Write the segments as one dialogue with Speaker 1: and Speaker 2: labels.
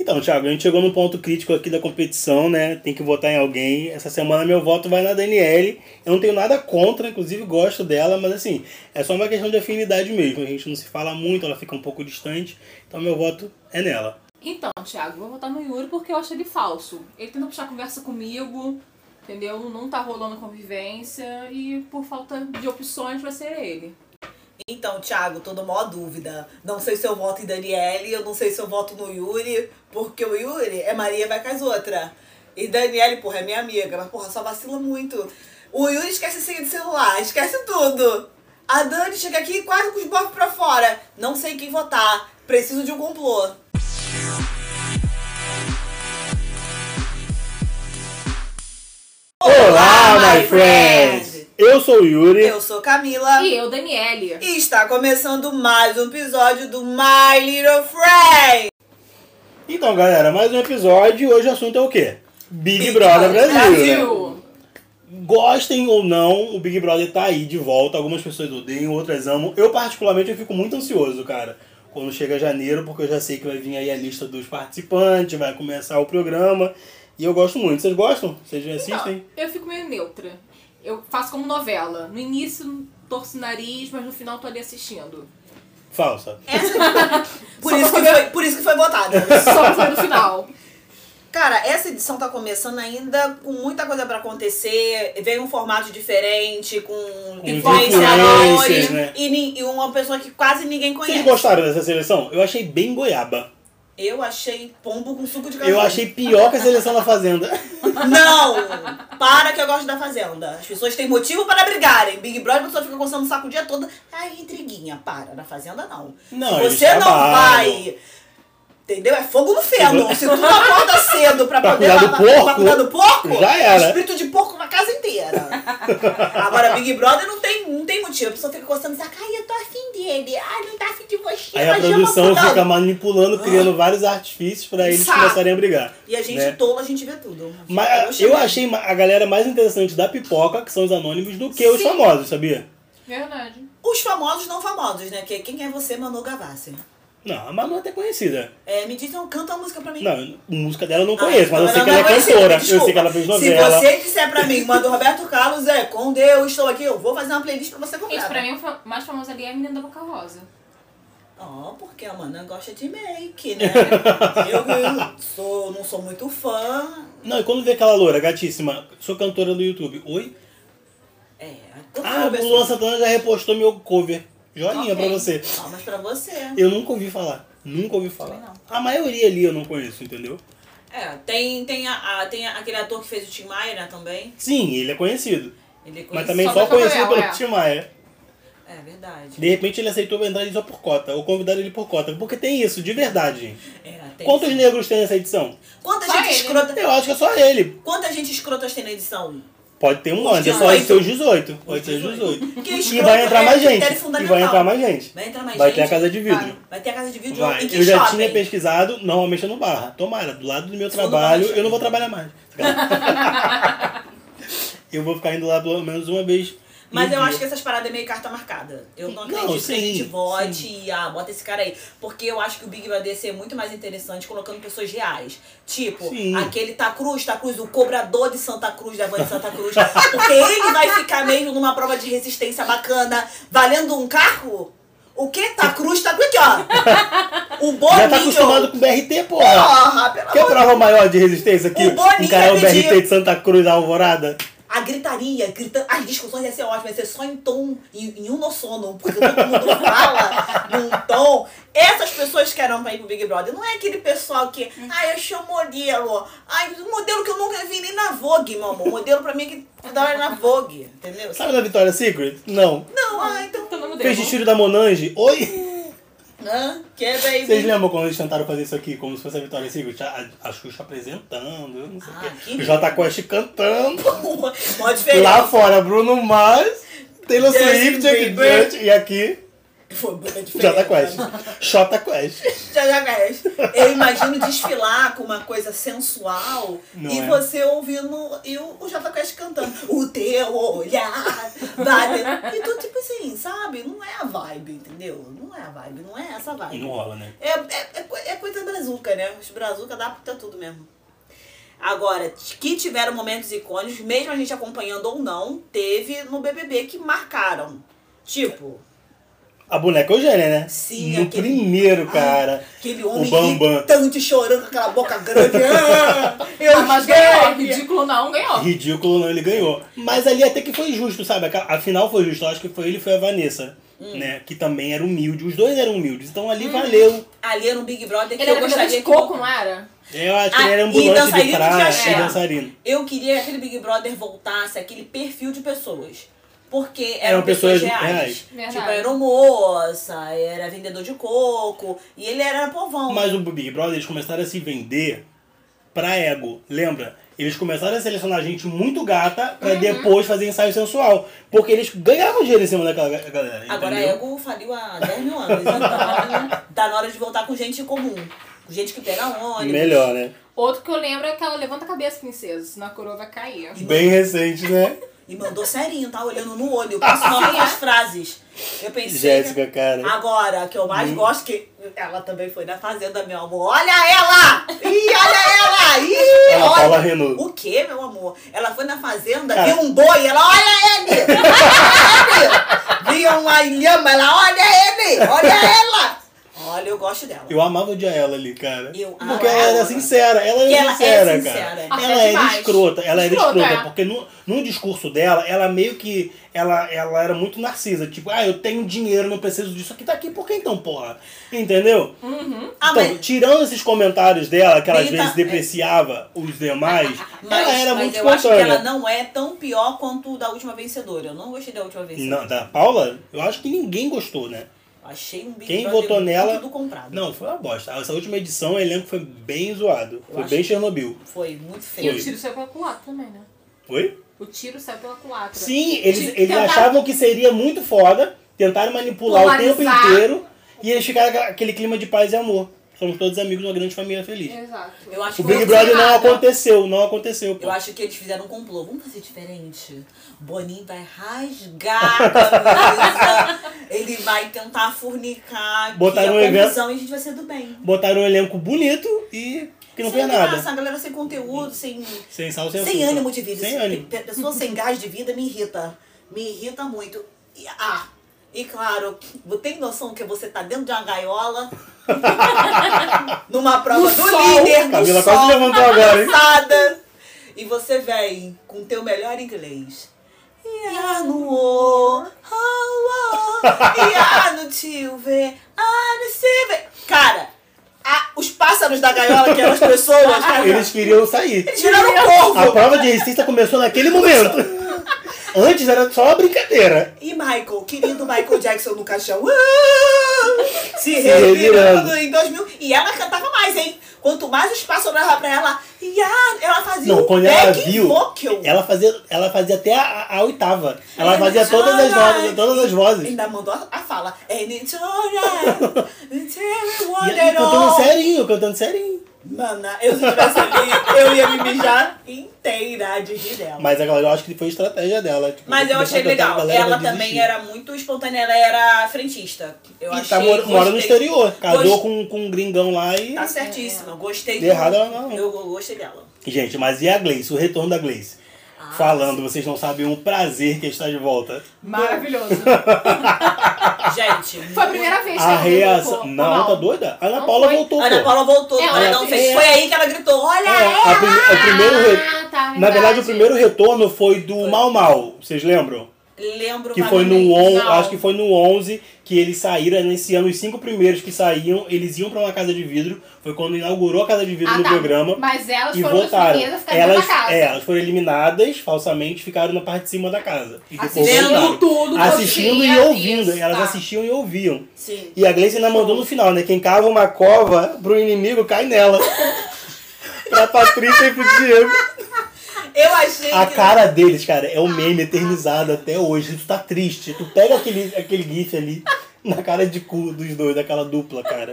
Speaker 1: Então, Thiago, a gente chegou no ponto crítico aqui da competição, né? Tem que votar em alguém. Essa semana meu voto vai na Daniele. Eu não tenho nada contra, inclusive gosto dela, mas assim, é só uma questão de afinidade mesmo. A gente não se fala muito, ela fica um pouco distante. Então meu voto é nela.
Speaker 2: Então, Thiago, vou votar no Yuri porque eu acho ele falso. Ele tenta puxar conversa comigo, entendeu? Não tá rolando convivência e por falta de opções vai ser ele.
Speaker 3: Então, Thiago, tô numa dúvida. Não sei se eu voto em Daniele, eu não sei se eu voto no Yuri, porque o Yuri é Maria vai com as outras. E Daniele, porra, é minha amiga, mas porra, só vacila muito. O Yuri esquece a senha de celular, esquece tudo. A Dani chega aqui quase com os bofs pra fora. Não sei quem votar. Preciso de um complô.
Speaker 1: Eu sou o Yuri.
Speaker 3: Eu sou Camila.
Speaker 2: E eu, Daniele.
Speaker 3: E está começando mais um episódio do My Little Friend.
Speaker 1: Então, galera, mais um episódio. Hoje o assunto é o quê? Big,
Speaker 3: Big
Speaker 1: Brother
Speaker 3: Brother
Speaker 1: Brasil. né?
Speaker 2: Brasil!
Speaker 1: Gostem ou não, o Big Brother tá aí de volta. Algumas pessoas odeiam, outras amam. Eu, particularmente, eu fico muito ansioso, cara, quando chega janeiro, porque eu já sei que vai vir aí a lista dos participantes, vai começar o programa. E eu gosto muito. Vocês gostam? Vocês assistem?
Speaker 2: Eu fico meio neutra. Eu faço como novela. No início torço o nariz, mas no final tô ali assistindo.
Speaker 1: Falsa.
Speaker 3: Por,
Speaker 2: Só
Speaker 3: isso
Speaker 2: pra
Speaker 3: que foi, por isso que foi botada.
Speaker 2: Só pra sair do final.
Speaker 3: Cara, essa edição tá começando ainda com muita coisa pra acontecer. Vem um formato diferente, com
Speaker 1: influencers,
Speaker 3: influenciadores
Speaker 1: né?
Speaker 3: e, ni- e uma pessoa que quase ninguém conhece.
Speaker 1: Vocês gostaram dessa seleção? Eu achei bem goiaba.
Speaker 3: Eu achei pombo com suco de
Speaker 1: Eu
Speaker 3: caju.
Speaker 1: achei pior que a seleção da Fazenda.
Speaker 3: Não! Para que eu gosto da Fazenda. As pessoas têm motivo para brigarem. Big Brother, a pessoa fica coçando o saco o dia todo. Ai, intriguinha, para. Na Fazenda, não.
Speaker 1: Não, eles
Speaker 3: Você não
Speaker 1: trabalham.
Speaker 3: vai. Entendeu? É fogo no feno. Se tu não acorda cedo pra,
Speaker 1: Pra
Speaker 3: poder
Speaker 1: cuidar do
Speaker 3: lavar-
Speaker 1: porco,
Speaker 3: pra cuidar do porco, um
Speaker 1: já era.
Speaker 3: espírito de porco na casa inteira. Agora, Big Brother não tem, não tem motivo. A pessoa fica coçando o saco. Ai, eu tô afim dele. Ai, não tá afim de você. tá-
Speaker 1: Aí a
Speaker 3: mas chama
Speaker 1: produção
Speaker 3: fulano.
Speaker 1: fica manipulando, criando vários artifícios pra eles
Speaker 3: Saco.
Speaker 1: começarem a brigar.
Speaker 3: E a gente
Speaker 1: né?
Speaker 3: tola, a gente vê tudo.
Speaker 1: Mas
Speaker 3: cheguei.
Speaker 1: eu achei ma- a galera mais interessante da pipoca, que são os anônimos, do que os
Speaker 3: Sim.
Speaker 1: famosos, sabia?
Speaker 2: Verdade.
Speaker 3: Os famosos não famosos, né? Que é quem é você, Manu Gavassi.
Speaker 1: Não, a Manu é até conhecida.
Speaker 3: É, me diz, não, canta uma música pra mim. Ah,
Speaker 1: Não, música dela eu não conheço, mas eu sei
Speaker 3: não,
Speaker 1: que ela
Speaker 3: não,
Speaker 1: é
Speaker 3: mas
Speaker 1: cantora.
Speaker 3: desculpa.
Speaker 1: Eu sei que ela fez
Speaker 3: Se
Speaker 1: novela.
Speaker 3: você disser pra mim, manda o Roberto Carlos, é, com Deus, estou aqui, eu vou fazer uma playlist pra você comprar.
Speaker 2: Gente, pra mim o fa- mais famoso ali é a menina da Boca Rosa.
Speaker 3: Ó, porque a Mana gosta de make, né? eu eu sou, não sou muito fã.
Speaker 1: Não, e quando vê aquela loura, gatíssima, sou cantora do YouTube. Oi?
Speaker 3: É, todo
Speaker 1: Ah,
Speaker 3: mundo é
Speaker 1: o Luan
Speaker 3: assim.
Speaker 1: Santana já repostou meu cover. Joinha
Speaker 2: Ok.
Speaker 1: pra você.
Speaker 3: Ó, mas pra você.
Speaker 1: Eu nunca ouvi falar. Nunca ouvi
Speaker 2: Também
Speaker 1: falar.
Speaker 2: não.
Speaker 1: A maioria ali eu não conheço, entendeu?
Speaker 3: É, tem, tem, a, a- tem aquele ator que fez o Tim Maia, né, também. Sim.
Speaker 1: Sim, ele é conhecido.
Speaker 3: Ele é
Speaker 1: Mas
Speaker 3: conhecido.
Speaker 1: também
Speaker 2: só
Speaker 1: só
Speaker 2: da novela,
Speaker 1: conhecido pelo
Speaker 2: é.
Speaker 1: Tim Maia.
Speaker 3: É verdade.
Speaker 1: De repente ele aceitou entrar só por cota, ou convidaram ele por cota. Porque tem isso, de verdade, gente.
Speaker 3: É, tem-
Speaker 1: Quantos negros tem nessa edição?
Speaker 3: Quanta
Speaker 2: Só
Speaker 3: gente
Speaker 2: ele.
Speaker 3: escrota.
Speaker 1: Eu acho que é só ele.
Speaker 3: Quanta gente escrota tem na edição?
Speaker 1: Pode ter um
Speaker 3: Os
Speaker 1: anjo, é só ele ter os
Speaker 3: 18.
Speaker 1: 18. Pode ter os 18.
Speaker 3: Que
Speaker 1: E
Speaker 3: escroto,
Speaker 1: vai entrar
Speaker 3: é
Speaker 1: mais gente.
Speaker 3: critério
Speaker 1: E
Speaker 3: fundamental.
Speaker 1: vai entrar mais gente.
Speaker 3: Vai entrar mais
Speaker 1: Vai
Speaker 3: gente.
Speaker 1: ter a casa de vidro.
Speaker 3: Vai ter a casa de vídeo
Speaker 1: Vai.
Speaker 3: em que
Speaker 1: Eu já
Speaker 3: shopping?
Speaker 1: tinha pesquisado, normalmente é no barra. Tomara, do lado do meu
Speaker 3: Se for no
Speaker 1: trabalho,
Speaker 3: Barra,
Speaker 1: eu não vou trabalhar mais. eu vou ficar indo lá pelo menos uma vez.
Speaker 3: Mas
Speaker 1: no
Speaker 3: eu
Speaker 1: dia.
Speaker 3: acho que essas paradas é meio carta marcada. Eu não
Speaker 1: Uhum. Não,
Speaker 3: acredito que a
Speaker 1: sim,
Speaker 3: gente vote
Speaker 1: sim.
Speaker 3: e ah, bota esse cara aí. Porque eu acho que o Big vai ser muito mais interessante colocando pessoas reais. Tipo,
Speaker 1: Sim.
Speaker 3: aquele Tacruz, Tacruz, o cobrador de Santa Cruz, da van de Santa Cruz. Porque ele vai ficar mesmo numa prova de resistência bacana, valendo um carro. O que? Tacruz, tá aqui, ó. O Boninho.
Speaker 1: Já tá acostumado com BRT, porra.
Speaker 3: Porra, pelo
Speaker 1: Quer prova maior de resistência aqui?
Speaker 3: O Boninho
Speaker 1: Um cara é o
Speaker 3: vai pedir.
Speaker 1: BRT de Santa Cruz, Alvorada.
Speaker 3: A gritaria, gritando. As discussões é ia ser ótimas, ia ser só em tom, em, em unossono, porque todo mundo fala num tom. Essas pessoas que eram pra ir pro Big Brother. Não é aquele pessoal que, ai, eu achei um modelo. Ai, um modelo que eu nunca vi nem na Vogue, meu amor. Modelo pra mim é que dava na Vogue, entendeu?
Speaker 1: Sabe da Vitória Secret? Não.
Speaker 3: Não, ai, então.
Speaker 2: Então não
Speaker 1: Fez
Speaker 2: deu.
Speaker 1: destino da Monange? Oi?
Speaker 3: Hã? Que é
Speaker 1: Vocês
Speaker 3: baby.
Speaker 1: lembram quando eles tentaram fazer isso aqui? Como se fosse a Vitória Secret? A, a Xuxa apresentando, eu não sei o
Speaker 3: Ah,
Speaker 1: quê.
Speaker 3: que-
Speaker 1: Jota Quest cantando.
Speaker 3: Mó diferença.
Speaker 1: Lá fora, Bruno Mars, Taylor
Speaker 3: Justin
Speaker 1: Swift, Jack
Speaker 3: Bieber.
Speaker 1: Judge, e aqui
Speaker 3: Foi bem diferente. né?
Speaker 1: Jota Quest. Xota Quest.
Speaker 3: Já, já conhece. Eu imagino desfilar com uma coisa sensual
Speaker 1: Não
Speaker 3: e
Speaker 1: é.
Speaker 3: você ouvindo e o, o Jota Quest cantando. O teu olhar bate. E tu, tipo assim, sabe? Não é a vibe, entendeu? Não é a vibe, não é essa
Speaker 1: E
Speaker 3: vibe.
Speaker 1: não rola, né?
Speaker 3: É, é, é co- é coisa brazuca, né? Os brazuca dá pra tudo mesmo. Agora, que tiveram momentos icônicos, mesmo a gente acompanhando ou não, teve no BBB que marcaram. Tipo,
Speaker 1: A boneca Eugênia, né?
Speaker 3: Sim,
Speaker 1: No
Speaker 3: aquele- Ah,
Speaker 1: primeiro, cara.
Speaker 3: aquele homem
Speaker 1: Bambam.
Speaker 3: gritante, chorando com aquela boca grande. Ah,
Speaker 2: Ah,
Speaker 3: eu
Speaker 2: mas ganhou.
Speaker 3: cheguei!
Speaker 2: Ridículo não, ganhou.
Speaker 1: Ridículo, não, ele ganhou. Mas ali até que foi justo, sabe? Aquela- A final foi justo. Eu acho que foi ele e foi a Vanessa,
Speaker 3: Hum.
Speaker 1: né? Que também era humilde. Os dois eram humildes. Então ali valeu.
Speaker 3: Ali era um Big Brother que
Speaker 2: Ele
Speaker 3: eu
Speaker 2: era vendedor
Speaker 3: gostaria
Speaker 2: de
Speaker 3: que-
Speaker 2: coco, não era?
Speaker 1: Eu acho que
Speaker 3: Ah,
Speaker 1: ele era
Speaker 3: e
Speaker 1: ambulante de
Speaker 3: dançarino de
Speaker 1: praça
Speaker 3: axé.
Speaker 1: e dançarino.
Speaker 3: Eu queria que aquele Big Brother voltasse, aquele perfil de pessoas. Porque eram,
Speaker 1: Eram
Speaker 3: pessoas,
Speaker 1: pessoas
Speaker 3: reais.
Speaker 1: reais.
Speaker 2: Verdade.
Speaker 3: Tipo, era moça, era vendedor de coco, e ele era povão.
Speaker 1: Mas o Big Brother, eles começaram a se vender pra ego, lembra? Eles começaram a selecionar gente muito gata
Speaker 3: Uhum.
Speaker 1: pra depois fazer ensaio sensual. Porque eles ganhavam dinheiro em cima daquela ga- galera.
Speaker 3: Agora é a
Speaker 1: entendeu?
Speaker 3: Ego faliu há 10 mil anos. Então tá na hora- tá na hora de voltar com gente comum. Com gente que pega ônibus.
Speaker 1: Melhor, né?
Speaker 2: Outro que eu lembro é aquela levanta a cabeça, princesa, senão a coroa vai cair.
Speaker 1: Bem recente, né?
Speaker 3: E mandou serinho, tá? Olhando no olho. Principalmente as frases. Eu pensei.
Speaker 1: Jéssica, cara. Hum.
Speaker 3: Agora, a que eu mais gosto, que ela também foi na fazenda, meu amor. Olha ela! Ih, olha ela! Ih,
Speaker 1: Ana
Speaker 3: olha!
Speaker 1: Paula Renault.
Speaker 3: O que, meu amor? Ela foi na fazenda,
Speaker 1: Cara.
Speaker 3: viu um boi, ela, olha ele! Olha ele! Viu uma lhama, ela, olha ele! Olha ela! Olha, eu gosto dela.
Speaker 1: Eu amava odiar ela ali, cara.
Speaker 3: Eu
Speaker 1: porque
Speaker 3: amava
Speaker 1: ela era
Speaker 3: ela.
Speaker 1: sincera. Ela era
Speaker 3: E ela é
Speaker 1: sincera,
Speaker 3: sincera.
Speaker 1: cara.
Speaker 2: Até
Speaker 1: Ela era
Speaker 2: Ah, é demais.
Speaker 1: escrota. Ela era
Speaker 2: Escrota,
Speaker 1: escrota.
Speaker 2: é.
Speaker 1: Porque no, no discurso dela, ela meio que. Ela, ela era muito narcisa. Tipo, ah, eu tenho dinheiro, não preciso disso aqui, tá aqui, por que então, porra? Entendeu?
Speaker 2: Uhum.
Speaker 3: Ah,
Speaker 1: então,
Speaker 3: mas-
Speaker 1: tirando esses comentários dela, que ela às
Speaker 3: Rita- é.
Speaker 1: vezes depreciava os demais,
Speaker 3: Mas,
Speaker 1: ela era
Speaker 3: ah, mas
Speaker 1: muito
Speaker 3: eu acho que ela
Speaker 1: espontânea.
Speaker 3: não é tão pior quanto da última vencedora. Eu não gostei da última vencedora.
Speaker 1: Não, da Paula, eu acho que ninguém gostou, né?
Speaker 3: Achei um Big
Speaker 1: Quem
Speaker 3: Brother
Speaker 1: votou
Speaker 3: muito
Speaker 1: nela-
Speaker 3: do comprado.
Speaker 1: Não, foi uma bosta. Essa última edição, o elenco foi bem zoado. Foi
Speaker 3: acho
Speaker 1: bem Chernobyl.
Speaker 3: Foi muito
Speaker 2: E
Speaker 3: feio.
Speaker 2: o tiro saiu pela culatra também, né?
Speaker 1: Oi?
Speaker 2: O tiro saiu pela culatra.
Speaker 1: Sim, eles,
Speaker 2: Tipo,
Speaker 1: eles
Speaker 2: tentar-
Speaker 1: achavam que seria muito foda, tentaram manipular o tempo
Speaker 2: Polarizar.
Speaker 1: inteiro e eles ficaram com aquele clima de paz e amor. Somos todos amigos de uma grande família feliz.
Speaker 2: Exato.
Speaker 3: Eu acho
Speaker 1: O
Speaker 3: que
Speaker 1: Big
Speaker 3: foi
Speaker 1: Brother não é-
Speaker 2: errado.
Speaker 1: aconteceu, não aconteceu. Pô.
Speaker 3: Eu acho que eles fizeram um complô. Vamos fazer diferente? Boninho vai rasgar a camisa. ele vai tentar fornicar.
Speaker 1: Botaram
Speaker 3: que
Speaker 1: um
Speaker 3: a
Speaker 1: evento.
Speaker 3: confusão e a gente vai ser do bem.
Speaker 1: Botaram um elenco bonito e que não fez
Speaker 3: sem
Speaker 1: nada.
Speaker 3: graça, é a galera sem conteúdo, sem,
Speaker 1: Sem sal, sem,
Speaker 3: sem
Speaker 1: açúcar.
Speaker 3: ânimo de vida.
Speaker 1: Sem
Speaker 3: Pe-
Speaker 1: ânimo.
Speaker 3: pe- Pessoa sem gás de vida me irrita. Me irrita muito. E, ah, e claro, tem noção que você tá dentro de uma gaiola, numa prova
Speaker 2: No
Speaker 3: do
Speaker 2: sol.
Speaker 3: líder, no
Speaker 1: Camila
Speaker 3: sol,
Speaker 1: quase levantou agora, hein?
Speaker 3: cansada, e você vem com teu melhor inglês. Yeah, no oh, oh, oh. Yeah, no tio, vê. Ah, no se vê. Cara, a- os pássaros da gaiola, que eram as pessoas,
Speaker 1: Eles queriam sair.
Speaker 3: tiraram o corvo.
Speaker 1: A prova de resistência começou naquele momento. Antes era só uma brincadeira.
Speaker 3: E Michael, querido Michael Jackson no caixão. ah, se revirando
Speaker 1: revirando.
Speaker 3: em 2000. E ela cantava mais, hein? Quanto mais os passos olhava pra ela, e a- ela fazia
Speaker 1: Não,
Speaker 3: um
Speaker 1: quando ela
Speaker 3: back
Speaker 1: viu,
Speaker 3: vocal.
Speaker 1: ela fazia, ela fazia até a, a oitava. É, Ela
Speaker 3: And
Speaker 1: fazia
Speaker 3: it's
Speaker 1: todas as
Speaker 3: alright.
Speaker 1: notas, todas as vozes.
Speaker 3: Ainda mandou a, a fala. And it's alright. It's
Speaker 1: E
Speaker 3: everyone
Speaker 1: aí,
Speaker 3: at
Speaker 1: cantando
Speaker 3: all.
Speaker 1: serinho, cantando serinho.
Speaker 3: Mana, eu se tivesse ali, eu ia me mijar inteira de rir dela.
Speaker 1: Mas aquela, eu acho que foi estratégia dela. tipo,
Speaker 3: Mas eu
Speaker 1: começar a cantar,
Speaker 3: achei
Speaker 1: a
Speaker 3: legal.
Speaker 1: galera
Speaker 3: Ela
Speaker 1: vai
Speaker 3: também
Speaker 1: desistir.
Speaker 3: era muito espontânea, ela era frentista. Eu
Speaker 1: E
Speaker 3: achei.
Speaker 1: tá, mora, mora no
Speaker 3: gostei.
Speaker 1: exterior. Casou
Speaker 3: Gostei.
Speaker 1: com, com um gringão lá e.
Speaker 3: Tá certíssima, eu gostei
Speaker 1: De errado ela não.
Speaker 3: Eu eu gostei dela.
Speaker 1: Gente, mas e a Gleice? O retorno da Gleice?
Speaker 2: Ah,
Speaker 1: Falando, vocês não sabem o prazer que está de volta.
Speaker 2: Maravilhoso.
Speaker 3: Gente,
Speaker 2: Foi a tá primeira vez que
Speaker 1: a
Speaker 2: ela
Speaker 1: reação.
Speaker 2: colocou.
Speaker 1: Não, tá doida? A Ana
Speaker 2: um Não
Speaker 1: Paula
Speaker 2: foi.
Speaker 1: voltou.
Speaker 3: Ana
Speaker 1: pô.
Speaker 3: Paula voltou,
Speaker 2: É,
Speaker 3: ela
Speaker 2: ela
Speaker 3: não
Speaker 2: fez-
Speaker 3: fez. Foi aí que ela gritou: Olha
Speaker 1: É,
Speaker 3: ela!
Speaker 1: a prime- o primeiro re-
Speaker 2: Ah, tá,
Speaker 1: Na verdade, o primeiro retorno foi do Mal Mal. Vocês lembram?
Speaker 3: Lembro
Speaker 1: Que foi no
Speaker 3: vagamente.
Speaker 1: 11,
Speaker 2: Não.
Speaker 1: acho que foi no 11 que eles saíram, é nesse ano os cinco primeiros que saíam, eles iam pra uma casa de vidro, foi quando inaugurou a casa de vidro
Speaker 2: Ah,
Speaker 1: no
Speaker 2: tá.
Speaker 1: programa
Speaker 2: Mas elas
Speaker 1: e
Speaker 2: foram
Speaker 1: voltaram.
Speaker 2: surpresas, ficaram
Speaker 1: Elas,
Speaker 2: dentro da casa.
Speaker 1: é, elas foram eliminadas, falsamente ficaram na parte de cima da casa. E depois
Speaker 2: Assistindo
Speaker 1: voltaram.
Speaker 2: tudo que eu
Speaker 1: assistindo e
Speaker 2: tinha
Speaker 1: ouvindo,
Speaker 2: visto.
Speaker 1: elas
Speaker 2: Tá.
Speaker 1: assistiam e ouviam.
Speaker 3: Sim.
Speaker 1: E a Gleice ainda mandou no final, né? Quem cava uma cova pro inimigo cai nela. pra Patrícia e pro Diego.
Speaker 3: Eu achei
Speaker 1: A
Speaker 3: que.
Speaker 1: cara deles, cara, é um meme eternizado até hoje. Tu tá triste. Tu pega aquele, aquele gif ali, na cara de cu dos dois, daquela dupla, cara.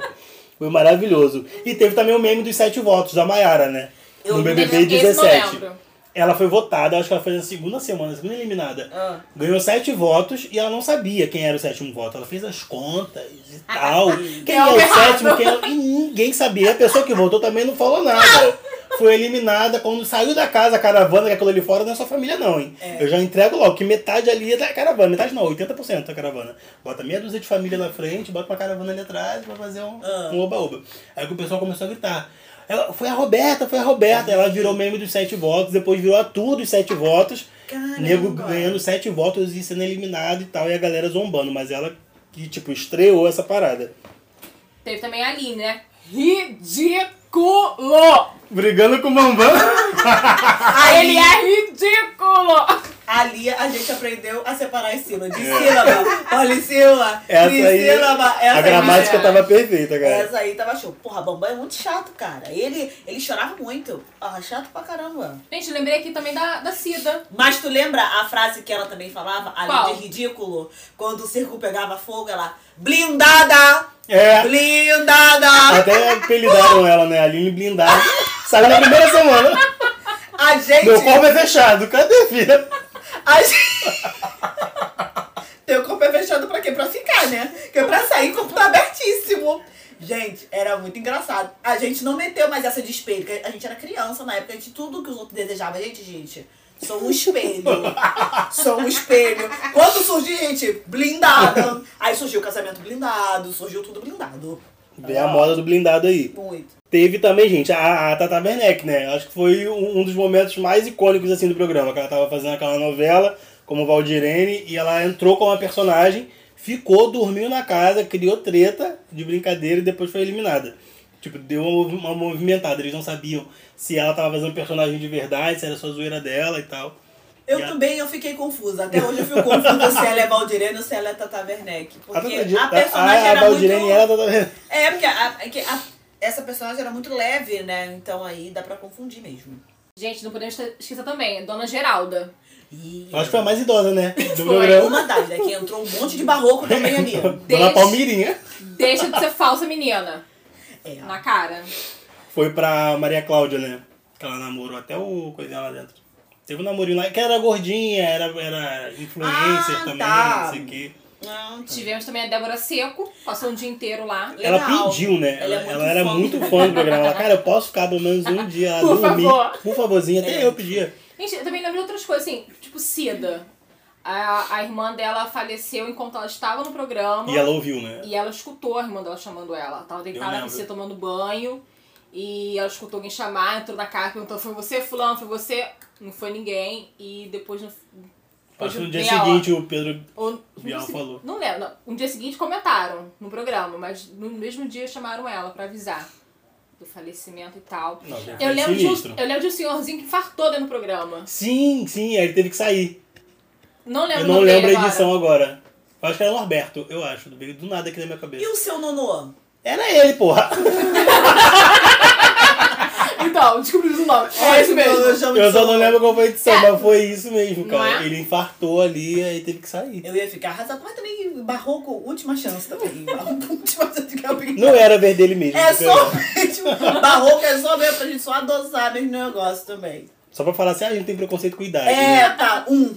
Speaker 1: Foi maravilhoso. E teve também o meme dos sete votos da Mayara, né?
Speaker 3: Eu
Speaker 1: no
Speaker 3: não
Speaker 1: BBB
Speaker 2: lembro, esse não
Speaker 1: 17.
Speaker 2: lembro.
Speaker 1: Ela foi votada, acho que ela foi na segunda semana, na segunda eliminada.
Speaker 3: Ah.
Speaker 1: Ganhou sete votos e ela não sabia quem era o sétimo voto. Ela fez as contas e tal. quem é o
Speaker 2: algo errado.
Speaker 1: sétimo? Quem é... o- E ninguém sabia. E a pessoa que votou também não falou nada. Foi eliminada quando saiu da casa a caravana, que aquilo ali fora não é sua família, não, hein? Eu já entrego logo, que metade ali é da caravana. Metade não, 80% da caravana. Bota meia dúzia de família na frente, bota uma caravana ali atrás pra fazer um
Speaker 3: Ah.
Speaker 1: um oba-oba. Aí que o pessoal começou a gritar. Ela, foi a Roberta, foi a Roberta. Ela virou meme dos sete votos, depois virou a tour dos sete votos.
Speaker 3: Caramba.
Speaker 1: Nego ganhando sete votos e sendo eliminado e tal, e a galera zombando. Mas ela que, tipo, estreou essa parada.
Speaker 2: Teve também a Aline, né? Ridículo!
Speaker 1: Brigando com o Bambam.
Speaker 2: Ele é ridículo!
Speaker 3: Ali a gente aprendeu a separar as sílabas. De sílaba, polissílaba,
Speaker 1: É. Essa aí.
Speaker 3: trissílaba. Essa
Speaker 1: a
Speaker 3: aí-
Speaker 1: gramática tava perfeita, cara.
Speaker 3: Essa aí tava show. Porra, Bambam é muito chato, cara. Ele, ele chorava muito. Ah, chato pra caramba.
Speaker 2: Gente, eu lembrei aqui também da, da Cida.
Speaker 3: Mas tu lembra a frase que ela também falava, além
Speaker 2: Qual?
Speaker 3: de ridículo? Quando o circo pegava fogo, ela blindada!
Speaker 1: É.
Speaker 3: Blindada!
Speaker 1: Até apelidaram ela, né? Aline Blindada. Saiu na primeira semana.
Speaker 3: A gente.
Speaker 1: Meu corpo é fechado. Cadê, filha?
Speaker 3: A gente. Teu corpo é fechado pra quê? Pra ficar, né? Porque pra sair, o corpo tá abertíssimo. Gente, era muito engraçado. A gente não meteu mais essa de espelho, porque a gente era criança na época, a gente tudo que os outros desejavam, a gente, gente. Sou um espelho. Sou um espelho. Quando surgiu, gente, blindado. Aí surgiu o casamento blindado, surgiu tudo blindado.
Speaker 1: Vê a moda do blindado aí.
Speaker 3: Muito.
Speaker 1: Teve também, gente, a, a Tata Werneck, né? Acho que foi um, um dos momentos mais icônicos, assim, do programa. Que ela tava fazendo aquela novela, como Valdirene, e ela entrou com uma personagem, ficou, dormiu na casa, criou treta de brincadeira e depois foi eliminada. Tipo, deu uma, mov- uma movimentada. Eles não sabiam se ela tava fazendo um personagem de verdade, se era só zoeira dela e tal.
Speaker 3: Eu
Speaker 1: E a-
Speaker 3: também eu fiquei confusa. Até hoje eu fico confusa se ela é Valdirene ou se ela é Tata Werneck. Porque a,
Speaker 1: Tata-
Speaker 3: personagem
Speaker 1: a, a
Speaker 3: era
Speaker 1: Valdirene
Speaker 3: muito...
Speaker 1: era a Tata Werneck.
Speaker 3: É, porque a- é que a- essa personagem era muito leve, né? Então aí dá pra confundir mesmo.
Speaker 2: Gente, não podemos te- esquecer também, Dona Geralda.
Speaker 3: Ih,
Speaker 1: Acho que foi a mais idosa, né? Do
Speaker 2: Foi.
Speaker 1: programa.
Speaker 3: uma das, né? Que entrou um monte de barroco também ali.
Speaker 1: Dona
Speaker 2: Desde-
Speaker 1: Palmirinha.
Speaker 2: Deixa de ser falsa, menina.
Speaker 3: É.
Speaker 2: Na cara.
Speaker 1: Foi pra Maria Cláudia, né? Que ela namorou até o coisinha lá dentro. Teve um namorinho lá, que era gordinha, era, era influencer
Speaker 3: Ah,
Speaker 1: também,
Speaker 3: tá.
Speaker 1: não sei o quê.
Speaker 3: Não, t-
Speaker 2: Tivemos também a Débora Seco, passou um dia inteiro lá.
Speaker 3: Legal.
Speaker 1: Ela pediu, né? Ela,
Speaker 3: Ela é muito
Speaker 1: ela era
Speaker 3: fã.
Speaker 1: muito fã do programa. Ela, cara, eu posso ficar pelo menos um dia ela
Speaker 2: Por
Speaker 1: dormir.
Speaker 2: favor.
Speaker 1: Por favorzinho, até eu pedia.
Speaker 2: Gente, eu também lembro de outras coisas, assim, tipo Cida. A, a irmã dela faleceu enquanto ela estava no programa.
Speaker 1: E ela ouviu, né?
Speaker 2: E ela escutou a irmã dela chamando ela. Ela tava
Speaker 1: Eu
Speaker 2: deitada na
Speaker 1: lembro.
Speaker 2: piscina tomando banho. E ela escutou alguém chamar, entrou na casa, perguntou: Foi você, Fulano? Foi você? Não foi ninguém. E depois. No,
Speaker 1: Acho que no dia
Speaker 2: meia hora-
Speaker 1: seguinte o Pedro
Speaker 2: ou- no
Speaker 1: Bial
Speaker 2: se-
Speaker 1: falou.
Speaker 2: Não lembro. não. No dia seguinte comentaram no programa, mas no mesmo dia chamaram ela pra avisar do falecimento e tal.
Speaker 1: Não, já foi
Speaker 2: Eu lembro, de um,
Speaker 1: sinistro.
Speaker 2: eu lembro de um senhorzinho que infartou dentro do programa.
Speaker 1: Sim, sim, aí ele teve que sair.
Speaker 2: Não lembro
Speaker 1: Eu
Speaker 2: o
Speaker 1: não
Speaker 2: nome dele
Speaker 1: lembro a
Speaker 2: agora.
Speaker 1: edição agora. Eu acho que era o Norberto, eu acho. Veio do nada aqui na minha
Speaker 3: E
Speaker 1: cabeça.
Speaker 3: o seu nonô?
Speaker 1: Era ele, porra.
Speaker 2: Então, descobrimos o nome. É isso
Speaker 3: Eu,
Speaker 2: mesmo.
Speaker 3: chamo de
Speaker 1: Eu só
Speaker 3: seu
Speaker 1: não
Speaker 3: nonô.
Speaker 1: lembro qual foi a edição,
Speaker 3: É.
Speaker 1: mas foi isso mesmo,
Speaker 2: Não
Speaker 1: cara.
Speaker 2: é?
Speaker 1: Ele infartou ali, aí teve que sair.
Speaker 3: Eu ia ficar arrasada, mas também barroco, última chance também. Barroco, última chance de que eu peguei.
Speaker 1: Não era ver dele mesmo.
Speaker 3: É
Speaker 1: tá
Speaker 3: só
Speaker 1: vendo?
Speaker 3: mesmo. Barroco é só mesmo pra gente só adoçar mesmo o negócio também.
Speaker 1: Só pra falar assim, ah, a gente tem preconceito com idade, né?
Speaker 3: É, tá. Um.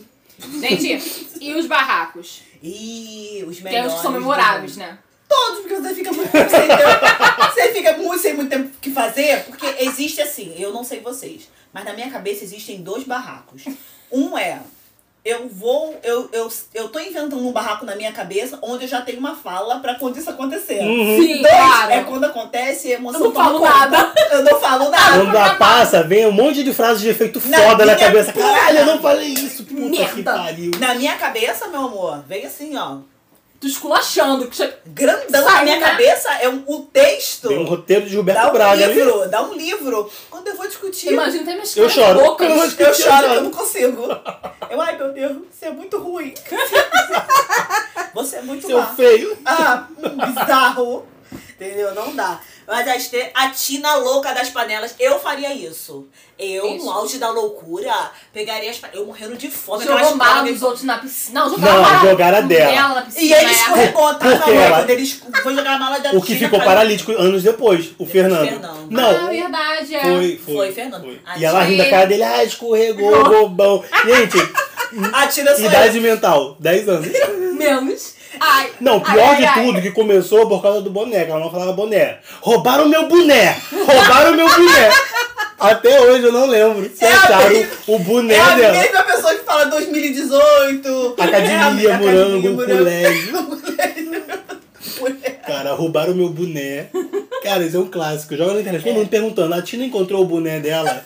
Speaker 2: Gente, e os barracos?
Speaker 3: E os melhores.
Speaker 2: Tem uns que são
Speaker 3: do
Speaker 2: memoráveis,
Speaker 3: mundo.
Speaker 2: né?
Speaker 3: Todos, porque você fica muito tempo sem tempo. Você fica muito sem muito tempo o que fazer, porque existe assim, eu não sei vocês, mas na minha cabeça existem dois barracos. Um é. Eu vou, eu, eu, eu tô inventando um barraco na minha cabeça onde eu já tenho uma fala pra quando isso acontecer.
Speaker 2: Sim,
Speaker 3: Dois
Speaker 2: claro.
Speaker 3: é quando acontece e a emoção
Speaker 2: Eu não
Speaker 3: toma
Speaker 2: falo
Speaker 3: conta.
Speaker 2: nada.
Speaker 3: Eu não falo nada.
Speaker 1: Quando ela passa, vem um monte de frases de efeito
Speaker 3: Na
Speaker 1: foda na
Speaker 3: minha
Speaker 1: cabeça.
Speaker 3: puta.
Speaker 1: Caralho, eu não falei isso, puta que
Speaker 2: Merda.
Speaker 1: pariu.
Speaker 3: Na minha cabeça, meu amor, vem assim, ó.
Speaker 2: Tu esculachando. que che-
Speaker 3: Grandão na
Speaker 2: Sai,
Speaker 3: minha
Speaker 2: né?
Speaker 3: cabeça é um, o texto.
Speaker 1: Tem um roteiro de
Speaker 3: Dá
Speaker 1: Gilberto
Speaker 3: um
Speaker 1: Braga ali.
Speaker 3: livro, dá um livro. Quando eu vou discutir,
Speaker 2: Imagina até minhas
Speaker 1: Eu choro.
Speaker 2: bocas.
Speaker 1: Eu
Speaker 3: eu
Speaker 1: eu
Speaker 3: choro,
Speaker 1: choro.
Speaker 3: eu não consigo. Eu, ai meu Deus, você é muito ruim. Você é muito
Speaker 1: Seu
Speaker 3: má.
Speaker 1: feio.
Speaker 3: Ah, hum, bizarro. Entendeu? Não dá. Mas a, Estê, a Tina louca das panelas, eu faria isso. Eu,
Speaker 2: Isso.
Speaker 3: no auge da loucura, pegaria as panelas. Eu morrendo de fome.
Speaker 2: Jogou
Speaker 3: aquelas
Speaker 2: bala
Speaker 3: panelas-
Speaker 2: nos outros na piscina. Não,
Speaker 1: Não,
Speaker 2: jogaram bala
Speaker 1: jogaram a dela.
Speaker 2: na piscina.
Speaker 3: E ele
Speaker 2: é.
Speaker 3: escorregou, tá?
Speaker 1: Porque ela-
Speaker 3: Quando ele es- foi jogar a mala da
Speaker 1: O que
Speaker 3: Tina,
Speaker 1: ficou
Speaker 3: caiu-
Speaker 1: paralítico anos depois, o Fernando.
Speaker 3: Fernando.
Speaker 2: Ah,
Speaker 1: Não,
Speaker 2: verdade, é.
Speaker 1: foi, foi.
Speaker 3: Foi, Fernando. Ah, A
Speaker 1: E ela rindo da
Speaker 2: Tina-
Speaker 1: cara dele, ah, escorregou, bobão. Gente,
Speaker 3: A Tina saiu.
Speaker 1: idade mental, 10 anos.
Speaker 2: Menos. Ai.
Speaker 1: Não,
Speaker 2: ai,
Speaker 1: pior
Speaker 2: ai,
Speaker 1: de
Speaker 2: ai.
Speaker 1: tudo, que começou por causa do boné, que ela não falava boné. Roubaram meu boné! Roubaram meu boné! Até hoje eu não lembro se
Speaker 3: É a
Speaker 1: acharam
Speaker 3: mesma-
Speaker 1: o boné
Speaker 3: É a
Speaker 1: dela.
Speaker 3: mesma pessoa que fala 2018.
Speaker 1: Academia,
Speaker 3: é a-
Speaker 1: morango, colégio.
Speaker 3: Mulher.
Speaker 1: Cara, roubaram meu boné. Cara, isso é um clássico. Joga na internet. Todo mundo perguntando. A Tina encontrou o boné dela?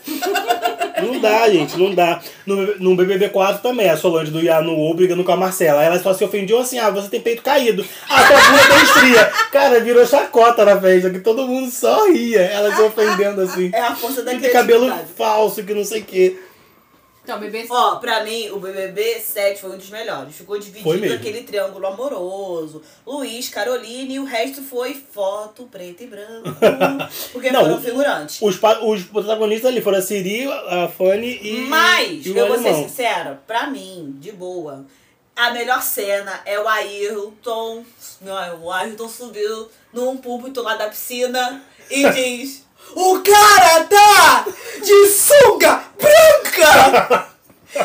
Speaker 1: Não dá, gente. Não dá. No, no BBB4 também. A Solange do Yanu brigando com a Marcela. Ela só se ofendiam assim. Ah, você tem peito caído. Ah, tua bunda tem estria. Cara, virou chacota na festa. Que todo mundo só ria. Ela se ofendendo assim.
Speaker 3: É a força da
Speaker 1: Que tem cabelo
Speaker 3: criatividade.
Speaker 1: falso, que não sei o quê.
Speaker 2: Então, bebê.
Speaker 3: Ó, pra mim, o BBB 7 foi um dos melhores. Ficou
Speaker 1: Foi
Speaker 3: dividido
Speaker 1: mesmo.
Speaker 3: aquele triângulo amoroso. Luiz, Caroline e o resto foi foto preto e branco. Porque
Speaker 1: Não,
Speaker 3: foram
Speaker 1: o-
Speaker 3: figurantes.
Speaker 1: Os, pa- os protagonistas ali foram a Siri, a Fanny e.
Speaker 3: Mas,
Speaker 1: e o
Speaker 3: eu vou ser
Speaker 1: alemão.
Speaker 3: sincera, pra mim, de boa, a melhor cena é o Ayrton. Não, o Ayrton subiu num púlpito lá da piscina e diz: O cara tá de sunga branca!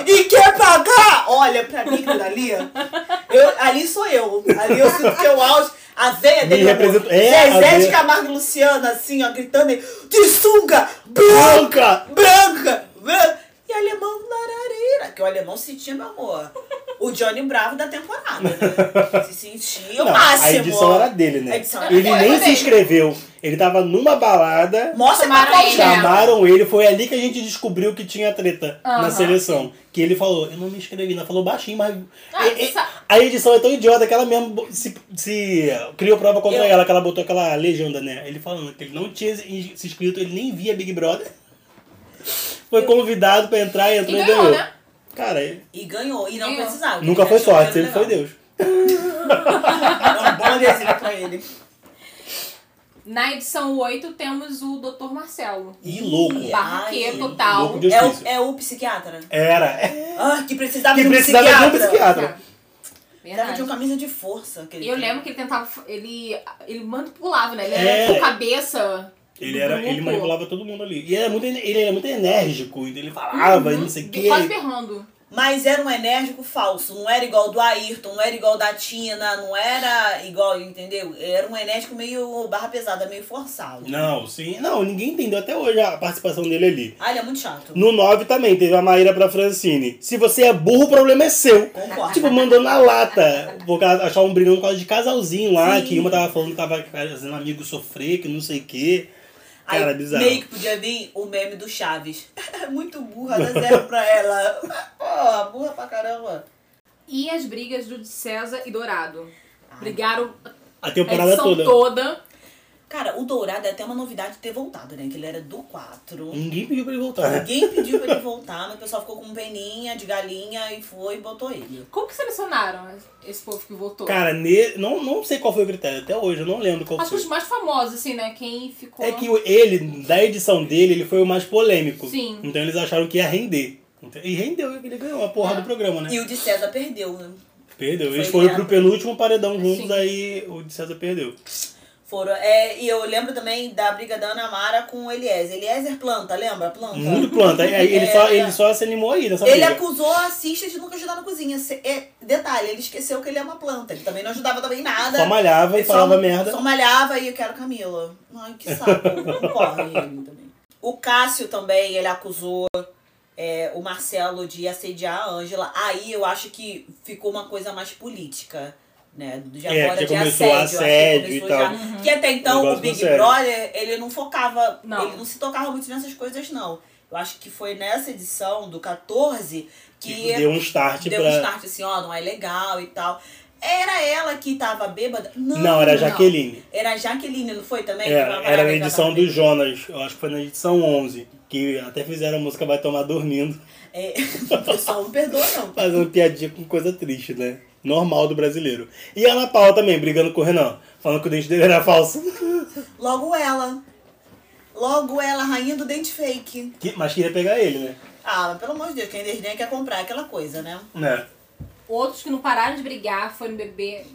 Speaker 3: E quer pagar? Olha, pra mim, aquilo ali, eu, ali sou eu. Ali eu sinto que eu auge. A veia
Speaker 1: Me
Speaker 3: dele. amor.
Speaker 1: representa- é, a
Speaker 3: Zezé de
Speaker 1: veia.
Speaker 3: Camargo e Luciana, assim, ó, gritando: De sunga branca!
Speaker 1: Branca!
Speaker 3: branca, branca. E alemão larareira, que o alemão sentia, meu amor. O Johnny Bravo da temporada, né? Se sentia o
Speaker 1: Não,
Speaker 3: máximo.
Speaker 1: a edição era dele,
Speaker 3: A
Speaker 1: né?
Speaker 3: edição era
Speaker 1: Ele
Speaker 2: dele.
Speaker 1: nem se
Speaker 2: Também.
Speaker 1: inscreveu. Ele tava numa balada,
Speaker 3: Mostra pra um.
Speaker 2: Chamaram
Speaker 3: qual
Speaker 2: ele,
Speaker 3: gente.
Speaker 2: né?
Speaker 1: chamaram ele, foi ali que a gente descobriu que tinha treta na
Speaker 2: Aham.
Speaker 1: seleção. Que ele falou, eu não me inscrevi, não falou baixinho, mas.
Speaker 2: Ah,
Speaker 1: E- e-
Speaker 2: sa-
Speaker 1: a edição é tão idiota que ela mesmo se, se criou prova contra
Speaker 3: Eu-
Speaker 1: ela, que ela botou aquela legenda, né? Ele falando que ele não tinha se se inscrito, ele nem via Big Brother. Foi convidado pra entrar, entrou
Speaker 2: E
Speaker 1: e
Speaker 2: ganhou,
Speaker 1: ganhou.
Speaker 2: né?
Speaker 1: Cara, ele-
Speaker 3: E ganhou, e não
Speaker 2: Ganhou.
Speaker 3: precisava.
Speaker 1: nunca foi sorte, sempre foi Deus.
Speaker 3: É um bom desenho pra ele.
Speaker 2: Na edição 8 temos o Dr. Marcelo.
Speaker 1: E louco.
Speaker 3: Ai,
Speaker 2: Barraqueiro total.
Speaker 1: Louco de
Speaker 3: É
Speaker 1: hospício.
Speaker 3: o, é o psiquiatra?
Speaker 1: Era.
Speaker 3: Ah, que precisava,
Speaker 1: É. Que
Speaker 3: de, um
Speaker 1: precisava de um
Speaker 3: Tá.
Speaker 1: psiquiatra.
Speaker 3: Precisava de
Speaker 1: um
Speaker 2: Verdade.
Speaker 3: uma camisa de força. que ele
Speaker 2: E eu
Speaker 3: tem.
Speaker 2: lembro que ele tentava. Ele, ele manipulava, né? Ele
Speaker 1: É.
Speaker 2: era com a cabeça.
Speaker 1: Ele,
Speaker 2: do
Speaker 1: era,
Speaker 2: grupo.
Speaker 1: ele manipulava todo mundo ali. E era muito, en- ele era muito enérgico, então ele falava,
Speaker 3: Uhum.
Speaker 1: e não sei o quê.
Speaker 2: Quase berrando.
Speaker 3: Mas era um enérgico falso. Não era igual do Ayrton, não era igual da Tina, não era igual, entendeu? Era um enérgico meio barra pesada, meio forçado.
Speaker 1: Não, sim. Não, ninguém entendeu até hoje a participação dele ali.
Speaker 3: Ah, ele é muito chato.
Speaker 1: No 9 também teve a Maíra pra Francine. Se você é burro, o problema é seu.
Speaker 3: Concordo.
Speaker 1: Tipo, mandou na lata. Porque ela achava um brigão por causa de casalzinho lá,
Speaker 3: Sim.
Speaker 1: que uma tava falando que tava fazendo amigo sofrer, que não sei o quê.
Speaker 3: Aí,
Speaker 1: Cara, é bizarro.
Speaker 3: meio que podia vir o meme do Chaves. muito burra, dá zero pra ela. Pô, burra pra caramba.
Speaker 2: E as brigas do de César e Dourado. Brigaram
Speaker 1: A
Speaker 2: a
Speaker 1: Ah.
Speaker 3: é
Speaker 1: temporada
Speaker 2: edição
Speaker 1: toda.
Speaker 2: toda.
Speaker 3: Cara, o Dourado é até uma novidade ter voltado, né? Que ele era do 4.
Speaker 1: Ninguém pediu pra ele voltar.
Speaker 3: Ninguém pediu pra ele voltar, mas o pessoal ficou com peninha de galinha e foi e botou ele.
Speaker 2: Como que selecionaram esse povo que votou?
Speaker 1: Cara, ne... não, não sei qual foi o critério até hoje, eu não lembro qual
Speaker 2: Acho que
Speaker 1: foi.
Speaker 2: os mais famosos, assim, né? Quem ficou.
Speaker 1: É que o- ele, da edição dele, ele foi o mais polêmico.
Speaker 2: Sim.
Speaker 1: Então eles acharam que ia render. Então- E rendeu, ele ganhou a porra do programa, né?
Speaker 3: É. E o de César perdeu, né?
Speaker 1: Perdeu. Eles
Speaker 3: Foi
Speaker 1: foram pro
Speaker 3: ganhado.
Speaker 1: penúltimo paredão juntos,
Speaker 2: Sim.
Speaker 1: aí o de César perdeu.
Speaker 3: Foram, é, e eu lembro também da briga da Ana Mara com o Eliezer. Eliezer planta, lembra? Planta.
Speaker 1: Muito planta. Aí Ele,
Speaker 3: É.
Speaker 1: só, ele só se animou aí né? nessa
Speaker 3: Ele
Speaker 1: briga.
Speaker 3: acusou a Cista de nunca ajudar na cozinha. Se- é, detalhe, ele esqueceu que ele é uma planta. Ele também não ajudava também em nada.
Speaker 1: Só malhava e
Speaker 3: Ele só-
Speaker 1: falava merda.
Speaker 3: Só malhava e eu quero Camila. Ai, que saco. Não corre ele também. O Cássio também, ele acusou é, o Marcelo de assediar a Ângela. Aí eu acho que ficou uma coisa mais política. Né, de
Speaker 1: É,
Speaker 3: agora
Speaker 1: que
Speaker 3: de
Speaker 1: começou
Speaker 3: assédio, acho que
Speaker 1: assédio e
Speaker 3: começou
Speaker 1: tal.
Speaker 3: já. Que até
Speaker 1: O
Speaker 3: então o
Speaker 1: negócio
Speaker 3: Big
Speaker 1: ficou sério.
Speaker 3: Brother, ele não focava,
Speaker 2: Não.
Speaker 3: ele não se tocava muito nessas coisas, não. Eu acho que foi nessa edição do 14 que,
Speaker 1: Que deu um start
Speaker 3: deu
Speaker 1: pra.
Speaker 3: um start assim, ó, não é legal e tal. Era ela que tava bêbada? Não,
Speaker 1: Não, era a
Speaker 2: não.
Speaker 1: Jaqueline. É,
Speaker 3: Era a Jaqueline, não foi também?
Speaker 1: Era,
Speaker 3: Que
Speaker 1: era na
Speaker 3: ela
Speaker 1: edição
Speaker 3: tava
Speaker 1: do
Speaker 3: bêbada.
Speaker 1: Jonas, eu acho que foi na edição 11, que até fizeram a música Vai Tomar Dormindo,
Speaker 3: É, o pessoal não perdoa, não.
Speaker 1: fazendo piadinha com coisa triste, né? Normal do brasileiro. E a Ana Paula também, brigando com o Renan, falando que o dente dele era falso.
Speaker 3: Logo ela. Logo ela, rainha do dente fake.
Speaker 1: Que- mas queria pegar ele, né?
Speaker 3: Ah, mas pelo amor de Deus, quem desdenha quer comprar aquela coisa, né?
Speaker 1: Né?
Speaker 2: Outros que não pararam de brigar foram bebê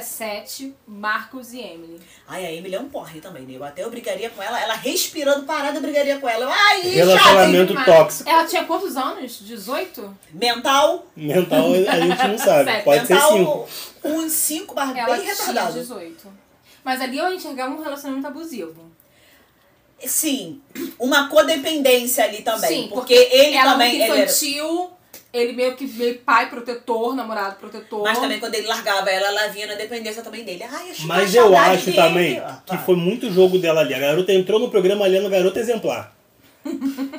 Speaker 2: 17, Marcos e Emily.
Speaker 3: Ai, a Emily é um porre também, nego. Até eu brigaria com ela, ela respirando parada, eu brigaria com ela. Eu, Ai,
Speaker 1: Relacionamento- Momento
Speaker 3: chata!
Speaker 2: Mas
Speaker 1: É um tóxico.
Speaker 2: Ela tinha quantos anos? 18?
Speaker 3: Mental,
Speaker 1: Mental a gente não sabe.
Speaker 2: Certo,
Speaker 1: Pode ser cinco.
Speaker 3: mental, um cinco, mas
Speaker 2: Ela
Speaker 3: bem
Speaker 2: tinha
Speaker 3: retardado.
Speaker 2: 18. Mas ali eu enxergava um relacionamento abusivo.
Speaker 3: Sim, uma codependência ali também.
Speaker 2: Sim,
Speaker 3: porque, ele
Speaker 2: ela é
Speaker 3: também.
Speaker 2: muito
Speaker 3: Ele era-
Speaker 2: infantil, ele meio que meio pai protetor, namorado protetor.
Speaker 3: Mas também quando ele largava ela, ela vinha na dependência também dele. Ai, eu chego a
Speaker 1: Mas eu
Speaker 3: saudade
Speaker 1: acho
Speaker 3: dele.
Speaker 1: também
Speaker 3: Ah,
Speaker 1: que foi muito jogo dela ali. A garota entrou no programa ali, era uma garota exemplar.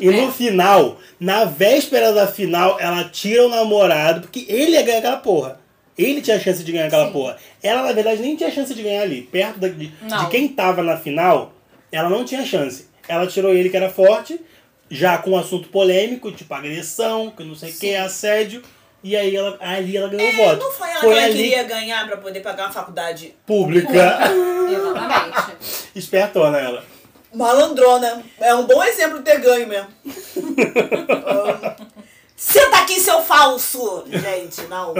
Speaker 1: E
Speaker 3: É.
Speaker 1: no final, na véspera da final, ela tira o namorado, porque ele ia ganhar aquela porra. Ele tinha chance de ganhar aquela
Speaker 2: Sim.
Speaker 1: porra. Ela, na verdade, nem tinha chance de ganhar ali. Perto da- de,
Speaker 2: Não.
Speaker 1: de quem tava na final, ela não tinha chance. Ela tirou ele, que era forte, já com um assunto polêmico, tipo agressão, que não sei o que, assédio. E aí ela, ali ela ganhou o voto.
Speaker 3: É, Não foi ela
Speaker 1: Foi
Speaker 3: que ela
Speaker 1: ali-
Speaker 3: queria ganhar pra poder pagar uma faculdade
Speaker 1: Pública.
Speaker 2: Exatamente.
Speaker 1: Espertona ela.
Speaker 3: malandrona. É um bom exemplo de ter ganho mesmo. Ahn, Senta aqui, seu falso! Gente, não.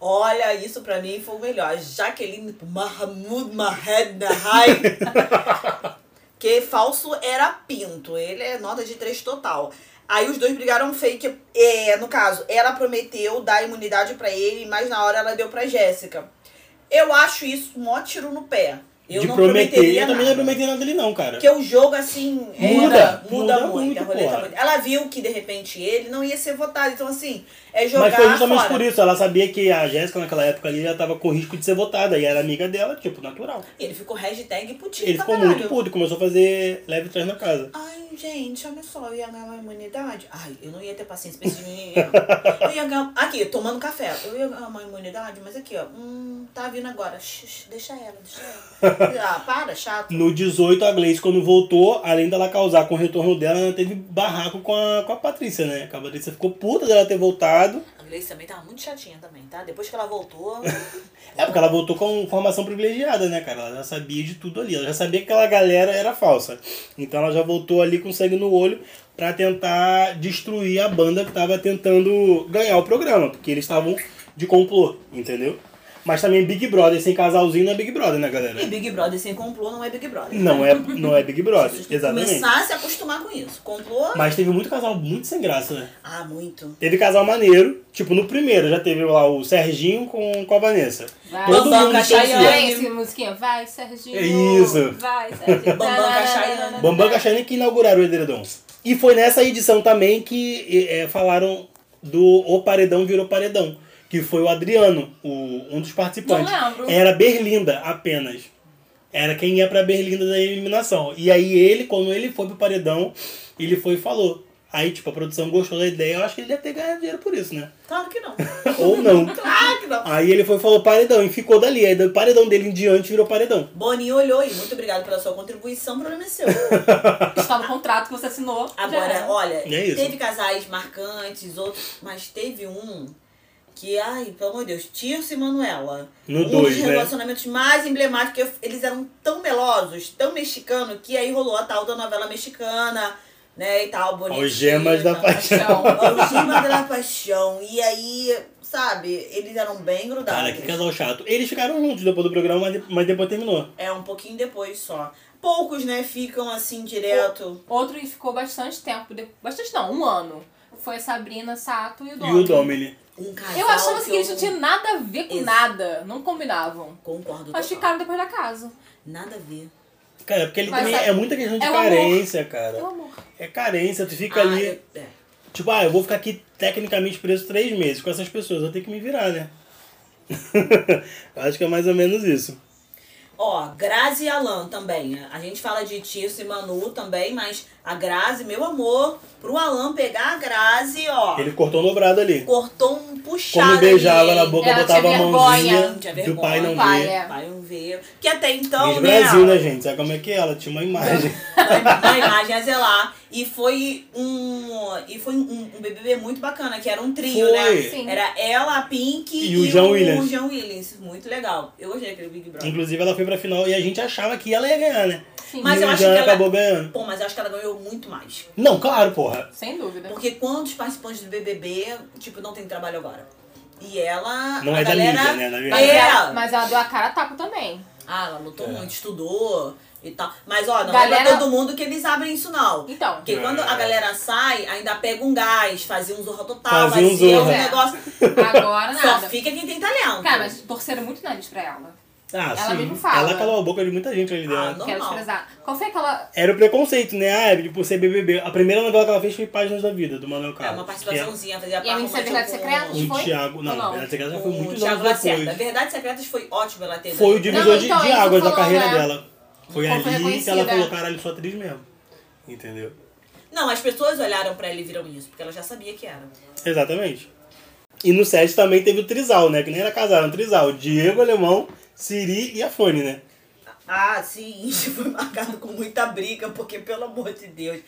Speaker 3: Olha, isso pra mim foi o melhor. Jaqueline Mahmoud Mahed Nahai. Que falso era pinto. Ele é nota de 3 total. Aí os dois brigaram fake. É, no caso, ela prometeu dar imunidade pra ele, mas na hora ela deu pra Jéssica. Eu acho isso um mó tiro no pé. Eu
Speaker 1: de
Speaker 3: não
Speaker 1: prometer,
Speaker 3: prometeria
Speaker 1: eu também não
Speaker 3: nada.
Speaker 1: prometer nada ali não, cara.
Speaker 3: Porque o jogo, assim, é-
Speaker 1: Muda,
Speaker 3: muda,
Speaker 1: muda
Speaker 3: muito,
Speaker 1: muito,
Speaker 3: a roleta
Speaker 1: porra.
Speaker 3: muda. Ela viu que, de repente, ele não ia ser votado. Então, assim, é jogar
Speaker 1: Mas foi justamente
Speaker 3: fora.
Speaker 1: por isso, ela sabia que a Jéssica naquela época ali já tava com risco de ser votada e era amiga dela, tipo, natural.
Speaker 3: E Ele ficou hashtag putinho
Speaker 1: Ele
Speaker 3: pra
Speaker 1: ficou
Speaker 3: caralho.
Speaker 1: muito puto, começou a fazer leve trás na casa.
Speaker 3: Ai, gente, olha só, eu ia ganhar uma imunidade. Ai, eu não ia ter paciência pra esse menino. Eu ia ganhar. Aqui, tomando café. Eu ia ganhar uma imunidade, mas aqui, ó. Hum, tá vindo agora. Shh, shh, deixa ela, deixa ela. Ah, para, chato.
Speaker 1: No 18, a Gleice, quando voltou, além dela causar com o retorno dela, ela teve barraco com a, com a Patrícia, né? A Patrícia ficou puta dela ter voltado.
Speaker 3: A Gleice também tava muito chatinha também, tá? Depois que ela voltou.
Speaker 1: É porque ela voltou com formação privilegiada, né, cara? Ela já sabia de tudo ali. Ela já sabia que aquela galera era falsa. Então ela já voltou ali com sangue no olho pra tentar destruir a banda que tava tentando ganhar o programa. Porque eles estavam de complô, entendeu? Mas também Big Brother sem casalzinho não é Big Brother, né,
Speaker 3: E
Speaker 1: galera?
Speaker 3: Big Brother sem complô não é Big Brother.
Speaker 1: Não é, não é Big Brother,
Speaker 3: Vocês têm que
Speaker 1: exatamente.
Speaker 3: Começar a se acostumar com isso. Complô?
Speaker 1: Mas teve muito casal muito sem graça, né?
Speaker 3: Ah, muito.
Speaker 1: Teve casal maneiro, tipo no primeiro já teve lá o Serginho com, com a Vanessa.
Speaker 2: Vai,
Speaker 1: Todo
Speaker 3: Bambam,
Speaker 1: mundo se
Speaker 3: Caixaiane.
Speaker 1: enfiando.
Speaker 2: Vai, essa musiquinha. Vai, Serginho.
Speaker 1: É isso.
Speaker 2: Vai, Serginho.
Speaker 3: Bambam, Caixaiane.
Speaker 1: Bambam Caxani que inauguraram o edredom. E foi nessa edição também que eh, eh, falaram do O Paredão Virou Paredão, que foi o Adriano, o- um dos participantes.
Speaker 2: Não lembro.
Speaker 1: Era Berlinda apenas. Era quem ia pra Berlinda da eliminação. E aí ele, quando ele foi pro Paredão, ele foi e falou. Aí, tipo, a produção gostou da ideia, eu acho que ele deve ter ganhado dinheiro por isso, né?
Speaker 3: Claro que não.
Speaker 1: Ou não.
Speaker 3: Claro que não.
Speaker 1: Aí ele foi e falou paredão, e ficou dali. Aí do paredão dele em diante virou paredão.
Speaker 3: Boninho olhou e muito obrigado pela sua contribuição, problema é seu.
Speaker 2: Está no contrato que você assinou. já
Speaker 3: Agora,
Speaker 2: era.
Speaker 3: olha,
Speaker 1: É isso.
Speaker 3: teve casais marcantes, outros, mas teve um que, ai, pelo amor de Deus, Tirso e Manuela.
Speaker 1: No
Speaker 3: um
Speaker 1: dois,
Speaker 3: dos
Speaker 1: né?
Speaker 3: relacionamentos mais emblemáticos, que eles eram tão melosos, tão mexicano, que aí rolou a tal da novela mexicana, né, e tal, tá? bonitinha.
Speaker 1: Algemas da paixão.
Speaker 3: Algemas da paixão. E aí, sabe, eles eram bem grudados.
Speaker 1: Cara, que casal chato. Eles ficaram juntos depois do programa, mas de- mas depois terminou.
Speaker 3: É, um pouquinho depois só. Poucos, né, ficam assim direto.
Speaker 2: Outro que ficou bastante tempo, de- bastante não, um ano, foi a Sabrina Sato e o
Speaker 1: E o
Speaker 2: Domi.
Speaker 1: Domini.
Speaker 3: Um casal
Speaker 2: Eu achava assim, que eles
Speaker 3: eu
Speaker 2: não tinham nada a ver com
Speaker 3: Isso.
Speaker 2: nada, não combinavam.
Speaker 3: Concordo.
Speaker 2: Mas
Speaker 3: total.
Speaker 2: ficaram depois da casa.
Speaker 3: Nada a ver.
Speaker 1: Cara, porque ele
Speaker 2: Mas
Speaker 1: também
Speaker 2: sabe-
Speaker 1: é muita questão de
Speaker 2: é o amor.
Speaker 1: carência, cara.
Speaker 2: Meu amor.
Speaker 1: É carência, tu fica
Speaker 3: Ah,
Speaker 1: ali.
Speaker 3: eu- é.
Speaker 1: Tipo, ah, eu vou ficar aqui tecnicamente preso três meses com essas pessoas, eu tenho que me virar, né? Eu Acho que é mais ou menos isso.
Speaker 3: Ó, Grazi e Alan também. A gente fala de Tirso e Manu também, mas a Grazi, meu amor, pro Alan pegar a Grazi, ó,
Speaker 1: Ele cortou dobrado ali.
Speaker 3: cortou um puxado.
Speaker 1: Quando beijava
Speaker 3: ali.
Speaker 1: na boca,
Speaker 2: Ela
Speaker 1: botava
Speaker 2: tinha
Speaker 1: a
Speaker 2: vergonha.
Speaker 1: mãozinha
Speaker 3: Tinha
Speaker 1: do pai
Speaker 3: vergonha.
Speaker 1: não
Speaker 2: Do pai,
Speaker 1: ver.
Speaker 2: é.
Speaker 3: Vai um ver. Que até então,
Speaker 1: Miss
Speaker 3: né?
Speaker 1: Brasil, né, gente? Sabe como é que é? Ela tinha uma imagem.
Speaker 3: a imagem a zelar. E foi um. E foi um, um BBB muito bacana, que era um trio,
Speaker 1: Foi.
Speaker 3: né?
Speaker 2: Sim.
Speaker 3: Era ela, a Pink
Speaker 1: E o Jean Willis.
Speaker 3: Jean Willis. Muito legal. Eu gostei daquele Big Brother.
Speaker 1: Inclusive, ela foi pra final e a gente achava que ela ia ganhar, né?
Speaker 2: Sim,
Speaker 1: Mas-
Speaker 3: Mas
Speaker 1: E
Speaker 3: eu
Speaker 1: o
Speaker 3: acho que
Speaker 1: Jean
Speaker 3: ela.
Speaker 1: acabou ganhando.
Speaker 3: Pô, mas eu acho que ela ganhou muito mais.
Speaker 1: Não, claro, porra.
Speaker 2: sem dúvida.
Speaker 3: Porque quantos participantes do BBB, tipo, não tem trabalho agora? E ela.
Speaker 1: Não
Speaker 3: a
Speaker 1: é da
Speaker 3: galera...
Speaker 1: mídia, né, na verdade.
Speaker 2: Mas,
Speaker 3: É.
Speaker 2: ela, mas ela deu a cara a taco também.
Speaker 3: Ah, ela lutou
Speaker 1: É.
Speaker 3: muito, estudou e tal. Mas, ó, não é
Speaker 2: Galera-
Speaker 3: pra todo mundo que eles abrem isso, não.
Speaker 2: Então,
Speaker 3: Porque quando a galera sai, ainda pega um gás, fazia um zorra total,
Speaker 1: Fazia um
Speaker 3: fazia um
Speaker 2: zorra.
Speaker 3: negócio.
Speaker 2: agora
Speaker 3: Só
Speaker 2: É. nada.
Speaker 3: fica quem tem talento.
Speaker 2: Cara, mas torceram muito o nariz pra ela.
Speaker 1: Ah,
Speaker 2: Ela
Speaker 1: sim.
Speaker 2: mesmo fala.
Speaker 1: Ela calou a boca de muita gente ali
Speaker 3: Ah,
Speaker 1: dentro.
Speaker 3: não.
Speaker 2: Quero
Speaker 3: Normal.
Speaker 2: desprezar. Qual foi aquela.
Speaker 1: Era o preconceito, né? Ah, é por ser BBB. A primeira novela que ela fez foi Páginas da Vida, do Manuel
Speaker 3: É
Speaker 1: Carlos.
Speaker 3: uma participaçãozinha,
Speaker 2: E
Speaker 3: fazia
Speaker 2: a
Speaker 3: par
Speaker 2: Miss
Speaker 3: romântico
Speaker 2: Verdade Secreta?
Speaker 3: com-
Speaker 1: que é O
Speaker 2: Foi?
Speaker 1: Thiago. Não,
Speaker 2: Ou não?
Speaker 1: a Verdade Secreta já foi
Speaker 3: com o
Speaker 1: muitos
Speaker 3: Thiago
Speaker 1: anos
Speaker 3: Lacerda.
Speaker 1: depois.
Speaker 3: Verdades Secretas foi ótimo ela ter.
Speaker 1: Foi o
Speaker 3: ganho.
Speaker 1: divisor
Speaker 2: Não, então,
Speaker 1: de, de
Speaker 2: isso
Speaker 1: águas da
Speaker 2: falando,
Speaker 1: carreira
Speaker 3: né?
Speaker 2: é.
Speaker 1: dela. Foi
Speaker 2: Como foi
Speaker 1: ali que
Speaker 2: reconhecida.
Speaker 1: ela falou, caralho, sou atriz mesmo. Entendeu?
Speaker 3: Não, as pessoas olharam pra ela e viram isso, porque ela já sabia que era.
Speaker 1: Exatamente. E no set também teve o Trisal, né? Que nem era casado, um Trisal. Diego Alemão, Siri e a Fone, né?
Speaker 3: Ah, sim, isso foi marcado com muita briga, porque pelo amor de Deus.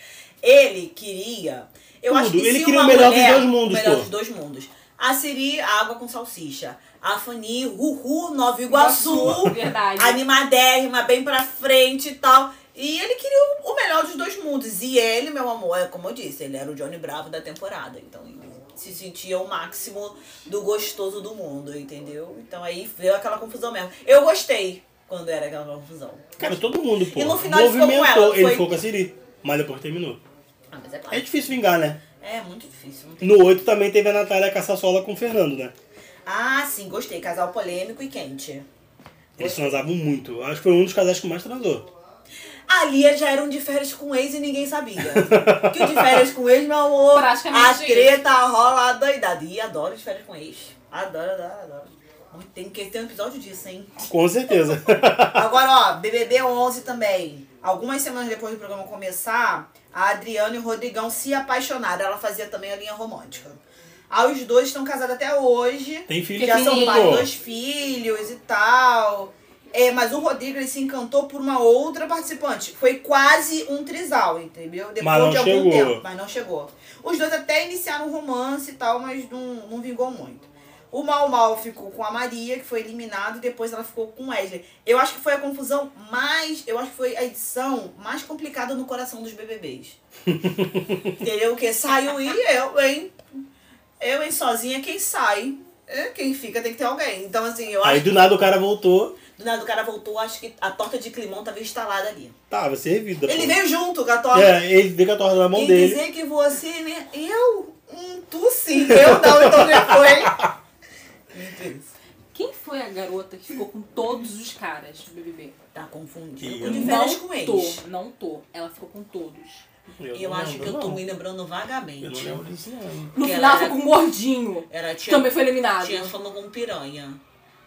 Speaker 3: Ele queria. Eu acho que
Speaker 1: Tudo. Ele
Speaker 3: se
Speaker 1: queria
Speaker 3: uma
Speaker 1: o melhor dos
Speaker 3: mulher,
Speaker 1: dois mundos,
Speaker 3: o melhor
Speaker 1: pô.
Speaker 3: dos dois mundos. A Siri, água com salsicha. A Fani, Ruhu, Nova Iguaçu.
Speaker 2: Verdade.
Speaker 3: animadérrima, bem pra frente e tal. E ele queria o o melhor dos dois mundos. E ele, meu amor, é como eu disse, ele era o Johnny Bravo da temporada. Então ele se sentia o máximo do gostoso do mundo, entendeu? Então aí veio aquela confusão mesmo. Eu gostei quando era aquela confusão.
Speaker 1: Cara, todo mundo, pô.
Speaker 3: E no final ele ficou com
Speaker 1: movimentou.
Speaker 3: ela,
Speaker 1: ele
Speaker 3: foi?
Speaker 1: ficou com a Siri. Mas depois terminou.
Speaker 3: Ah, mas é
Speaker 1: É
Speaker 3: claro.
Speaker 1: difícil vingar, né?
Speaker 3: É muito difícil. não tem-
Speaker 1: No 8 também teve a Natália Caçassola com o Fernando, né?
Speaker 3: Ah, sim, gostei. Casal polêmico e quente.
Speaker 1: Eles transavam muito. Acho que foi um dos casais que mais transou.
Speaker 3: Ali eles já eram de férias com ex e ninguém sabia. que o de férias com ex, meu amor,
Speaker 2: Praticamente
Speaker 3: a
Speaker 2: isso.
Speaker 3: treta rola a doidada. E adoro de férias com ex. Adoro, adoro, adoro. Tem que ter um episódio disso, hein?
Speaker 1: Com certeza.
Speaker 3: Agora, ó, BBB 11 também. Algumas semanas depois do programa começar, a Adriana e o Rodrigão se apaixonaram. Ela fazia também a linha romântica. Ah, os dois estão casados até hoje.
Speaker 1: Tem filho
Speaker 3: Que
Speaker 1: que
Speaker 3: já
Speaker 1: já
Speaker 3: são
Speaker 2: Sim.
Speaker 3: pais,
Speaker 1: pô.
Speaker 3: assim, dois filhos e tal. É, mas o Rodrigo ele se encantou por uma outra participante. Foi quase um trisal, entendeu? Depois
Speaker 1: Mas não
Speaker 3: de algum
Speaker 1: chegou.
Speaker 3: tempo, mas não chegou. Os dois até iniciaram um romance e tal, mas não, não vingou muito. O Mal Mal ficou com a Maria, que foi eliminada, e depois ela ficou com o Wesley. Eu acho que foi a confusão mais. Eu acho que foi a edição mais complicada no coração dos BBBs. Entendeu? Porque saiu e eu, hein? Eu, hein, sozinha, quem sai. É, Quem fica tem que ter alguém. Então, assim, eu
Speaker 1: Aí
Speaker 3: acho.
Speaker 1: do nada o cara voltou.
Speaker 3: Do nada o cara voltou, acho que a torta de climão tava instalada ali.
Speaker 1: Tava servida.
Speaker 3: Ele
Speaker 1: pô.
Speaker 3: veio junto com a torta.
Speaker 1: É, ele veio com a torta na mão
Speaker 3: Quem
Speaker 1: dele.
Speaker 3: dizer que você, né? Eu? Hum, tu sim. Eu não, então nem foi.
Speaker 2: Quem foi a garota que ficou com todos os caras do BBB?
Speaker 3: Tá
Speaker 1: Que
Speaker 3: confundido.
Speaker 1: eu
Speaker 3: Com de
Speaker 1: não
Speaker 3: férias com eles.
Speaker 2: tô, não tô. Ela ficou com todos.
Speaker 3: Eu,
Speaker 1: não
Speaker 3: acho
Speaker 1: lembro,
Speaker 3: que eu tô
Speaker 1: não.
Speaker 3: me lembrando vagamente.
Speaker 1: Eu não lembro disso, não.
Speaker 2: No
Speaker 3: Ela
Speaker 2: final
Speaker 3: era-
Speaker 2: ficou com um gordinho.
Speaker 3: Era
Speaker 2: que
Speaker 3: tinha,
Speaker 2: Também foi eliminado.
Speaker 3: tinha falando com piranha.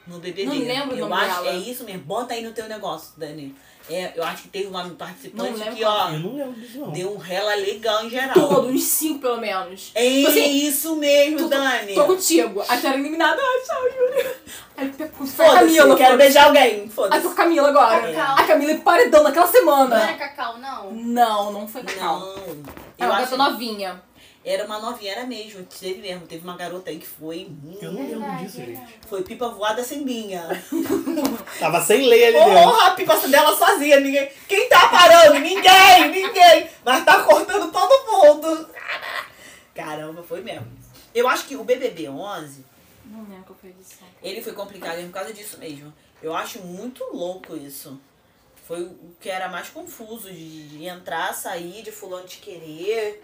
Speaker 3: No BBB.
Speaker 2: Não lembro o
Speaker 3: eu
Speaker 2: nome
Speaker 3: acho,
Speaker 2: dela.
Speaker 3: É isso mesmo. Bota aí no teu negócio, Dani. É, eu acho que teve uma
Speaker 2: Não
Speaker 3: participante
Speaker 2: lembro
Speaker 3: que,
Speaker 2: qual é.
Speaker 3: ó,
Speaker 1: Ah, Eu não lembro disso, não.
Speaker 3: deu um rela legal em geral.
Speaker 2: Todos, uns cinco pelo menos.
Speaker 3: É
Speaker 2: Assim,
Speaker 3: isso mesmo,
Speaker 2: Tô,
Speaker 3: Dani.
Speaker 2: tô contigo. Aí tu era eliminada. Ai, tchau, Júlia. Aí tu foi a
Speaker 3: Foda-se,
Speaker 2: Camila.
Speaker 3: eu quero
Speaker 2: foda-se.
Speaker 3: beijar alguém.
Speaker 2: Aí
Speaker 3: Foda-se.
Speaker 2: foi com a Camila agora.
Speaker 4: Cacau.
Speaker 2: A Camila é paredão naquela
Speaker 4: Não era
Speaker 2: semana.
Speaker 4: cacau, não?
Speaker 2: Não, não foi Cacau.
Speaker 3: Não.
Speaker 2: É
Speaker 3: Eu
Speaker 2: uma
Speaker 3: acho
Speaker 2: garota novinha.
Speaker 3: era uma novinha, era mesmo. Teve mesmo. Teve uma garota aí que foi. hum,
Speaker 1: Eu não lembro
Speaker 4: Verdade,
Speaker 1: disso,
Speaker 4: verdade.
Speaker 1: gente.
Speaker 3: Foi pipa voada sem minha.
Speaker 1: Tava sem lei ali dentro.
Speaker 3: Porra, a pipa dela sozinha. Ninguém... Quem tá parando? Ninguém, ninguém. Mas tá cortando todo mundo. Caramba, foi mesmo. Eu acho que o BBB 11
Speaker 2: Não lembro qual foi a edição.
Speaker 3: Ele foi complicado por causa disso mesmo. Eu acho muito louco isso. Foi o que era mais confuso de, de entrar, sair, de fulano te querer.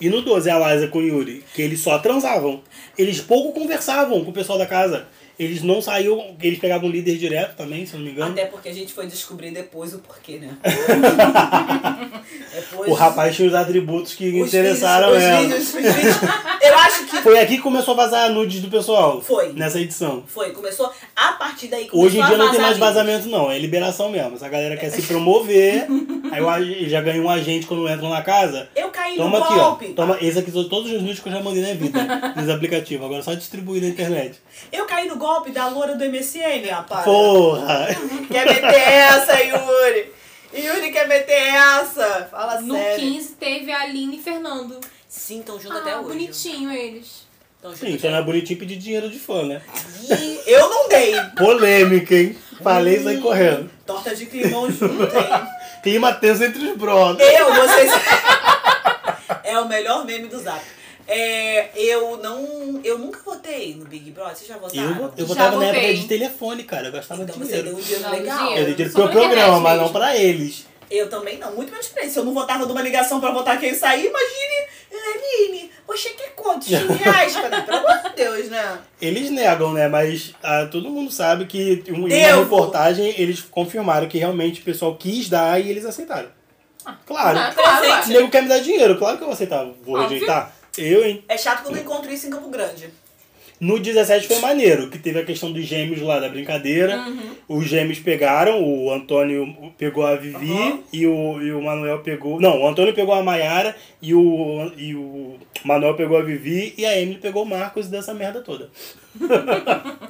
Speaker 1: E no 12, a Liza com o Yuri, que eles só transavam. Eles pouco conversavam com o pessoal da casa. Eles não saíam, eles pegavam líder direto também, se eu não me engano.
Speaker 3: Até porque a gente foi descobrir depois o porquê, né? depois,
Speaker 1: O rapaz tinha os atributos que
Speaker 3: os
Speaker 1: interessaram
Speaker 3: vídeos,
Speaker 1: ela.
Speaker 3: os vídeos, os vídeos. Eu acho que
Speaker 1: Foi aqui que começou a vazar nudes do pessoal.
Speaker 3: Foi.
Speaker 1: Nessa edição.
Speaker 3: foi. Começou a partir daí. Começou
Speaker 1: Hoje em dia
Speaker 3: a
Speaker 1: não tem mais
Speaker 3: vazar vídeos.
Speaker 1: vazamento, não. É liberação mesmo. Essa galera quer se promover. aí o ag- já ganha um agente quando entram na casa.
Speaker 3: Eu caí
Speaker 1: Toma
Speaker 3: no
Speaker 1: aqui,
Speaker 3: um golpe.
Speaker 1: ó. Toma, esse aqui são todos os nudes que eu já mandei na vida. nos aplicativos. Agora é só distribuir na internet.
Speaker 3: Eu caí no golpe da loura do MSN, rapaz.
Speaker 1: Porra!
Speaker 3: Quer meter essa, Yuri? Yuri quer meter essa. Fala
Speaker 2: No
Speaker 3: Tá sério.
Speaker 2: 15 teve a Aline e Fernando.
Speaker 3: Sim, estão juntos
Speaker 2: Ah,
Speaker 3: até hoje.
Speaker 2: bonitinho eles.
Speaker 3: Então,
Speaker 1: Sim, então não é bonitinho pedir dinheiro de fã, né?
Speaker 3: Ih, eu não dei.
Speaker 1: Polêmica, hein? Falei isso aí correndo.
Speaker 3: Torta de climão junto, hein?
Speaker 1: Clima tenso entre os brothers.
Speaker 3: Eu, vocês. é o melhor meme do Zap. É, eu não. Eu nunca votei no Big Brother. Vocês já
Speaker 1: Eu,
Speaker 3: votaram?
Speaker 1: eu votava na
Speaker 2: votei.
Speaker 1: época de telefone, cara. Eu gastava
Speaker 3: Então você
Speaker 1: dinheiro.
Speaker 3: deu um dinheiro
Speaker 2: Não,
Speaker 3: legal.
Speaker 1: Eu dei dinheiro pro
Speaker 2: Só
Speaker 1: meu
Speaker 2: pra internet
Speaker 1: programa, mas não
Speaker 2: mesmo.
Speaker 1: pra eles.
Speaker 3: Eu também não, muito menos pra isso. Eu não votava numa ligação pra votar quem sair, imagine. Eline, você quer quantos reais? Cara? Pelo amor de Deus.
Speaker 5: Deus, né?
Speaker 1: Eles negam, né? Mas ah, todo mundo sabe que em uma
Speaker 3: Devo.
Speaker 1: reportagem eles confirmaram que realmente o pessoal quis dar e eles aceitaram. Claro.
Speaker 3: Tá
Speaker 2: Ah, claro, ué.
Speaker 3: né?
Speaker 1: O nego quer me dar dinheiro, claro que eu vou aceitar. Vou
Speaker 2: Óbvio.
Speaker 1: rejeitar? Eu, hein?
Speaker 3: É chato quando eu encontro isso em Campo Grande.
Speaker 1: No 17 foi maneiro, que teve a questão dos gêmeos lá da brincadeira.
Speaker 2: Uhum.
Speaker 1: Os gêmeos pegaram, o Antônio pegou a Vivi
Speaker 3: Uhum.
Speaker 1: e, o, e o Manuel pegou. Não, o Antônio pegou a Maiara e o, e o Manuel pegou a Vivi e a Emily pegou o Marcos e dessa merda toda.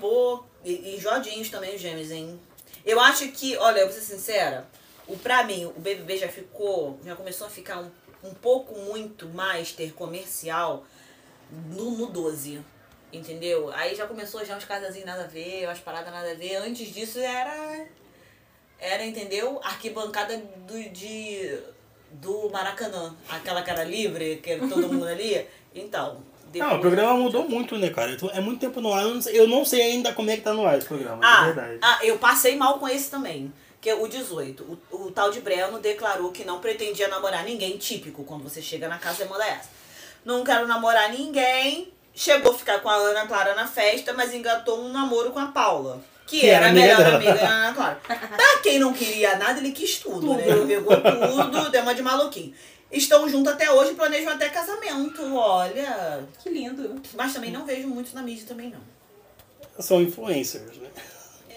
Speaker 3: Pô, e, e Jodinhos também, os gêmeos, hein? Eu acho que, olha, eu vou ser sincera, o, pra mim, o BBB já ficou, já começou a ficar um, um pouco muito mais ter comercial no, no 12, entendeu? Aí já começou já uns casazinhos nada a ver, umas paradas nada a ver. Antes disso era, era entendeu? Arquibancada do, de, do Maracanã, aquela cara livre, que era todo mundo ali. Então,
Speaker 1: Não, o programa mudou muito, né, cara? Então, É muito tempo no ar, eu não sei, eu não sei ainda como é que tá no ar esse programa, de verdade.
Speaker 3: ah, eu passei mal com esse também. Que é o 18. O, o tal de Breno declarou que não pretendia namorar ninguém. Típico, quando você chega na casa e manda essa. Não quero namorar ninguém. Chegou a ficar com a Ana Clara na festa, mas engatou um namoro com a Paula. Que,
Speaker 1: Que
Speaker 3: era
Speaker 1: era
Speaker 3: a melhor
Speaker 1: amiga
Speaker 3: amiga
Speaker 1: dela.
Speaker 3: da Ana Clara. Pra quem não queria nada, ele quis tudo, né? Ele pegou tudo, deu uma de maluquinho. Estão juntos até hoje, planejam até casamento. Olha.
Speaker 2: Que lindo.
Speaker 3: Mas também não vejo muito na mídia também, não. É,
Speaker 1: São influencers, né?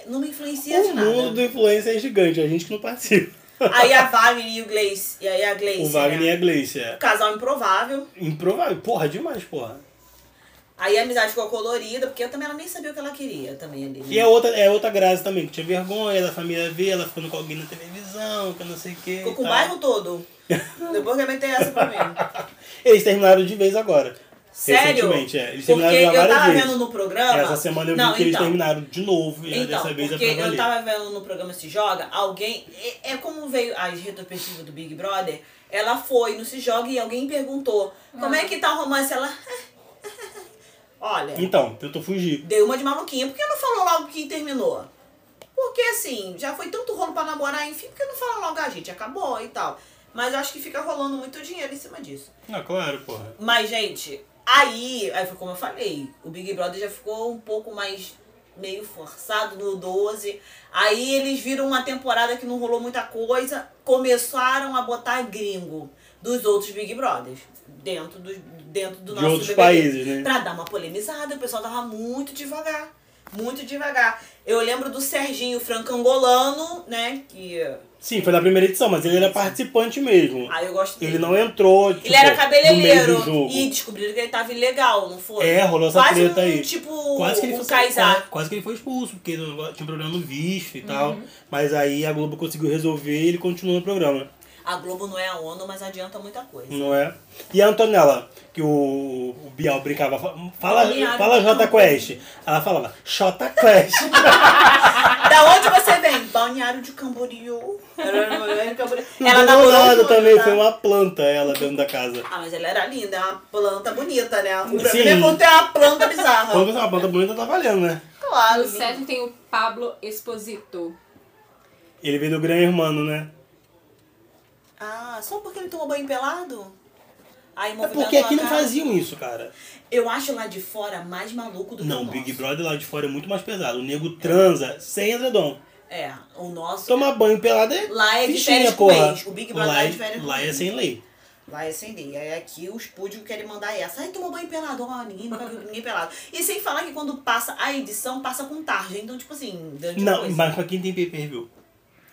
Speaker 3: Não me influencia de
Speaker 1: O
Speaker 3: ah. nada.
Speaker 1: mundo do influencer é gigante, a gente que não participa.
Speaker 3: Aí a Wagner e o Gleice. E aí a Gleice.
Speaker 1: o Wagner e
Speaker 3: né?
Speaker 1: a Gleice, é
Speaker 3: Casal improvável.
Speaker 1: improvável. Porra, demais, porra.
Speaker 3: Aí a amizade ficou colorida, porque eu também ela nem sabia o que ela queria também ali. né?
Speaker 1: E é outra, é outra graça também, que tinha vergonha da família ver, ela ficando com alguém na televisão, que não sei o quê.
Speaker 3: Ficou
Speaker 1: e
Speaker 3: com o
Speaker 1: tal.
Speaker 3: bairro todo. Depois que eu meter essa pra mim.
Speaker 1: Eles terminaram de vez agora.
Speaker 3: Sério?
Speaker 1: Recentemente, é. Eles
Speaker 3: porque
Speaker 1: terminaram já
Speaker 3: eu
Speaker 1: várias
Speaker 3: tava
Speaker 1: vezes.
Speaker 3: vendo no programa.
Speaker 1: Essa semana eu vi
Speaker 3: Não,
Speaker 1: que eles
Speaker 3: então.
Speaker 1: terminaram de novo, e
Speaker 3: Então,
Speaker 1: dessa vez é
Speaker 3: porque
Speaker 1: pra valer.
Speaker 3: eu tava vendo no programa Se Joga, alguém. É, é como veio as retrospectivas do Big Brother. Ela foi no Se Joga e alguém perguntou: como é que tá o romance? Ela. Olha.
Speaker 1: Então, tentou fugir.
Speaker 3: Deu uma de maluquinha. Por que não falou logo que terminou? Porque assim, já foi tanto rolo pra namorar, enfim, por que não fala logo, a gente acabou e tal. Mas eu acho que fica rolando muito dinheiro em cima disso.
Speaker 1: Ah, claro, porra.
Speaker 3: Mas, gente, aí, aí foi como eu falei, o Big Brother já ficou um pouco mais meio forçado no 12. Aí eles viram uma temporada que não rolou muita coisa, começaram a botar gringo dos outros Big Brothers dentro do, dentro do
Speaker 1: De
Speaker 3: nosso
Speaker 1: outros
Speaker 3: BBB.
Speaker 1: países, né?
Speaker 3: Pra dar uma polemizada, o pessoal tava muito devagar. Muito devagar. Eu lembro do Serginho Franco Angolano, né? Que.
Speaker 1: Sim, foi na primeira edição, mas ele era participante mesmo.
Speaker 3: Ah, eu gosto dele.
Speaker 1: Ele não entrou, tipo,
Speaker 3: Ele
Speaker 1: no
Speaker 3: era
Speaker 1: meio do
Speaker 3: cabeleireiro
Speaker 1: jogo.
Speaker 3: e descobriram que ele tava ilegal, não foi?
Speaker 1: É, rolou essa
Speaker 3: Quase
Speaker 1: treta
Speaker 3: um,
Speaker 1: aí.
Speaker 3: Tipo,
Speaker 1: Quase que ele
Speaker 3: um
Speaker 1: foi
Speaker 3: Kaysar.
Speaker 1: quase, quase que ele foi expulso, porque ele tinha um problema no visto e tal.
Speaker 3: Uhum.
Speaker 1: Mas aí a Globo conseguiu resolver e ele continuou no programa.
Speaker 3: A Globo não é a ONU, mas adianta muita coisa.
Speaker 1: Não é? E a Antonella, que o, o Bial brincava, fa- fala,
Speaker 3: Bial.
Speaker 1: fala Jota Quest. Ela falava, Jota Quest.
Speaker 3: da onde você vem? Balneário de Camboriú. Ela era balneário de Camboriú.
Speaker 1: Não
Speaker 3: Ela
Speaker 1: ganhou
Speaker 3: namorou
Speaker 1: nada
Speaker 3: muito,
Speaker 1: também,
Speaker 3: tá?
Speaker 1: foi uma planta ela dentro da casa.
Speaker 3: Ah, mas ela era linda, é uma planta bonita, né? O
Speaker 1: Sim.
Speaker 3: problema é quando tem uma planta bizarra.
Speaker 1: Quando você é uma planta bonita, tá valendo, né?
Speaker 3: Claro.
Speaker 2: No sétimo tem o Pablo Exposito.
Speaker 1: Ele veio do Gran Hermano, né?
Speaker 3: Ah, só porque ele tomou banho pelado? Aí
Speaker 1: É
Speaker 3: movimentou
Speaker 1: porque aqui
Speaker 3: a
Speaker 1: não
Speaker 3: cara.
Speaker 1: faziam isso, cara.
Speaker 3: Eu acho lá de fora mais maluco do
Speaker 1: Não,
Speaker 3: que o
Speaker 1: o Big
Speaker 3: nosso.
Speaker 1: Brother lá de fora é muito mais pesado. O nego transa sem edredom.
Speaker 3: É, o nosso.
Speaker 1: Tomar banho pelado é
Speaker 3: Lá é de
Speaker 1: fichinha,
Speaker 3: férias com
Speaker 1: porra.
Speaker 3: ex. O Big Brother lá é de férias com
Speaker 1: Lá é
Speaker 3: ex.
Speaker 1: sem lei.
Speaker 3: Vai acender. Aí aqui os púdicos querem mandar essa. Ai, tomou banho pelado. Ó, ninguém nunca viu ninguém pelado. E sem falar que quando passa a edição, passa com tarja. Então, tipo assim, grande
Speaker 1: Não,
Speaker 3: coisa.
Speaker 1: mas pra quem tem pay-per-view.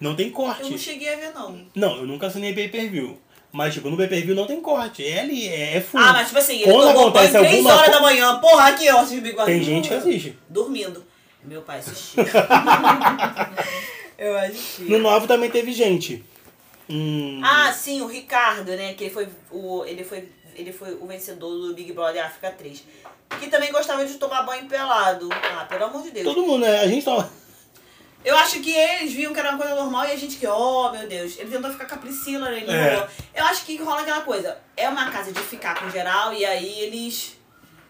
Speaker 1: Não tem corte.
Speaker 3: Eu não cheguei a ver, não.
Speaker 1: Não, eu nunca assinei pay-per-view. Mas, tipo, no pay-per-view não tem corte. É ali, é, é full.
Speaker 3: Ah, mas tipo assim, ele
Speaker 1: Quando
Speaker 3: tomou banho
Speaker 1: acontece
Speaker 3: 3
Speaker 1: alguma
Speaker 3: horas
Speaker 1: co-
Speaker 3: da manhã. Porra, aqui, ó, assiste Big Brother.
Speaker 1: Tem gente que assiste.
Speaker 3: Dormindo. Meu pai assistia. Eu assisti.
Speaker 1: No 9 também teve gente. Hum,
Speaker 3: Ah, sim, o Ricardo, né? Que ele foi, o, ele foi ele foi o vencedor do Big Brother África 3. Que também gostava de tomar banho pelado. Ah, pelo amor de Deus.
Speaker 1: Todo mundo, né? A gente tava.
Speaker 3: Eu acho que eles viam que era uma coisa normal e a gente que, oh meu Deus, ele tentou ficar com a Priscila, né? Ele não
Speaker 1: É.
Speaker 3: rolou. Eu acho que rola aquela coisa. É uma casa de ficar com geral e aí eles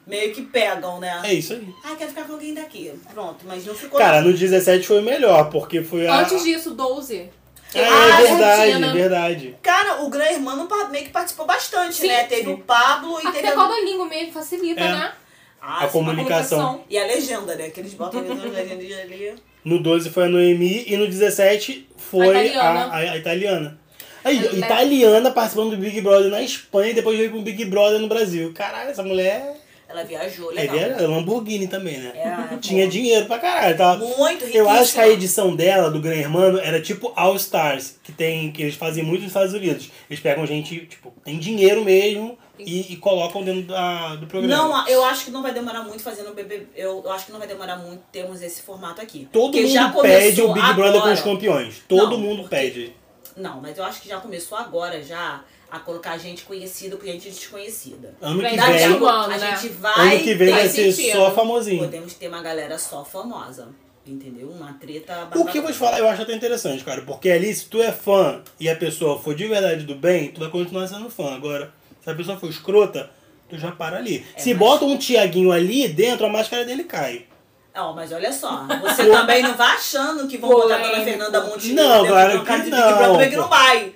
Speaker 3: meio que pegam, né?
Speaker 1: É isso aí.
Speaker 3: Ah, quero ficar com alguém daqui. Pronto, mas não ficou.
Speaker 1: Cara, no 17 foi melhor, porque foi a.
Speaker 2: Antes disso, 12.
Speaker 1: É,
Speaker 3: Ah,
Speaker 1: verdade, é
Speaker 2: Argentina.
Speaker 1: verdade.
Speaker 3: Cara, o Gran Irmão não pa- meio que participou bastante,
Speaker 2: Sim,
Speaker 3: né? Teve
Speaker 1: sim.
Speaker 3: o Pablo e
Speaker 2: Até
Speaker 3: teve a-
Speaker 2: Copa Língua mesmo facilita,
Speaker 1: É.
Speaker 2: né?
Speaker 3: Ah,
Speaker 1: a
Speaker 3: sim.
Speaker 1: comunicação.
Speaker 3: E a legenda, né? Que eles botam a legenda ali.
Speaker 1: No 12 foi a Noemi e no 17 foi a
Speaker 2: A
Speaker 1: italiana.
Speaker 2: italiana.
Speaker 1: A, a italiana. Aí,
Speaker 2: Ela-
Speaker 1: italiana participando do Big Brother na Espanha e depois veio pro Big Brother no Brasil. Caralho, essa mulher.
Speaker 3: Ela viajou,
Speaker 1: Aí
Speaker 3: legal.
Speaker 1: era Lamborghini também, né?
Speaker 3: É,
Speaker 1: Tinha
Speaker 3: bom.
Speaker 1: dinheiro pra caralho. Tava...
Speaker 3: Muito riquíssima.
Speaker 1: Eu acho que a edição dela, do Gran Hermano, era tipo All Stars, que tem que eles fazem muito nos Estados Unidos. Eles pegam gente, tipo, tem dinheiro mesmo e, e colocam dentro da- do programa.
Speaker 3: Não, eu acho que não vai demorar muito fazendo o BBB. Eu, eu acho que não vai demorar muito termos esse formato aqui.
Speaker 1: Todo
Speaker 3: Porque
Speaker 1: mundo
Speaker 3: já
Speaker 1: pede o
Speaker 3: começou
Speaker 1: Big Brother com
Speaker 3: agora.
Speaker 1: os campeões. Todo
Speaker 3: Não,
Speaker 1: mundo
Speaker 3: porque-
Speaker 1: pede.
Speaker 3: Não, mas eu acho que já começou agora já a colocar gente conhecida com gente desconhecida.
Speaker 1: Ano que
Speaker 2: Pra
Speaker 3: Daqui a
Speaker 1: vem.
Speaker 2: engajar
Speaker 3: pouco
Speaker 2: ano,
Speaker 3: a
Speaker 2: né?
Speaker 3: gente vai
Speaker 1: Ano que vem
Speaker 3: ter-
Speaker 1: vai
Speaker 2: faz
Speaker 1: ser
Speaker 2: sentido.
Speaker 1: só famosinho.
Speaker 3: Podemos ter uma galera só famosa. Entendeu? Uma treta
Speaker 1: O que eu vou te falar, eu acho até interessante, cara. Porque ali, se tu é fã e a pessoa for de verdade do bem, tu vai continuar sendo fã. Agora, se a pessoa for escrota, tu já para ali. se
Speaker 3: mas-
Speaker 1: bota um Tiaguinho ali dentro, a máscara dele cai.
Speaker 3: Ó, mas olha só, você também não vai achando que vão botar a dona
Speaker 2: Polêmico.
Speaker 3: Fernanda Montenegro
Speaker 1: Não,
Speaker 3: dentro
Speaker 1: claro
Speaker 3: de uma casa
Speaker 1: que
Speaker 3: de Big Brother,
Speaker 1: não,
Speaker 3: também que
Speaker 1: pô.
Speaker 3: não vai.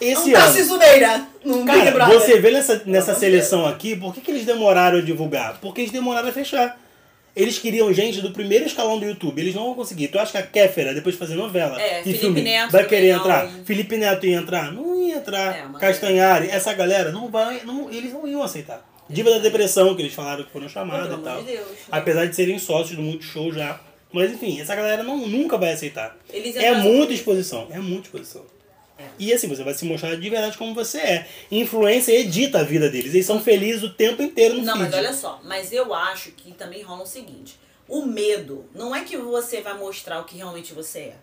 Speaker 1: Esse
Speaker 3: não tá
Speaker 1: ano.
Speaker 3: cisureira num Big
Speaker 1: Cara,
Speaker 3: Brother.
Speaker 1: você vê nessa, nessa
Speaker 3: Não, não
Speaker 1: seleção aqui, por que, que eles demoraram a divulgar? Porque eles demoraram a fechar. Eles queriam gente do primeiro escalão do YouTube, eles não vão conseguir. Tu acha que a Kéfera, depois de fazer novela
Speaker 3: É,
Speaker 1: e
Speaker 3: Felipe
Speaker 1: filme,
Speaker 3: Neto
Speaker 1: vai
Speaker 3: também
Speaker 1: querer
Speaker 3: não.
Speaker 1: entrar? Felipe Neto ia entrar? Não ia entrar.
Speaker 3: É, uma
Speaker 1: Castanhari, essa galera, não vai, não, eles não iam aceitar. Diva da Depressão, que eles falaram que foram chamados
Speaker 3: Pelo
Speaker 1: e tal.
Speaker 3: amor de Deus.
Speaker 1: Apesar de serem sócios do Multishow já. Mas enfim, essa galera não, nunca vai aceitar.
Speaker 3: Eles
Speaker 1: É
Speaker 3: entram-
Speaker 1: muita exposição, é muita exposição.
Speaker 3: É.
Speaker 1: E assim, você vai se mostrar de verdade como você é. Influência edita a vida deles. Eles são felizes o tempo inteiro no
Speaker 3: Não,
Speaker 1: feed.
Speaker 3: mas olha só, mas eu acho que também rola o seguinte: o medo não é que você vai mostrar o que realmente você é.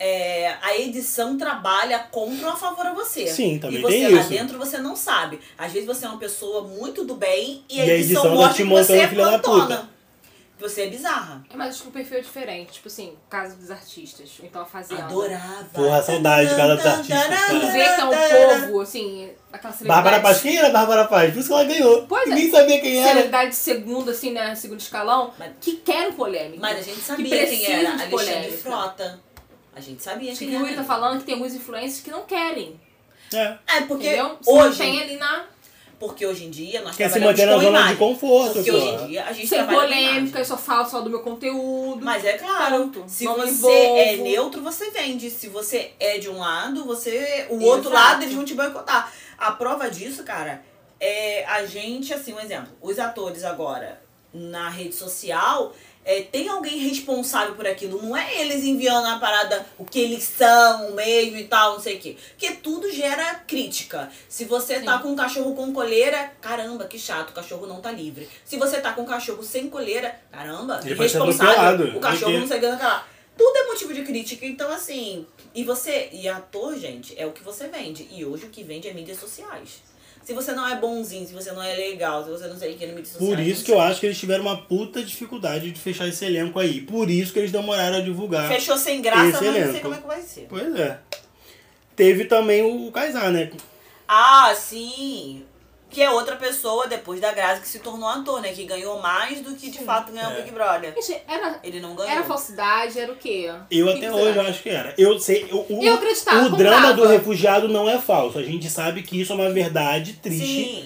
Speaker 3: É, a edição trabalha contra ou a favor a você.
Speaker 1: Sim, também
Speaker 3: E você
Speaker 1: tem
Speaker 3: lá
Speaker 1: isso.
Speaker 3: dentro você não sabe. Às vezes você é uma pessoa muito do bem e a
Speaker 1: E a
Speaker 3: edição,
Speaker 1: edição tá te
Speaker 3: mostra que você
Speaker 1: montando
Speaker 3: é
Speaker 1: filha da
Speaker 3: plantona. Você é bizarra.
Speaker 2: É, mas acho que o perfil é diferente. Tipo assim, caso dos artistas. ou Então a fazenda.
Speaker 3: Adorava.
Speaker 1: Porra, saudade, cara, dos artistas, cara.
Speaker 2: Tu vê que é um povo, assim, aquela celebridade.
Speaker 1: Bárbara Paz, quem era a Bárbara Paz? Por isso que ela ganhou.
Speaker 2: Pois é.
Speaker 1: Ninguém sabia quem era.
Speaker 2: Celebridade de segundo, assim, né? Segundo escalão,
Speaker 3: Mas-
Speaker 2: que querem polêmica.
Speaker 3: Mas a gente sabia
Speaker 2: precisa
Speaker 3: quem era.
Speaker 2: de
Speaker 3: Alexandre
Speaker 2: polêmica.
Speaker 3: Frota. A gente sabia
Speaker 2: Acho que
Speaker 3: quem
Speaker 2: o Yuri tá
Speaker 3: era.
Speaker 2: falando que tem alguns influencers que não querem.
Speaker 1: É.
Speaker 3: É, porque
Speaker 2: entendeu? Se
Speaker 3: hoje.
Speaker 2: mantém ali na.
Speaker 3: Porque hoje em dia nós
Speaker 1: Quer se
Speaker 3: trabalhamos
Speaker 1: manter na
Speaker 3: com
Speaker 1: zona
Speaker 3: imagem.
Speaker 1: de conforto,
Speaker 3: Porque
Speaker 1: pô.
Speaker 3: hoje em dia a gente
Speaker 2: Sem
Speaker 3: trabalha com
Speaker 2: polêmica, eu
Speaker 3: imagem.
Speaker 2: só falo só do meu conteúdo.
Speaker 3: Mas é claro,
Speaker 2: Pronto,
Speaker 3: se
Speaker 2: não me
Speaker 3: você é
Speaker 2: envolvo.
Speaker 3: neutro, você vende. Se você é de um lado, você. O
Speaker 2: Exato.
Speaker 3: outro lado eles vão te boicotar. A prova disso, cara, é a gente, assim, um exemplo. Os atores agora na rede social. é, tem alguém responsável por aquilo, não é eles enviando a parada o que eles são mesmo e tal, não sei o quê. Porque tudo gera crítica. Se você tá
Speaker 2: Sim.
Speaker 3: com um cachorro com coleira, caramba, que chato, o cachorro não tá livre. Se você tá com um cachorro sem coleira, caramba,
Speaker 1: Ele pode ser
Speaker 3: irresponsável,
Speaker 1: atropelado,
Speaker 3: o cachorro
Speaker 1: porque-
Speaker 3: não sei o que, não sei o que lá. Tudo é motivo de crítica, então assim. E você, e ator, gente, é o que você vende. E hoje o que vende é mídias sociais. Se você não é bonzinho, se você não é legal, se você não sei o que é mídias sociais.
Speaker 1: Por isso que eu acho que eles tiveram uma puta dificuldade de fechar esse elenco aí. Por isso que eles demoraram a divulgar.
Speaker 3: Fechou sem graça,
Speaker 1: Esse
Speaker 3: mas não sei
Speaker 1: elenco.
Speaker 3: como é que vai ser.
Speaker 1: Pois é. Teve também o Kaysar, né?
Speaker 3: Ah, sim. Que é outra pessoa depois da Grazi que se tornou ator, né? Que ganhou mais do que de fato ganhou o
Speaker 1: É.
Speaker 3: Big Brother.
Speaker 2: Gente, era,
Speaker 3: Ele não ganhou.
Speaker 2: era falsidade, era o quê?
Speaker 1: Eu
Speaker 2: O que
Speaker 1: até
Speaker 2: que você
Speaker 1: hoje eu
Speaker 2: acha?
Speaker 1: acho que era. Eu sei. O, o,
Speaker 2: Eu acreditava,
Speaker 1: o drama
Speaker 2: comprava.
Speaker 1: do refugiado não é falso. A gente sabe que isso é uma verdade triste
Speaker 3: Sim.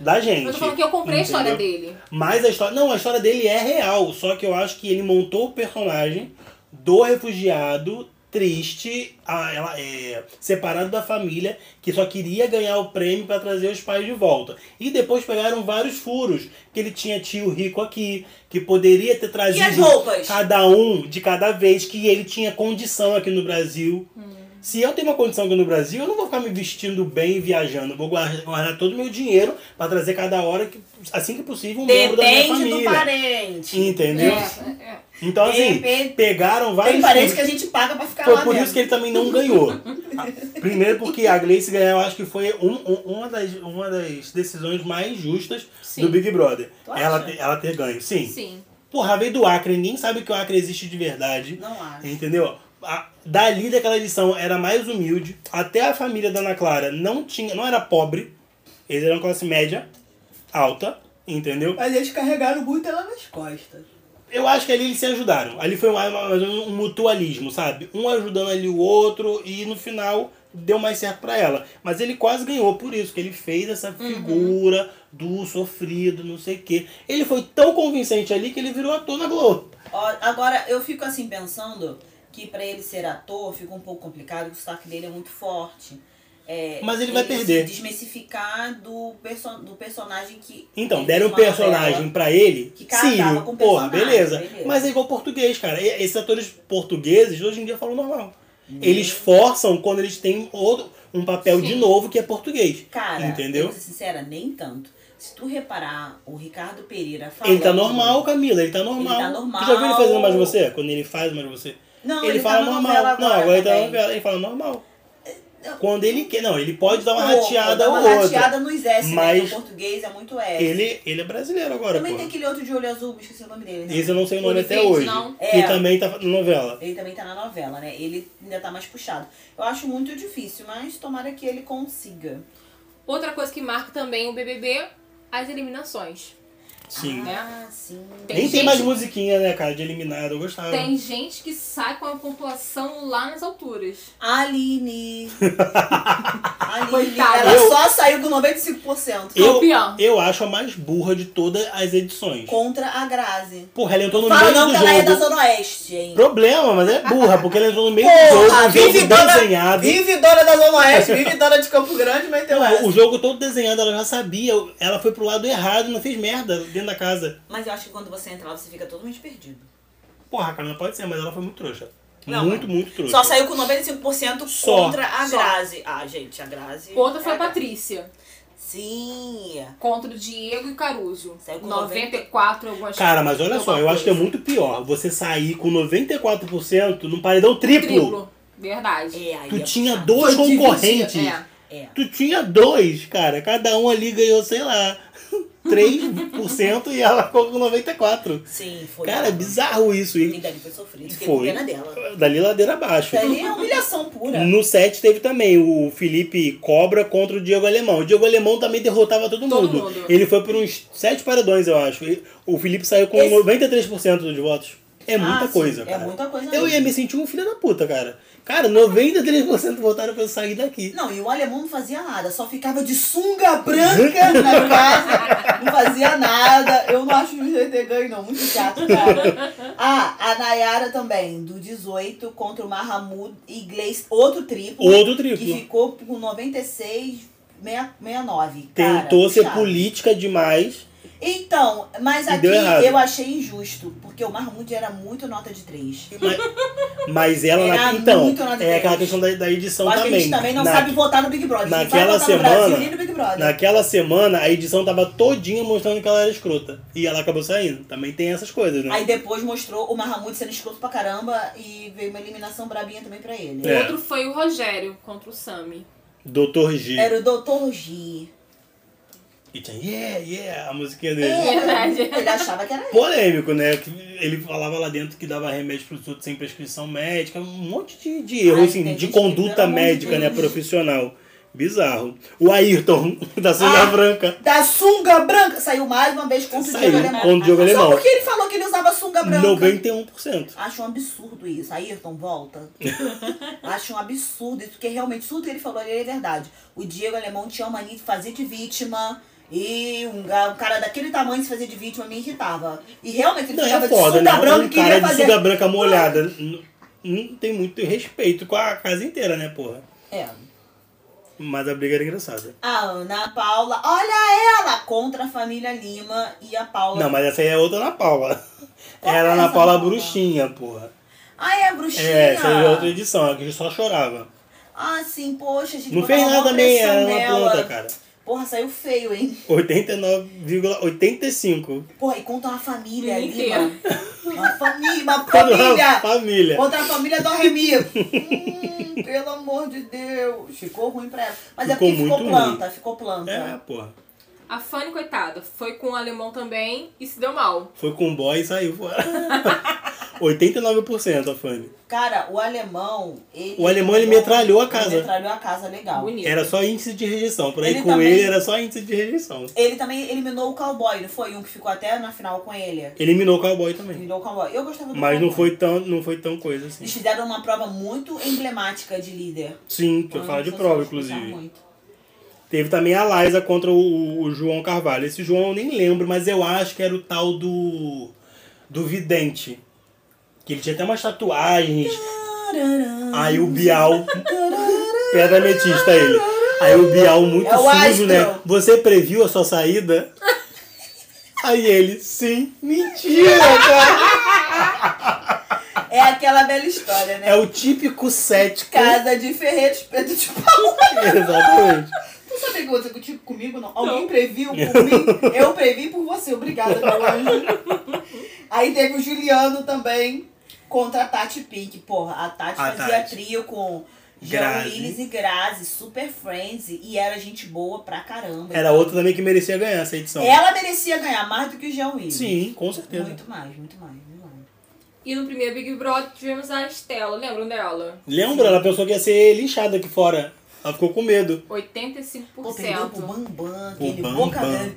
Speaker 1: da gente.
Speaker 2: Eu tô falando que eu comprei a história
Speaker 1: entendeu?
Speaker 2: dele.
Speaker 1: Mas a história. Não, a história dele é real. Só que eu acho que ele montou o personagem do refugiado triste, a- ela é separado da família, que só queria ganhar o prêmio pra trazer os pais de volta. E depois pegaram vários furos, que ele tinha tio rico aqui, que poderia ter
Speaker 3: E as
Speaker 1: trazido
Speaker 3: roupas?
Speaker 1: cada um de cada vez que ele tinha condição aqui no Brasil.
Speaker 3: Hum.
Speaker 1: Se eu tenho uma condição aqui no Brasil, eu não vou ficar me vestindo bem e viajando. Eu vou guardar, guardar todo o meu dinheiro pra trazer cada hora, que, assim que possível, um membro da minha
Speaker 3: Depende do
Speaker 1: família.
Speaker 3: parente.
Speaker 1: Entendeu?
Speaker 2: É, é.
Speaker 1: Então, assim,
Speaker 3: Depende.
Speaker 1: pegaram vários.
Speaker 3: Tem parente que
Speaker 1: furos.
Speaker 3: a gente paga pra ficar
Speaker 1: Foi
Speaker 3: lá
Speaker 1: por
Speaker 3: mesmo.
Speaker 1: isso que ele também não ganhou. Primeiro porque a Gleice ganhar, eu acho que foi um- um- uma, das, uma das decisões mais justas
Speaker 2: Sim.
Speaker 1: do Big Brother.
Speaker 3: Tu acha?
Speaker 1: Ela, ter- ela ter ganho, sim.
Speaker 2: é, Sim.
Speaker 1: Porra, veio do Acre, ninguém sabe que o Acre existe de verdade.
Speaker 3: Não acho.
Speaker 1: Entendeu? A, dali daquela edição era mais humilde. Até a família da Ana Clara não tinha, não era pobre. Eles eram classe média, alta, entendeu?
Speaker 6: Mas eles carregaram muito ela nas costas.
Speaker 1: Eu acho que ali eles se ajudaram. Ali foi mais mais ou menos um mutualismo, sabe? Um ajudando ali o outro e no final deu mais certo pra ela. Mas ele quase ganhou por isso, que ele fez essa
Speaker 6: Uhum.
Speaker 1: figura do sofrido, não sei o quê. Ele foi tão convincente ali que ele virou ator na Globo.
Speaker 3: Ó, Agora, eu fico assim pensando que pra ele ser ator fica um pouco complicado, o sotaque dele é muito forte. É,
Speaker 1: Mas ele vai
Speaker 3: se
Speaker 1: perder.
Speaker 3: Desmistificar do, perso do personagem que.
Speaker 1: Então,
Speaker 3: ele
Speaker 1: deram um
Speaker 3: fez na
Speaker 1: personagem
Speaker 3: novela.
Speaker 1: pra ele.
Speaker 3: que casava
Speaker 1: Sírio,
Speaker 3: com o
Speaker 1: porra,
Speaker 3: personagem,
Speaker 1: beleza.
Speaker 3: beleza.
Speaker 1: Mas é igual português, cara. E- Esses atores portugueses hoje em dia falam normal.
Speaker 3: Uhum.
Speaker 1: Eles forçam quando eles têm outro, um papel de
Speaker 2: Sim.
Speaker 1: novo que é português.
Speaker 3: Cara,
Speaker 1: Entendeu?
Speaker 3: eu vou ser sincera, nem tanto. Se tu reparar, o Ricardo Pereira falando.
Speaker 1: Ele tá normal, Camila, ele tá normal.
Speaker 3: Ele tá normal.
Speaker 1: Tu já viu ele fazendo mais você? Quando ele faz mais você?
Speaker 3: Não,
Speaker 1: ele,
Speaker 3: ele,
Speaker 1: fala
Speaker 3: tá na
Speaker 1: normal.
Speaker 3: novela
Speaker 1: não,
Speaker 3: agora
Speaker 1: agora ele tá na
Speaker 3: também. É,
Speaker 1: novela, ele fala normal.
Speaker 3: não.
Speaker 1: Quando ele quer. Não, ele pode dar uma
Speaker 3: Pô,
Speaker 1: rateada
Speaker 3: dá
Speaker 1: ou
Speaker 3: uma
Speaker 1: outra.
Speaker 3: rateada nos S,
Speaker 1: Mas-
Speaker 3: né? Porque o português é muito S.
Speaker 1: Ele, ele é brasileiro agora,
Speaker 3: Também tem
Speaker 1: pô.
Speaker 3: aquele outro de olho azul, esqueci o nome dele. Né?
Speaker 1: Esse eu não sei o nome até
Speaker 2: Oliveira,
Speaker 1: hoje.
Speaker 2: não.
Speaker 1: Que
Speaker 3: É.
Speaker 1: também tá na novela.
Speaker 3: Ele também tá na novela, né? Ele ainda tá mais puxado. Eu acho muito difícil, mas tomara que ele consiga.
Speaker 2: Outra coisa que marca também o BBB, as eliminações.
Speaker 1: Sim.
Speaker 3: Ah, sim.
Speaker 2: Tem
Speaker 1: Nem tem
Speaker 2: gente-
Speaker 1: mais musiquinha, né, cara, de eliminado. Eu gostava.
Speaker 2: Tem gente que sai com a pontuação lá nas alturas.
Speaker 3: Aline. Aline.
Speaker 2: Coitada.
Speaker 3: Ela
Speaker 1: Eu-
Speaker 3: só saiu com 95%.
Speaker 1: Eu-
Speaker 2: Campeão.
Speaker 1: Eu acho a mais burra de todas as edições.
Speaker 3: Contra a Grazi.
Speaker 1: Porra, ela entrou no
Speaker 3: Fala
Speaker 1: meio
Speaker 3: não
Speaker 1: do
Speaker 3: que ela é da
Speaker 1: jogo.
Speaker 3: Zona Oeste, hein?
Speaker 1: Problema, mas é burra, porque ela entrou no meio do
Speaker 6: Porra,
Speaker 1: jogo, o jogo
Speaker 6: vive toda-
Speaker 1: desenhado.
Speaker 6: Vive dona da Zona Oeste, vive dona de Campo Grande, meteu
Speaker 1: Não, é,
Speaker 6: essa.
Speaker 1: o jogo todo desenhado, ela já sabia. Ela foi pro lado errado, não fez merda dentro da casa.
Speaker 3: Mas eu acho que quando você entra lá, você fica totalmente perdido.
Speaker 1: Porra, cara, não pode ser, mas ela foi muito trouxa.
Speaker 3: Não,
Speaker 1: muito, muito trouxa.
Speaker 3: Só saiu com 95%
Speaker 1: Só.
Speaker 3: contra a
Speaker 2: Só.
Speaker 3: Grazi. Ah, gente, a Grazi.
Speaker 2: Outra foi
Speaker 3: é
Speaker 2: a Patrícia.
Speaker 3: Sim.
Speaker 2: Contra o Diego e Caruso.
Speaker 3: Saiu com
Speaker 2: 94, algumas
Speaker 1: Cara, mas olha só, eu acho que é muito pior você sair com 94% num paredão triplo.
Speaker 2: Verdade.
Speaker 3: É, aí
Speaker 1: Tu
Speaker 3: é
Speaker 1: tinha
Speaker 3: puxado.
Speaker 1: dois
Speaker 2: Foi
Speaker 1: concorrentes.
Speaker 2: dividido, é.
Speaker 3: É.
Speaker 1: Tu tinha dois, cara. Cada um ali ganhou, sei lá, 3% e ela ficou com 94%.
Speaker 3: Sim, foi.
Speaker 1: Cara, é bizarro isso.
Speaker 3: E
Speaker 1: E
Speaker 3: dali foi sofrido. Fiquei com
Speaker 1: foi.
Speaker 3: pena dela.
Speaker 1: Dali ladeira abaixo.
Speaker 3: Dali é humilhação pura.
Speaker 1: No set teve também o Felipe Cobra contra o Diego Alemão. O Diego Alemão também derrotava todo mundo.
Speaker 2: Todo mundo.
Speaker 1: Ele foi por uns sete paredões, eu acho. E o Felipe saiu com
Speaker 3: Esse-
Speaker 1: 93% dos votos. É muita
Speaker 3: Ah, sim,
Speaker 1: coisa,
Speaker 3: É
Speaker 1: cara.
Speaker 3: muita coisa.
Speaker 1: Eu
Speaker 3: mesmo.
Speaker 1: ia me sentir um filho da puta, cara. Cara, 93% votaram pra eu sair daqui.
Speaker 3: Não, e o alemão não fazia nada, só ficava de sunga branca na casa, não fazia nada. Eu não acho que ele ter ganho, não, muito chato, cara. Ah, a Nayara também, do 18 contra o Mahamud e Gleice, outro triplo,
Speaker 1: Outro
Speaker 3: que
Speaker 1: triplo.
Speaker 3: ficou com 96, 69. Cara,
Speaker 1: Tentou ser
Speaker 3: puxado.
Speaker 1: política demais.
Speaker 3: Então, mas
Speaker 1: E
Speaker 3: aqui
Speaker 1: deu errado.
Speaker 3: eu achei injusto, porque o Mahamud era muito nota de 3.
Speaker 1: Mas ela.
Speaker 3: Era
Speaker 1: na... Então,
Speaker 3: muito nada
Speaker 1: é aquela
Speaker 3: deles.
Speaker 1: questão da, da edição
Speaker 3: Eu acho que
Speaker 1: Então também.
Speaker 3: a gente também não
Speaker 1: Na-
Speaker 3: sabe né? votar no Big Brother. A gente vai
Speaker 1: naquela
Speaker 3: votar no
Speaker 1: semana-
Speaker 3: Brasil e no Big Brother.
Speaker 1: Naquela semana, a edição tava todinha mostrando que ela era escrota. E ela acabou saindo. Também tem essas coisas, né?
Speaker 3: Aí depois mostrou o Mahamud sendo escroto pra caramba e veio uma eliminação brabinha também pra ele.
Speaker 1: É.
Speaker 2: Outro foi o Rogério contra o Sami.
Speaker 1: Doutor G.
Speaker 3: Era o Dr. G.
Speaker 1: E tinha yeah, yeah, a musiquinha dele.
Speaker 3: É,
Speaker 2: verdade.
Speaker 3: Ele achava que era ele.
Speaker 1: Polêmico, né? Que Ele falava lá dentro que dava remédio pros outros sem prescrição médica. Um monte de, de erro,
Speaker 3: Ai,
Speaker 1: assim,
Speaker 3: tem
Speaker 1: de
Speaker 3: gente que, pelo
Speaker 1: conduta
Speaker 3: amor de
Speaker 1: médica, né?
Speaker 3: Deus.
Speaker 1: Profissional. Bizarro. O Ayrton, da Sunga
Speaker 3: Ah,
Speaker 1: Branca.
Speaker 3: Da sunga branca! Saiu mais uma vez contra o
Speaker 1: Saiu
Speaker 3: Diego Alemão.
Speaker 1: contra o Diogo
Speaker 3: Só
Speaker 1: Alemão.
Speaker 3: porque ele falou que ele usava sunga branca.
Speaker 1: 91%.
Speaker 3: Acho um absurdo isso. Ayrton, volta. Acho um absurdo isso, porque realmente tudo que ele falou ali é verdade. O Diego Alemão tinha uma mania de fazer de vítima. E um, ga- um cara daquele tamanho se fazer de vítima me irritava. E realmente ele
Speaker 1: Não,
Speaker 3: ficava
Speaker 1: é foda,
Speaker 3: de
Speaker 1: né?
Speaker 3: sunga branca
Speaker 1: Um
Speaker 3: e queria
Speaker 1: cara de
Speaker 3: fazer.
Speaker 1: sunga branca molhada. Não, não tem muito respeito com a casa inteira, né, porra?
Speaker 3: É.
Speaker 1: Mas a briga era engraçada.
Speaker 3: A Ana Paula, olha ela! Contra a família Lima e a Paula.
Speaker 1: Não, mas essa aí é outra Ana Paula. Era a
Speaker 3: é essa
Speaker 1: Ana Paula
Speaker 3: Ana Paula?
Speaker 1: Bruxinha, porra.
Speaker 3: Ai, é a bruxinha!
Speaker 1: É, essa aí é outra edição, a que só chorava.
Speaker 3: Ah, sim, poxa, a gente
Speaker 1: Não
Speaker 3: botou
Speaker 1: fez
Speaker 3: uma
Speaker 1: nada também,
Speaker 3: pressão
Speaker 1: era uma
Speaker 3: nela.
Speaker 1: planta, cara.
Speaker 3: Porra, saiu feio, hein?
Speaker 1: 89,85.
Speaker 3: Porra, e contra uma família
Speaker 2: Ninguém
Speaker 3: Lima. Uma família, uma
Speaker 1: Família!
Speaker 3: família.
Speaker 1: Família.
Speaker 3: Outra família do Remi. Hum, pelo amor de Deus. Ficou ruim pra ela. Mas é
Speaker 1: Ficou
Speaker 3: porque ficou
Speaker 1: muito
Speaker 3: planta, ficou planta.
Speaker 1: É, porra.
Speaker 2: A Fanny, coitada, foi com o alemão também e se deu mal.
Speaker 1: Foi com o boy e saiu fora. 89% a Fanny.
Speaker 3: Cara, o alemão, ele.
Speaker 1: O alemão, ele metralhou a casa.
Speaker 3: Ele metralhou a casa legal.
Speaker 2: Bonito.
Speaker 1: Era só índice de rejeição. Por aí
Speaker 3: Ele
Speaker 1: com
Speaker 3: também-
Speaker 1: ele era só índice de rejeição.
Speaker 3: Ele também eliminou o cowboy, não foi? Um que ficou até na final com ele.
Speaker 1: Eliminou o cowboy também.
Speaker 3: Eliminou o cowboy. Eu gostava do
Speaker 1: Mas não
Speaker 3: cowboy.
Speaker 1: foi tão, não foi tão coisa assim.
Speaker 3: Eles fizeram uma prova muito emblemática de líder.
Speaker 1: Sim, que eu
Speaker 3: Mano,
Speaker 1: falo de
Speaker 3: só
Speaker 1: prova,
Speaker 3: se eu escutar
Speaker 1: inclusive.
Speaker 3: muito.
Speaker 1: Teve também a Liza contra o, o João Carvalho. Esse João eu nem lembro, mas eu acho que era o tal do. do Vidente. Que ele tinha até umas tatuagens. Aí o Bial. Pedra ametista ele. Aí o Bial muito
Speaker 3: É o
Speaker 1: sujo,
Speaker 3: astro.
Speaker 1: né? Você previu a sua saída? Aí ele, sim, mentira, cara.
Speaker 3: É aquela velha história, né?
Speaker 1: É o típico cético.
Speaker 3: Casa de Ferreiros Pedro de Pau.
Speaker 1: Exatamente.
Speaker 3: Tu sabia que você discutiu tipo, comigo, não? Alguém previu por mim? Eu previ por você. Obrigada, meu anjo. Aí teve o Juliano também contra a Tati Pink. Porra, a Tati
Speaker 1: A
Speaker 3: fazia
Speaker 1: Tati.
Speaker 3: trio com Jean
Speaker 1: Grazi.
Speaker 3: Willis e Grazi, super friends. E era gente boa pra caramba.
Speaker 1: Era outro também que merecia ganhar essa edição.
Speaker 3: Ela merecia ganhar mais do que o Jean Willis.
Speaker 1: Sim, com certeza.
Speaker 3: É. Muito mais, muito mais, muito mais.
Speaker 2: E no primeiro Big Brother tivemos a Estela, lembram dela?
Speaker 1: Lembra? Ela pensou que ia ser linchada aqui fora. Ela ficou com medo.
Speaker 2: 85%.
Speaker 3: Pô, perdeu pro Bambam, aquele
Speaker 1: Bambam.
Speaker 3: boca grande.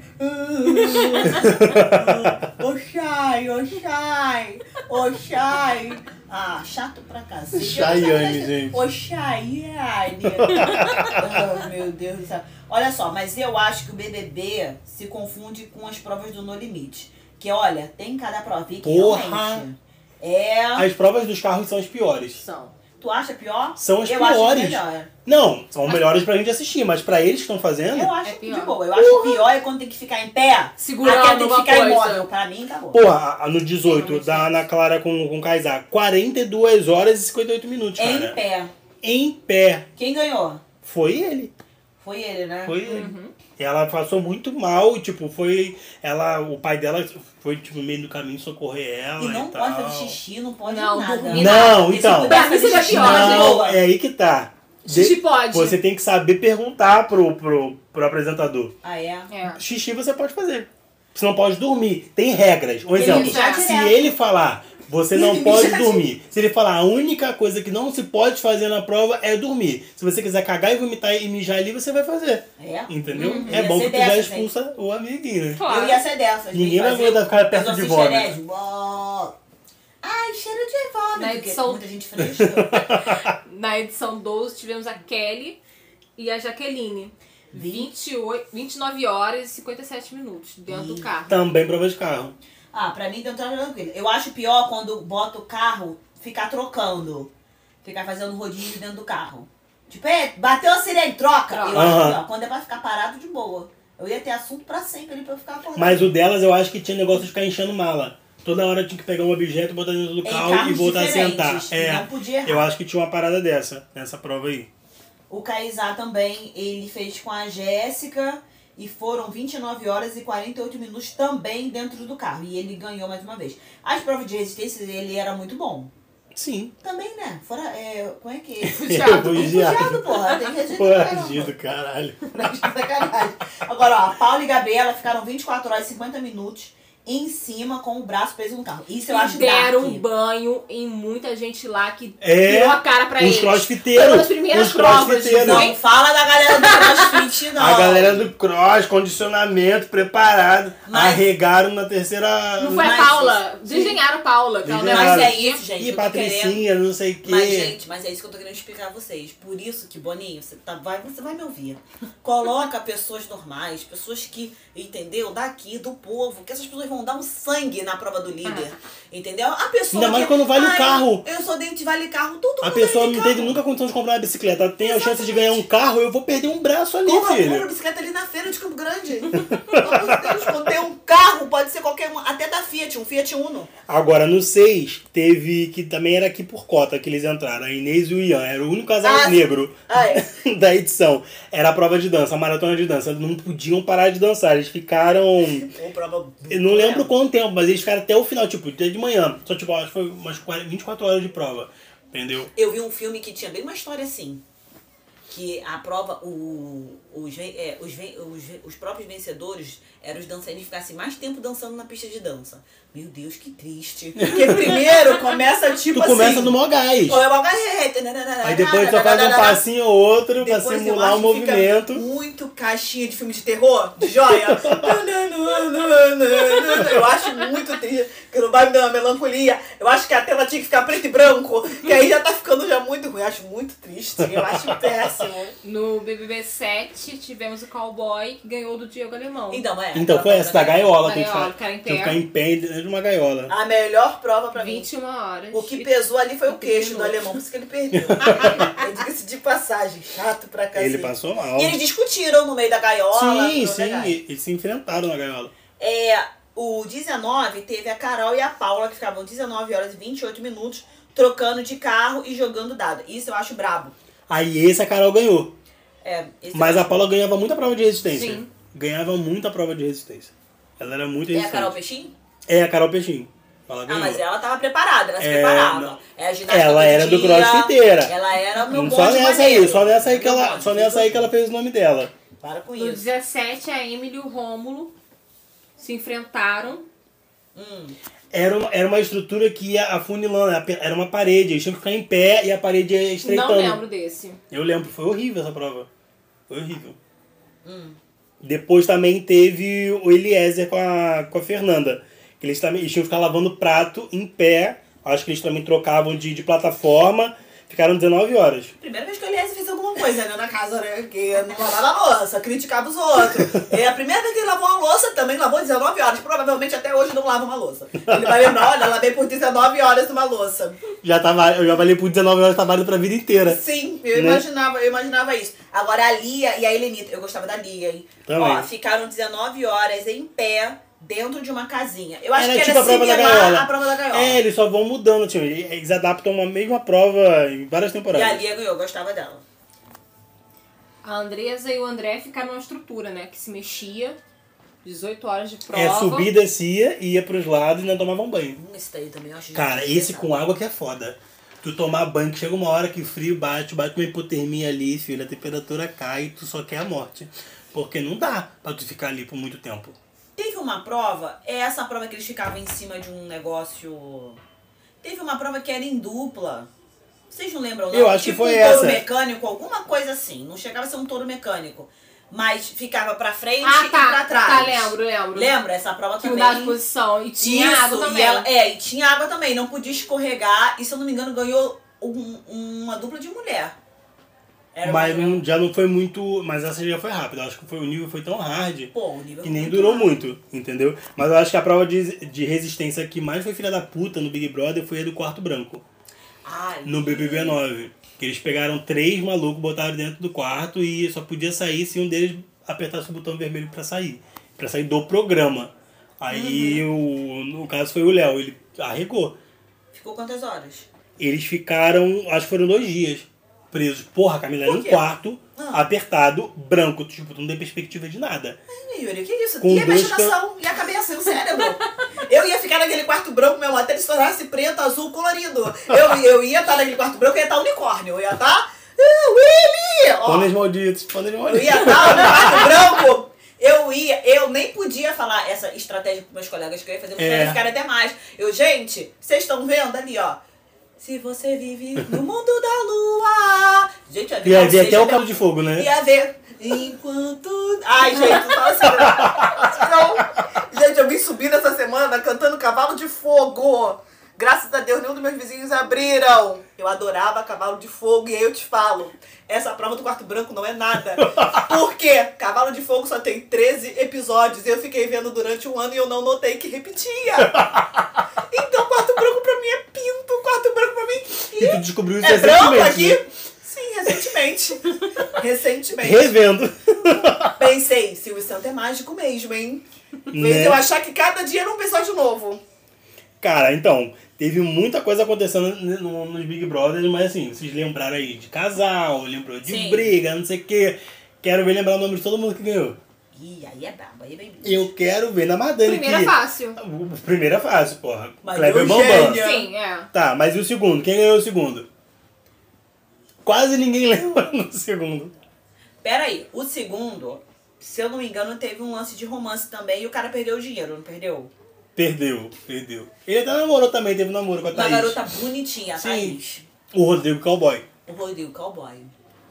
Speaker 3: Ah, Oxai, Oxai, Oxai. Ah, chato pra cacete.
Speaker 1: Chaiane, gente.
Speaker 3: Oxaiane. oh, é, meu Deus do céu. Olha só, mas eu acho que o BBB se confunde com as provas do No Limite. Que olha, tem cada provinha que
Speaker 1: Porra!
Speaker 3: realmente é...
Speaker 1: As provas dos carros são as piores.
Speaker 2: São.
Speaker 3: Tu acha pior?
Speaker 1: São as
Speaker 3: eu
Speaker 1: piores.
Speaker 3: acho melhor.
Speaker 1: Não, são melhores pra gente assistir, mas pra eles que estão fazendo.
Speaker 3: Eu acho
Speaker 2: É
Speaker 3: de
Speaker 2: pior.
Speaker 3: boa. Eu acho pior é quando tem que ficar em pé.
Speaker 2: Segurando
Speaker 3: Aquela tem que
Speaker 2: alguma
Speaker 3: ficar
Speaker 2: coisa.
Speaker 3: imóvel. Pra mim, acabou.
Speaker 1: Porra, a- a- no 18, da Ana Clara com, com Kaysar, 42 horas e 58 minutos, cara.
Speaker 3: em pé.
Speaker 1: Em pé.
Speaker 3: Quem ganhou?
Speaker 1: Foi ele.
Speaker 3: Foi ele, né?
Speaker 1: Foi ele.
Speaker 2: Uhum.
Speaker 1: Ela passou muito mal, tipo, foi. Ela. O pai dela foi, tipo, no meio do caminho socorrer ela.
Speaker 3: E não
Speaker 1: tal.
Speaker 3: pode fazer xixi, não pode
Speaker 2: Não,
Speaker 3: nada.
Speaker 2: dormir.
Speaker 1: Não,
Speaker 3: Esse
Speaker 1: então.
Speaker 3: lugar
Speaker 2: Pra mim seria
Speaker 3: fazer xixi
Speaker 2: pior,
Speaker 3: na
Speaker 2: gente.
Speaker 1: Não,
Speaker 3: boa.
Speaker 1: é aí que tá. De-
Speaker 2: Xixi pode.
Speaker 1: Você tem que saber perguntar pro, pro, pro apresentador.
Speaker 3: Ah, é?
Speaker 2: É.
Speaker 1: Xixi você pode fazer. Você não pode dormir. Tem regras. Um exemplo,
Speaker 2: mijar
Speaker 1: se
Speaker 3: direto.
Speaker 1: ele falar, você não
Speaker 3: Ele
Speaker 1: pode
Speaker 3: mijar
Speaker 1: dormir. Se ele falar, a única coisa que não se pode fazer na prova é dormir. Se você quiser cagar e vomitar e mijar ali, você vai fazer.
Speaker 3: É?
Speaker 1: Entendeu? É
Speaker 3: Ia
Speaker 1: bom
Speaker 3: ser
Speaker 1: que tu já
Speaker 3: dessas,
Speaker 1: expulsa o amiguinho, né?
Speaker 2: Claro.
Speaker 3: Eu ia ser dessas.
Speaker 1: Ninguém vai
Speaker 3: fazer-
Speaker 1: aguentar ficar perto
Speaker 3: mas eu
Speaker 1: de
Speaker 3: fiz
Speaker 1: vômito.
Speaker 3: xerez. Bó. né? Tipo, Ai, cheiro de vômito.
Speaker 2: Na
Speaker 3: porque
Speaker 2: edição-
Speaker 3: Muita gente fresca.
Speaker 2: Na edição 12 tivemos a Kelly e a Jaqueline. 28, 29 horas e 57 minutos dentro do carro.
Speaker 1: Também prova de carro.
Speaker 3: Ah, pra mim deu tranquilo. Eu acho pior quando bota o carro ficar trocando. Ficar fazendo rodízio dentro do carro. Tipo, é, bateu a sirene, troca. Eu
Speaker 1: Aham.
Speaker 3: acho pior. Quando é pra ficar parado de boa. Eu ia ter assunto pra sempre ali pra eu ficar acordado.
Speaker 1: Mas o delas eu acho que tinha negócio de ficar enchendo mala. Toda hora tinha que pegar um objeto, botar dentro do
Speaker 3: Em
Speaker 1: carro e
Speaker 3: carros
Speaker 1: voltar a sentar.
Speaker 3: diferentes,
Speaker 1: É.
Speaker 3: Não podia errar.
Speaker 1: Eu acho que tinha uma parada dessa, nessa prova aí.
Speaker 3: O Kaysar também, ele fez com a Jéssica. E foram 29 horas e 48 minutos também dentro do carro. E ele ganhou mais uma vez. As provas de resistência, ele era muito bom.
Speaker 1: Sim.
Speaker 3: Também, né? Fora, é, como é que...
Speaker 2: Fugiado.
Speaker 3: Fugiado, porra. Tem que né, registrar.
Speaker 1: Fugido, caralho.
Speaker 3: Sacanagem. Agora, ó, a Paula e Gabriela ficaram 24 horas e 50 minutos em cima com o braço preso no carro. Isso eu acho
Speaker 2: deram um
Speaker 3: dark.
Speaker 2: banho em muita gente lá que
Speaker 1: É,
Speaker 2: virou a cara pra
Speaker 1: Os
Speaker 2: eles. Foi uma das
Speaker 1: crossfiteiros.
Speaker 2: primeiras
Speaker 1: Os
Speaker 2: provas,
Speaker 1: crossfiteiros.
Speaker 3: Não
Speaker 2: hein?
Speaker 3: fala da galera do CrossFit, não.
Speaker 1: A galera do cross, condicionamento, preparado.
Speaker 3: Mas-
Speaker 1: Arregaram na terceira.
Speaker 2: Não foi a
Speaker 3: Mas
Speaker 2: Paula. Desenharam a Paula. Que ela
Speaker 1: Desenharam.
Speaker 3: Mas
Speaker 2: leva-
Speaker 3: é isso, gente.
Speaker 1: Ih,
Speaker 3: eu tô querendo.
Speaker 1: Patricinha, não sei o
Speaker 3: Mas,
Speaker 1: quê.
Speaker 3: gente, mas é isso que eu tô querendo explicar a vocês. Por isso que, Boninho, você, tá, vai, você vai me ouvir. Coloca pessoas normais, pessoas que, entendeu? Daqui, do povo, que essas pessoas vão dar um sangue na prova do líder. Entendeu? A pessoa.
Speaker 1: Ah. Ainda mais
Speaker 3: que-
Speaker 1: quando vale o
Speaker 3: Ai,
Speaker 1: carro.
Speaker 3: Eu sou dente, vale carro, todo mundo
Speaker 1: A pessoa
Speaker 3: vale
Speaker 1: não
Speaker 3: carro.
Speaker 1: teve nunca condição de comprar uma bicicleta. Ela Tem a chance de ganhar um carro, eu vou perder um braço ali,
Speaker 3: Porra, compra
Speaker 1: filho.
Speaker 3: bicicleta ali na feira de Campo Grande. Pelo amor de Deus, pô, tem um carro, pode ser qualquer
Speaker 6: qualquer um, até da Fiat, um Fiat Uno.
Speaker 1: Agora, no 6, teve que também era aqui por cota que eles entraram. A Inês e o Ian. Era o único casal
Speaker 6: Ah,
Speaker 1: negro
Speaker 6: Ai,
Speaker 1: da edição. Era a prova de dança, a maratona de dança. Não podiam parar de dançar. Eles ficaram.
Speaker 6: ou prova.
Speaker 1: Eu não lembro quanto tempo, mas eles ficaram até o final, tipo, até de manhã. Só, tipo, acho que foi umas 40, 24 horas de prova. Entendeu?
Speaker 6: Eu vi um filme que tinha bem uma história assim. Que a prova, o, os, ven- é, os, ven- os, ven- os próprios vencedores eram os dançarinos que ficassem mais tempo dançando na pista de dança. Meu Deus, que triste.
Speaker 3: Porque primeiro começa tipo
Speaker 1: tu começa
Speaker 3: assim.
Speaker 1: no maior gás.
Speaker 6: Pô, eu agarrei, nananana,
Speaker 1: Aí depois tu só faz um passinho ou outro pra
Speaker 3: Depois eu
Speaker 1: simular
Speaker 3: acho
Speaker 1: o
Speaker 3: que fica
Speaker 1: movimento.
Speaker 3: muito caixinha de filme de terror, de joia. eu acho muito triste, que não vai me dar uma melancolia. Eu acho que a tela tinha que ficar preto e branco, que aí já tá ficando já muito ruim. Eu acho muito triste, eu acho péssimo.
Speaker 2: é, No BBB 7 tivemos o Cowboy que ganhou do Diego Alemão.
Speaker 6: Então, é.
Speaker 1: Então foi essa da gaiola que a gente
Speaker 2: Gaiola,
Speaker 1: fala.
Speaker 2: ficar em
Speaker 1: Tinha que
Speaker 2: pé.
Speaker 1: ficar em pé dentro de uma gaiola.
Speaker 6: Ah,
Speaker 3: A melhor prova pra mim.
Speaker 2: 21 horas.
Speaker 3: O que pesou ali foi o queixo do
Speaker 2: 21
Speaker 3: alemão, por isso que ele perdeu. Eu digo-se de passagem, chato pra cacete.
Speaker 1: Ele
Speaker 6: assim.
Speaker 1: passou mal.
Speaker 6: E eles discutiram no meio da gaiola.
Speaker 1: Sim,
Speaker 6: no
Speaker 1: sim,
Speaker 6: negócio.
Speaker 1: eles se enfrentaram na gaiola.
Speaker 6: É, o 19 teve a Carol e a Paula que ficavam 19 horas e 28 minutos trocando de carro e jogando dado. Isso eu acho brabo.
Speaker 1: Aí esse a Carol ganhou.
Speaker 6: É, esse
Speaker 1: Mas a Paula ganhava muita prova de resistência.
Speaker 2: Sim.
Speaker 1: Ganhava muita prova de resistência. Ela era muito
Speaker 6: é a
Speaker 1: resistente.
Speaker 6: Carol Peixinho?
Speaker 1: É a Carol Peixinho. Ela
Speaker 6: Ah,
Speaker 1: ganhou.
Speaker 6: mas ela tava preparada, ela se
Speaker 1: É,
Speaker 6: preparava.
Speaker 1: não.
Speaker 6: É a ginástica
Speaker 1: Ela
Speaker 6: todo
Speaker 1: era do
Speaker 6: dia,
Speaker 1: crossfiteira.
Speaker 6: Ela era o meu
Speaker 1: Não,
Speaker 6: bonde
Speaker 1: só nessa aí,
Speaker 6: maneiro.
Speaker 1: só nessa aí que
Speaker 6: Meu
Speaker 1: ela,
Speaker 6: bonde,
Speaker 1: só nessa aí que ela fez o nome dela.
Speaker 6: Para com
Speaker 2: No
Speaker 6: isso.
Speaker 2: 17, a Emily e o Rômulo se enfrentaram.
Speaker 6: Hum.
Speaker 1: Era uma, era uma estrutura que ia afunilando, era pe- era uma parede, eles tinham que ficar em pé e a parede ia estreitando.
Speaker 2: Não lembro desse.
Speaker 1: Eu lembro, foi horrível essa prova. Foi horrível.
Speaker 6: Hum.
Speaker 1: Depois também teve o Eliezer com a, com a Fernanda. Que eles, também, eles tinham que ficar lavando prato em pé. Acho que eles também trocavam de, de plataforma. Ficaram 19 horas.
Speaker 6: Primeira vez que eu li
Speaker 3: Aliás, fez alguma coisa né, na casa, né? Que não lavava a louça, criticava os outros. É a primeira vez que ele lavou uma louça também, lavou 19 horas. Provavelmente até hoje não lava uma louça. Ele vai lembrar, olha, lavei por 19 horas uma louça.
Speaker 1: Já tava, eu já valei por 19 horas, tava indo pra vida inteira.
Speaker 3: Sim, eu
Speaker 1: Né?
Speaker 3: imaginava, eu imaginava
Speaker 6: imaginava isso. Agora a Lia e a Helenita, eu gostava da Lia, hein?
Speaker 1: Também.
Speaker 6: Ó, ficaram 19 horas em pé dentro de uma casinha. Eu acho
Speaker 1: Era
Speaker 6: que era
Speaker 1: tipo a prova da
Speaker 6: similar
Speaker 1: gaiola.
Speaker 6: à prova da gaiola.
Speaker 1: É, eles só vão mudando, tipo, eles adaptam uma mesma prova em várias
Speaker 6: E a
Speaker 1: temporadas.
Speaker 6: Lia ganhou, eu gostava dela.
Speaker 2: A Andresa e o André ficaram numa estrutura, né? Que se mexia. 18 horas de prova. Ah,
Speaker 1: É, subir, descia, ia pros lados e não tomavam banho.
Speaker 6: Hum, Esse daí também eu acho
Speaker 1: Cara, esse com água que é foda. Tu tomar banho, que chega uma hora que o frio bate, bate uma hipotermia ali, filho, a temperatura cai e tu só quer a morte. Porque não dá pra tu ficar ali por muito tempo.
Speaker 6: Teve uma prova, é essa prova que eles ficavam em cima de um negócio. Teve uma prova que era em dupla. Vocês não lembram, não?
Speaker 1: Eu acho que
Speaker 6: tipo
Speaker 1: foi
Speaker 6: um touro
Speaker 1: essa.
Speaker 6: mecânico, alguma coisa assim. Não chegava a ser um touro mecânico. Mas ficava pra frente
Speaker 2: Ah,
Speaker 6: e
Speaker 2: tá.
Speaker 6: pra trás.
Speaker 2: Tá, lembro, lembro.
Speaker 6: Lembra? Essa prova
Speaker 2: Que
Speaker 6: também.
Speaker 2: mudava de posição. E tinha
Speaker 6: Isso,
Speaker 2: água também.
Speaker 6: E ela, é, e tinha água também, não podia escorregar. E se eu não me engano, ganhou um- uma dupla de mulher. Era
Speaker 1: mas
Speaker 6: uma...
Speaker 1: não- já não foi muito. Mas essa já foi rápida. Eu Acho que foi, o nível foi tão hard
Speaker 6: Pô, o um nível
Speaker 1: que nem
Speaker 6: foi
Speaker 1: durou
Speaker 6: alto.
Speaker 1: muito, entendeu? Mas eu acho que a prova de, de resistência que mais foi filha da puta no Big Brother foi a do quarto branco.
Speaker 6: Ai,
Speaker 1: no BBB 9. Que eles pegaram três malucos, botaram dentro do quarto e só podia sair se um deles apertasse o botão vermelho pra sair. Pra sair do programa. Aí,
Speaker 3: Uhum.
Speaker 1: o, no caso, foi o Léo. Ele arregou.
Speaker 6: Ficou quantas horas?
Speaker 1: Eles ficaram, acho que foram dois dias presos. Porra, Camila, era um quarto
Speaker 3: Ah.
Speaker 1: apertado, branco. Tipo, tu não tem perspectiva de nada.
Speaker 3: Ih, Yuri, que isso?
Speaker 1: Com
Speaker 3: e a
Speaker 1: dois
Speaker 3: imaginação? E a cabeça, e o cérebro? eu ia ficar naquele quarto branco, meu, até ele se tornasse preto, azul, colorido. Eu, eu ia estar naquele quarto branco, eu ia estar unicórnio. Eu ia estar... "Ah, Willy! Ó,
Speaker 1: Panes malditos, panes
Speaker 3: eu
Speaker 1: malditos.
Speaker 3: ia estar no quarto branco.
Speaker 6: Eu ia, eu nem podia falar essa estratégia pros meus colegas que eu ia fazer, porque
Speaker 1: É.
Speaker 6: eles ficaram até mais. Eu, gente, vocês estão vendo ali, ó. Se você vive no mundo da lua. Gente,
Speaker 1: E
Speaker 6: ia
Speaker 1: havia
Speaker 6: ver
Speaker 1: até o cabo de fogo, né?
Speaker 6: Ia ver. Enquanto. Ai, gente,
Speaker 3: Fala assim, não. Gente, eu vim subindo essa semana cantando Cavalo de Fogo. Graças a Deus, nenhum dos meus vizinhos abriram. Eu adorava Cavalo de Fogo e aí eu te falo, essa prova do Quarto Branco não é nada. Por quê? Cavalo de Fogo só tem 13 episódios. Eu fiquei vendo durante um ano e eu não notei que repetia. Então, Quarto Branco pra mim é pinto. Quarto Branco pra mim
Speaker 1: E tu descobriu isso
Speaker 3: é branco
Speaker 1: recentemente,
Speaker 3: aqui?
Speaker 1: né?
Speaker 3: Sim,
Speaker 6: recentemente. recentemente.
Speaker 1: Revendo.
Speaker 6: Pensei, Silvio Santos é mágico mesmo, hein? Fez
Speaker 1: Né?
Speaker 6: eu achar que cada dia era um episódio novo.
Speaker 1: Cara, então, teve muita coisa acontecendo n- no- nos Big Brothers, mas assim, vocês lembraram aí de casal, lembrou de
Speaker 2: Sim.
Speaker 1: briga, não sei o quê. Quero ver lembrar o nome de todo mundo que ganhou.
Speaker 3: Ih, aí é brabo, aí é bem bicho.
Speaker 1: Eu quero ver na Madani
Speaker 2: Primeira
Speaker 1: que...
Speaker 2: fácil.
Speaker 1: O- Primeira fase, porra.
Speaker 6: Mas
Speaker 1: Kleber
Speaker 3: um
Speaker 6: deu
Speaker 1: Bambam.
Speaker 6: gênio.
Speaker 2: Sim, é.
Speaker 1: Tá, mas e o segundo? Quem ganhou o segundo? Quase ninguém lembra no segundo.
Speaker 3: Pera aí, o segundo, se eu não me engano, teve um lance de romance também e o cara perdeu o dinheiro, não perdeu?
Speaker 1: Perdeu, perdeu. Ele até namorou também, teve um namoro com a
Speaker 3: Uma
Speaker 1: Thaís.
Speaker 3: garota bonitinha, a
Speaker 1: Sim.
Speaker 3: Thaís.
Speaker 1: O Rodrigo Cowboy,
Speaker 3: O Rodrigo Cowboy.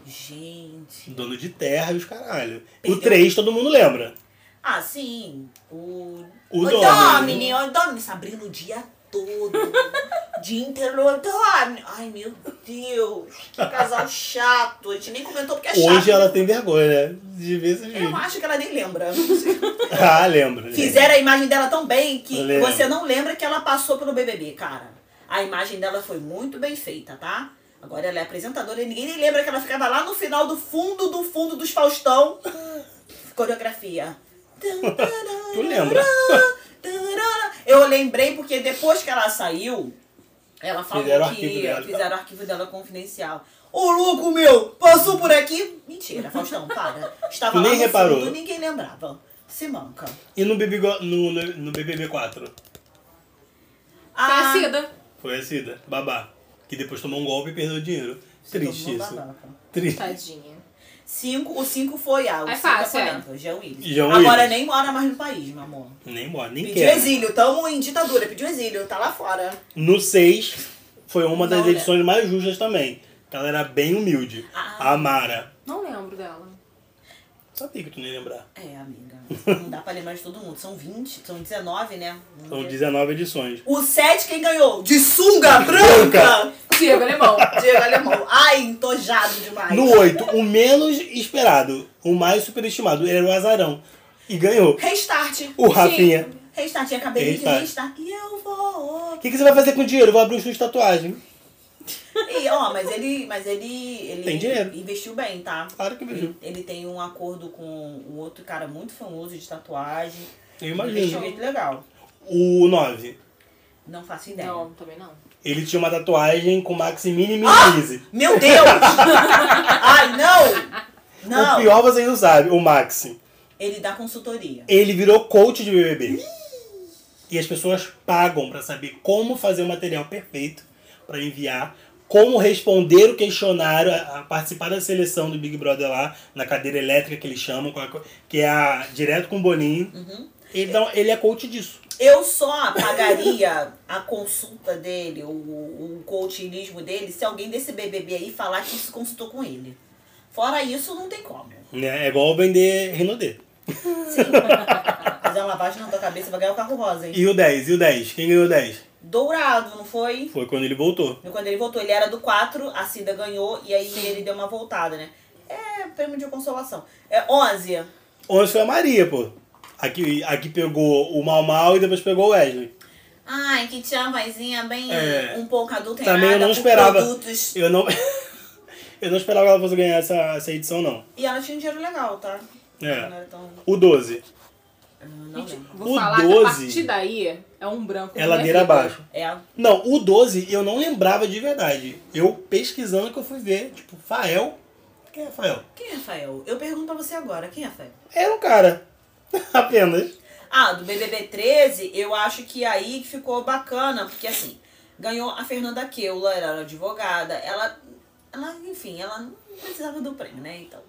Speaker 3: Gente.
Speaker 1: dono de terra e os caralho. O
Speaker 3: Perdeu.
Speaker 1: 3 todo mundo lembra.
Speaker 3: Ah, sim. O.
Speaker 1: O né?
Speaker 3: o
Speaker 1: Domini.
Speaker 3: Domini, o Domini Sabrina o dia todo. dia inteiro, o Domini. Ai, meu Deus. Que casal chato. A gente nem comentou porque é chato.
Speaker 1: Hoje ela tem vergonha, né? De ver esses
Speaker 6: Eu
Speaker 1: vídeos.
Speaker 6: acho que ela nem lembra.
Speaker 1: Ah, lembra. lembra.
Speaker 3: Fizeram a imagem dela tão bem que
Speaker 1: Eu lembro.
Speaker 3: você não lembra que ela passou pelo BBB, cara. A imagem dela foi muito bem feita, tá? Agora ela é apresentadora e ninguém nem lembra que ela ficava lá no final do fundo do fundo dos Faustão. Coreografia.
Speaker 1: Tu lembra?
Speaker 3: Eu lembrei porque depois que ela saiu, ela falou
Speaker 1: Fizeram o
Speaker 3: que
Speaker 1: arquivo dela. tá.
Speaker 3: fizeram o arquivo dela confidencial. Ô louco meu, passou por aqui. Mentira, Faustão, para. Estava
Speaker 1: Tu
Speaker 3: lá
Speaker 1: nem
Speaker 3: no
Speaker 1: reparou.
Speaker 3: fundo, ninguém lembrava. Se manca.
Speaker 1: E no, BBB, no, no, no BBB4?
Speaker 2: Foi a
Speaker 3: Ah,
Speaker 2: Tá Cida.
Speaker 1: Foi a Cida, babá. Que depois tomou um golpe e perdeu o dinheiro.
Speaker 3: tomou
Speaker 1: Triste isso.
Speaker 3: babaca.
Speaker 1: Triste.
Speaker 2: Tadinha.
Speaker 3: Cinco, o 5 foi a. O
Speaker 2: É
Speaker 3: cinco
Speaker 2: fácil,
Speaker 3: é
Speaker 2: é.
Speaker 3: polêmico, Jean Willis.
Speaker 1: Jean
Speaker 3: Agora
Speaker 1: Willis.
Speaker 3: nem mora mais no país, meu amor.
Speaker 1: Nem mora, nem
Speaker 6: Pediu
Speaker 1: quer.
Speaker 6: exílio, tamo em ditadura, pediu exílio, tá lá fora.
Speaker 1: No 6, foi uma das
Speaker 6: Não, né?
Speaker 1: edições mais justas também. que Ela era bem humilde.
Speaker 3: Ah.
Speaker 1: A Mara.
Speaker 2: Não lembro dela.
Speaker 1: Sabia que tu nem ia lembrar.
Speaker 3: É, amiga. Não dá pra lembrar de todo mundo. São 20, são 19, né? Vamos
Speaker 1: São
Speaker 3: ver.
Speaker 1: 19 edições.
Speaker 3: O 7 quem ganhou?
Speaker 6: De sunga branca!
Speaker 2: Diego Alemão.
Speaker 3: Diego Alemão. Ai, entojado demais.
Speaker 1: No 8, o menos esperado, o mais superestimado, ele era o azarão. E ganhou.
Speaker 3: Restart.
Speaker 1: O Rafinha.
Speaker 3: Restart, tinha cabelo de
Speaker 1: Restart.
Speaker 3: restart. E eu vou.
Speaker 1: O que, que você vai fazer com o dinheiro? Eu Vou abrir um estúdio de tatuagem.
Speaker 3: E, ó, mas ele. Mas ele. ele
Speaker 1: Tem dinheiro.
Speaker 3: Investiu bem, tá?
Speaker 1: Claro que investiu.
Speaker 3: Ele tem um acordo com um outro cara muito famoso de tatuagem.
Speaker 1: Eu
Speaker 3: Investiu
Speaker 1: imagino.
Speaker 3: muito legal.
Speaker 1: O 9,
Speaker 3: Não faço ideia.
Speaker 2: Não, também não.
Speaker 1: ele tinha uma tatuagem com Maximini e Minise.
Speaker 3: Meu Deus! Ai, não! Não!
Speaker 1: O pior vocês não sabem, o Maxi.
Speaker 3: Ele dá consultoria.
Speaker 1: Ele virou coach de BBB. E as pessoas pagam pra saber como fazer o material perfeito pra enviar, como responder o questionário, a, a participar da seleção do Big Brother lá, na cadeira elétrica que eles chamam, qual é a co- que é a, direto com o Boninho. Então, ele é coach disso.
Speaker 3: Eu só pagaria a consulta dele, o, o coachingismo dele, se alguém desse BBB aí falar que se consultou com ele. Fora isso, não tem como.
Speaker 1: né? É igual vender Renaudet.
Speaker 3: Fazer uma lavagem na tua cabeça vai ganhar o carro rosa, hein?
Speaker 1: E o 10? E o 10? Quem ganhou o 10?
Speaker 3: Dourado, não foi?
Speaker 1: Foi quando ele voltou.
Speaker 3: E Quando ele voltou, ele era do 4, a Cida ganhou e aí ele deu uma voltada, né? É prêmio de consolação. É 11.
Speaker 1: Onze foi a Maria, pô. Aqui, aqui pegou o Mal Mal e depois pegou o Wesley.
Speaker 3: Ai, que tia vozinha bem
Speaker 1: É.
Speaker 3: um pouco adulta
Speaker 1: Também eu não
Speaker 3: por
Speaker 1: esperava.
Speaker 3: produtos.
Speaker 1: Eu não. eu não esperava que ela fosse ganhar essa, essa edição, não.
Speaker 3: E ela tinha um dinheiro legal, tá? Não
Speaker 1: É.
Speaker 3: era tão...
Speaker 1: O 12.
Speaker 3: Não
Speaker 2: Gente,
Speaker 3: lembro.
Speaker 2: vou
Speaker 1: O
Speaker 2: falar que a
Speaker 1: 12
Speaker 2: partir daí é um branco.
Speaker 1: É
Speaker 2: na minha
Speaker 1: ladeira
Speaker 2: vida.
Speaker 1: abaixo.
Speaker 3: É,
Speaker 1: Não, o 12 eu não lembrava de verdade. Eu pesquisando que eu fui ver, tipo, Fael. Quem é Fael?
Speaker 3: Quem é Rafael? Eu pergunto pra você agora, quem é Rafael?
Speaker 1: Era um cara. Apenas.
Speaker 3: Ah, do BBB 13, eu acho que aí que ficou bacana, porque assim, ganhou a Fernanda Keula, ela era advogada, ela, ela enfim, ela não precisava do prêmio, né? Então,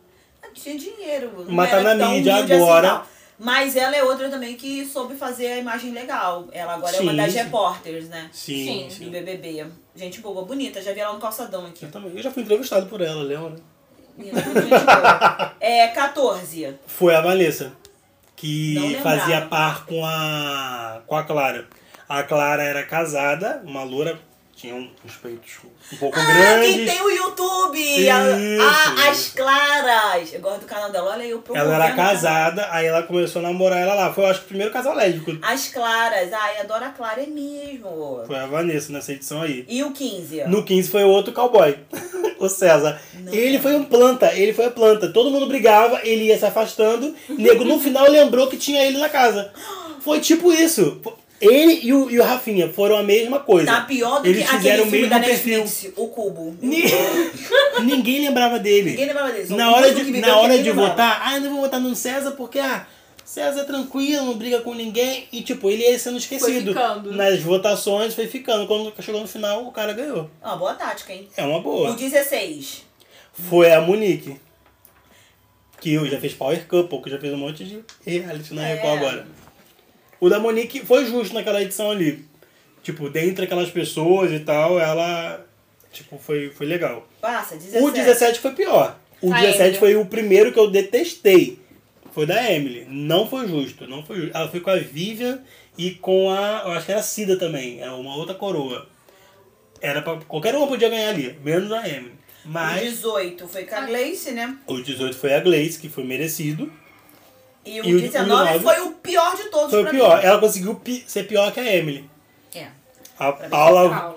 Speaker 3: ela tinha dinheiro. não
Speaker 1: Mas tá
Speaker 3: era
Speaker 1: na
Speaker 3: tão
Speaker 1: mídia
Speaker 3: humilde assim,
Speaker 1: agora.
Speaker 3: não. Mas ela é outra também que soube fazer a imagem legal. Ela agora é uma
Speaker 1: Sim,
Speaker 3: das
Speaker 1: sim.
Speaker 3: repórteres, né?
Speaker 1: Sim, sim.
Speaker 2: Sim.
Speaker 3: Do BBB. Gente boa, bonita, já vi ela no calçadão aqui.
Speaker 1: Eu, também, eu já fui entrevistado por ela, lembra? né?
Speaker 3: Gente boa. É 14.
Speaker 1: Foi a Vanessa. Que
Speaker 3: Não lembrava.
Speaker 1: fazia par com a. com a Clara. A Clara era casada, uma loura, tinha uns peitos um pouco
Speaker 3: Ah, que
Speaker 1: grandes.
Speaker 3: tem o YouTube! a-
Speaker 1: Isso.
Speaker 3: a- as Claras! Eu gosto do canal dela, olha aí, eu
Speaker 1: Ela era
Speaker 3: promovendo.
Speaker 1: casada, aí ela começou a namorar ela lá. Foi, eu acho, que o primeiro casal lésbico.
Speaker 3: As Claras, ai, adoro a Clara, é mesmo.
Speaker 1: Foi a Vanessa nessa edição aí.
Speaker 3: E o 15?
Speaker 1: No 15 foi o outro cowboy. o César. Ele foi um planta, ele foi a planta. Todo mundo brigava, ele ia se afastando. Nego no final lembrou que tinha ele na casa. Foi tipo isso. Ele e o, e o Rafinha foram a mesma coisa.
Speaker 3: Tá pior do
Speaker 1: Eles
Speaker 3: que aquele
Speaker 1: fizeram o
Speaker 3: filme
Speaker 1: mesmo
Speaker 3: da
Speaker 1: perfil.
Speaker 3: Netflix, O Cubo.
Speaker 1: Ni- Ninguém lembrava dele.
Speaker 3: Ninguém lembrava dele. São
Speaker 1: Na
Speaker 3: poucos
Speaker 1: hora
Speaker 3: do que
Speaker 1: de,
Speaker 3: viveu
Speaker 1: na
Speaker 3: que
Speaker 1: hora
Speaker 3: ninguém
Speaker 1: de
Speaker 3: lembrava.
Speaker 1: votar, ah, não vou votar no César porque, ah, César é tranquilo, não briga com ninguém. E, tipo, ele ia sendo esquecido.
Speaker 2: ficando.
Speaker 1: Nas votações foi ficando. Quando chegou no final, o cara ganhou.
Speaker 3: Uma Ah, boa tática, hein?
Speaker 1: É uma
Speaker 3: O
Speaker 1: boa.
Speaker 3: 16.
Speaker 1: Foi a Monique. Que eu já fez Power Couple, que já fez um monte de reality na Record
Speaker 3: É.
Speaker 1: agora. O da Monique foi justo naquela edição ali. Tipo, dentre aquelas pessoas e tal, ela. Tipo, foi, foi legal.
Speaker 3: Passa, 17.
Speaker 1: O 17 foi pior. O
Speaker 2: A
Speaker 1: 17
Speaker 2: Emily.
Speaker 1: foi o primeiro que eu detestei. Foi da Emily. Não foi justo. Não foi justo. Ela foi com a Vivian e com a. Eu acho que era a Cida também. Era uma outra coroa. Era pra, qualquer uma podia ganhar ali, menos a Emily.
Speaker 3: O
Speaker 1: Mas
Speaker 3: 18 foi com a Gleice, né?
Speaker 1: o 18 foi a Gleice, que foi merecido.
Speaker 3: E
Speaker 1: E o
Speaker 3: o 19
Speaker 1: 19
Speaker 3: foi o pior de todos
Speaker 1: Foi o
Speaker 3: pra
Speaker 1: pior.
Speaker 3: mim.
Speaker 1: Ela conseguiu pi- ser pior que a Emily.
Speaker 3: É.
Speaker 1: A
Speaker 2: Paula.
Speaker 1: Paula,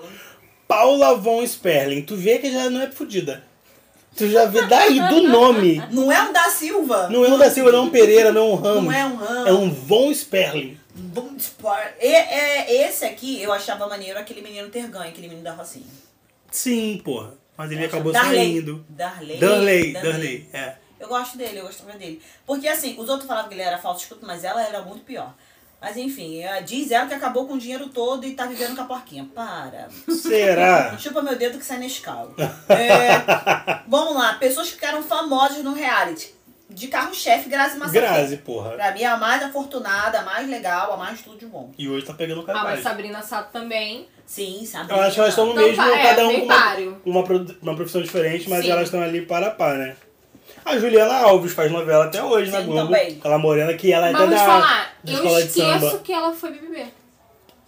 Speaker 1: Paula Von Sperling. Tu vê que já não é fodida. Tu já vê daí do nome.
Speaker 3: Não é um da Silva.
Speaker 1: Não é um da Silva, não é um Pereira, não é um Ramos.
Speaker 3: Não é um Ramos.
Speaker 1: É um Von Sperling.
Speaker 3: Bom, tipo, e- é- esse aqui eu achava maneiro aquele menino ter ganho, aquele menino da Rocinha.
Speaker 1: Sim, porra. Mas ele
Speaker 3: Eu
Speaker 1: acabou
Speaker 3: achava- Darley.
Speaker 1: saindo.
Speaker 3: Darley.
Speaker 1: Durley, Durley, é.
Speaker 3: Eu gosto dele, eu gostava dele. Porque assim, os outros falavam que ele era falso escuto, mas ela era muito pior. Mas enfim, eh, diz ela que acabou com o dinheiro todo e tá vivendo com a porquinha. Para.
Speaker 1: Será?
Speaker 3: Chupa meu dedo que sai Nescau. É, vamos lá, pessoas que ficaram famosas no reality. De carro-chefe, Grazi Massafé.
Speaker 1: Grazi, porra.
Speaker 3: Pra mim, a mais afortunada, a mais legal, a mais tudo de bom.
Speaker 1: E hoje tá pegando o
Speaker 2: Ah, mas
Speaker 1: carvalho.
Speaker 2: Sabrina Sato também.
Speaker 3: Sim, sabe?
Speaker 1: Eu acho que elas estão no
Speaker 2: Então
Speaker 1: mesmo,
Speaker 2: tá, é,
Speaker 1: cada um
Speaker 2: bem
Speaker 1: com uma,
Speaker 2: páreo.
Speaker 1: uma, produ- uma profissão diferente, mas
Speaker 2: Sim.
Speaker 1: elas estão ali para a par, né? A Juliana Alves faz novela até hoje na
Speaker 3: Sim,
Speaker 1: Globo.
Speaker 3: também.
Speaker 1: Aquela morena que ela é
Speaker 2: Mas
Speaker 1: até
Speaker 2: vou te
Speaker 1: da,
Speaker 2: falar,
Speaker 1: da
Speaker 2: eu
Speaker 1: escola de
Speaker 2: esqueço
Speaker 1: samba.
Speaker 2: que ela foi BBB.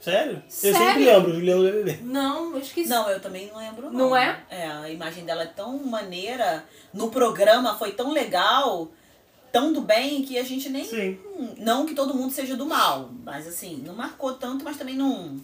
Speaker 1: Sério? Eu
Speaker 2: Sério?
Speaker 1: sempre lembro, Juliana do BBB.
Speaker 2: Não, eu esqueci.
Speaker 3: Não, eu também não lembro.
Speaker 2: Não é?
Speaker 3: É, a imagem dela é tão maneira. No programa foi tão legal, tão do bem, que a gente nem.
Speaker 1: Sim.
Speaker 3: Não que todo mundo seja do mal, mas assim, não marcou tanto, mas também não.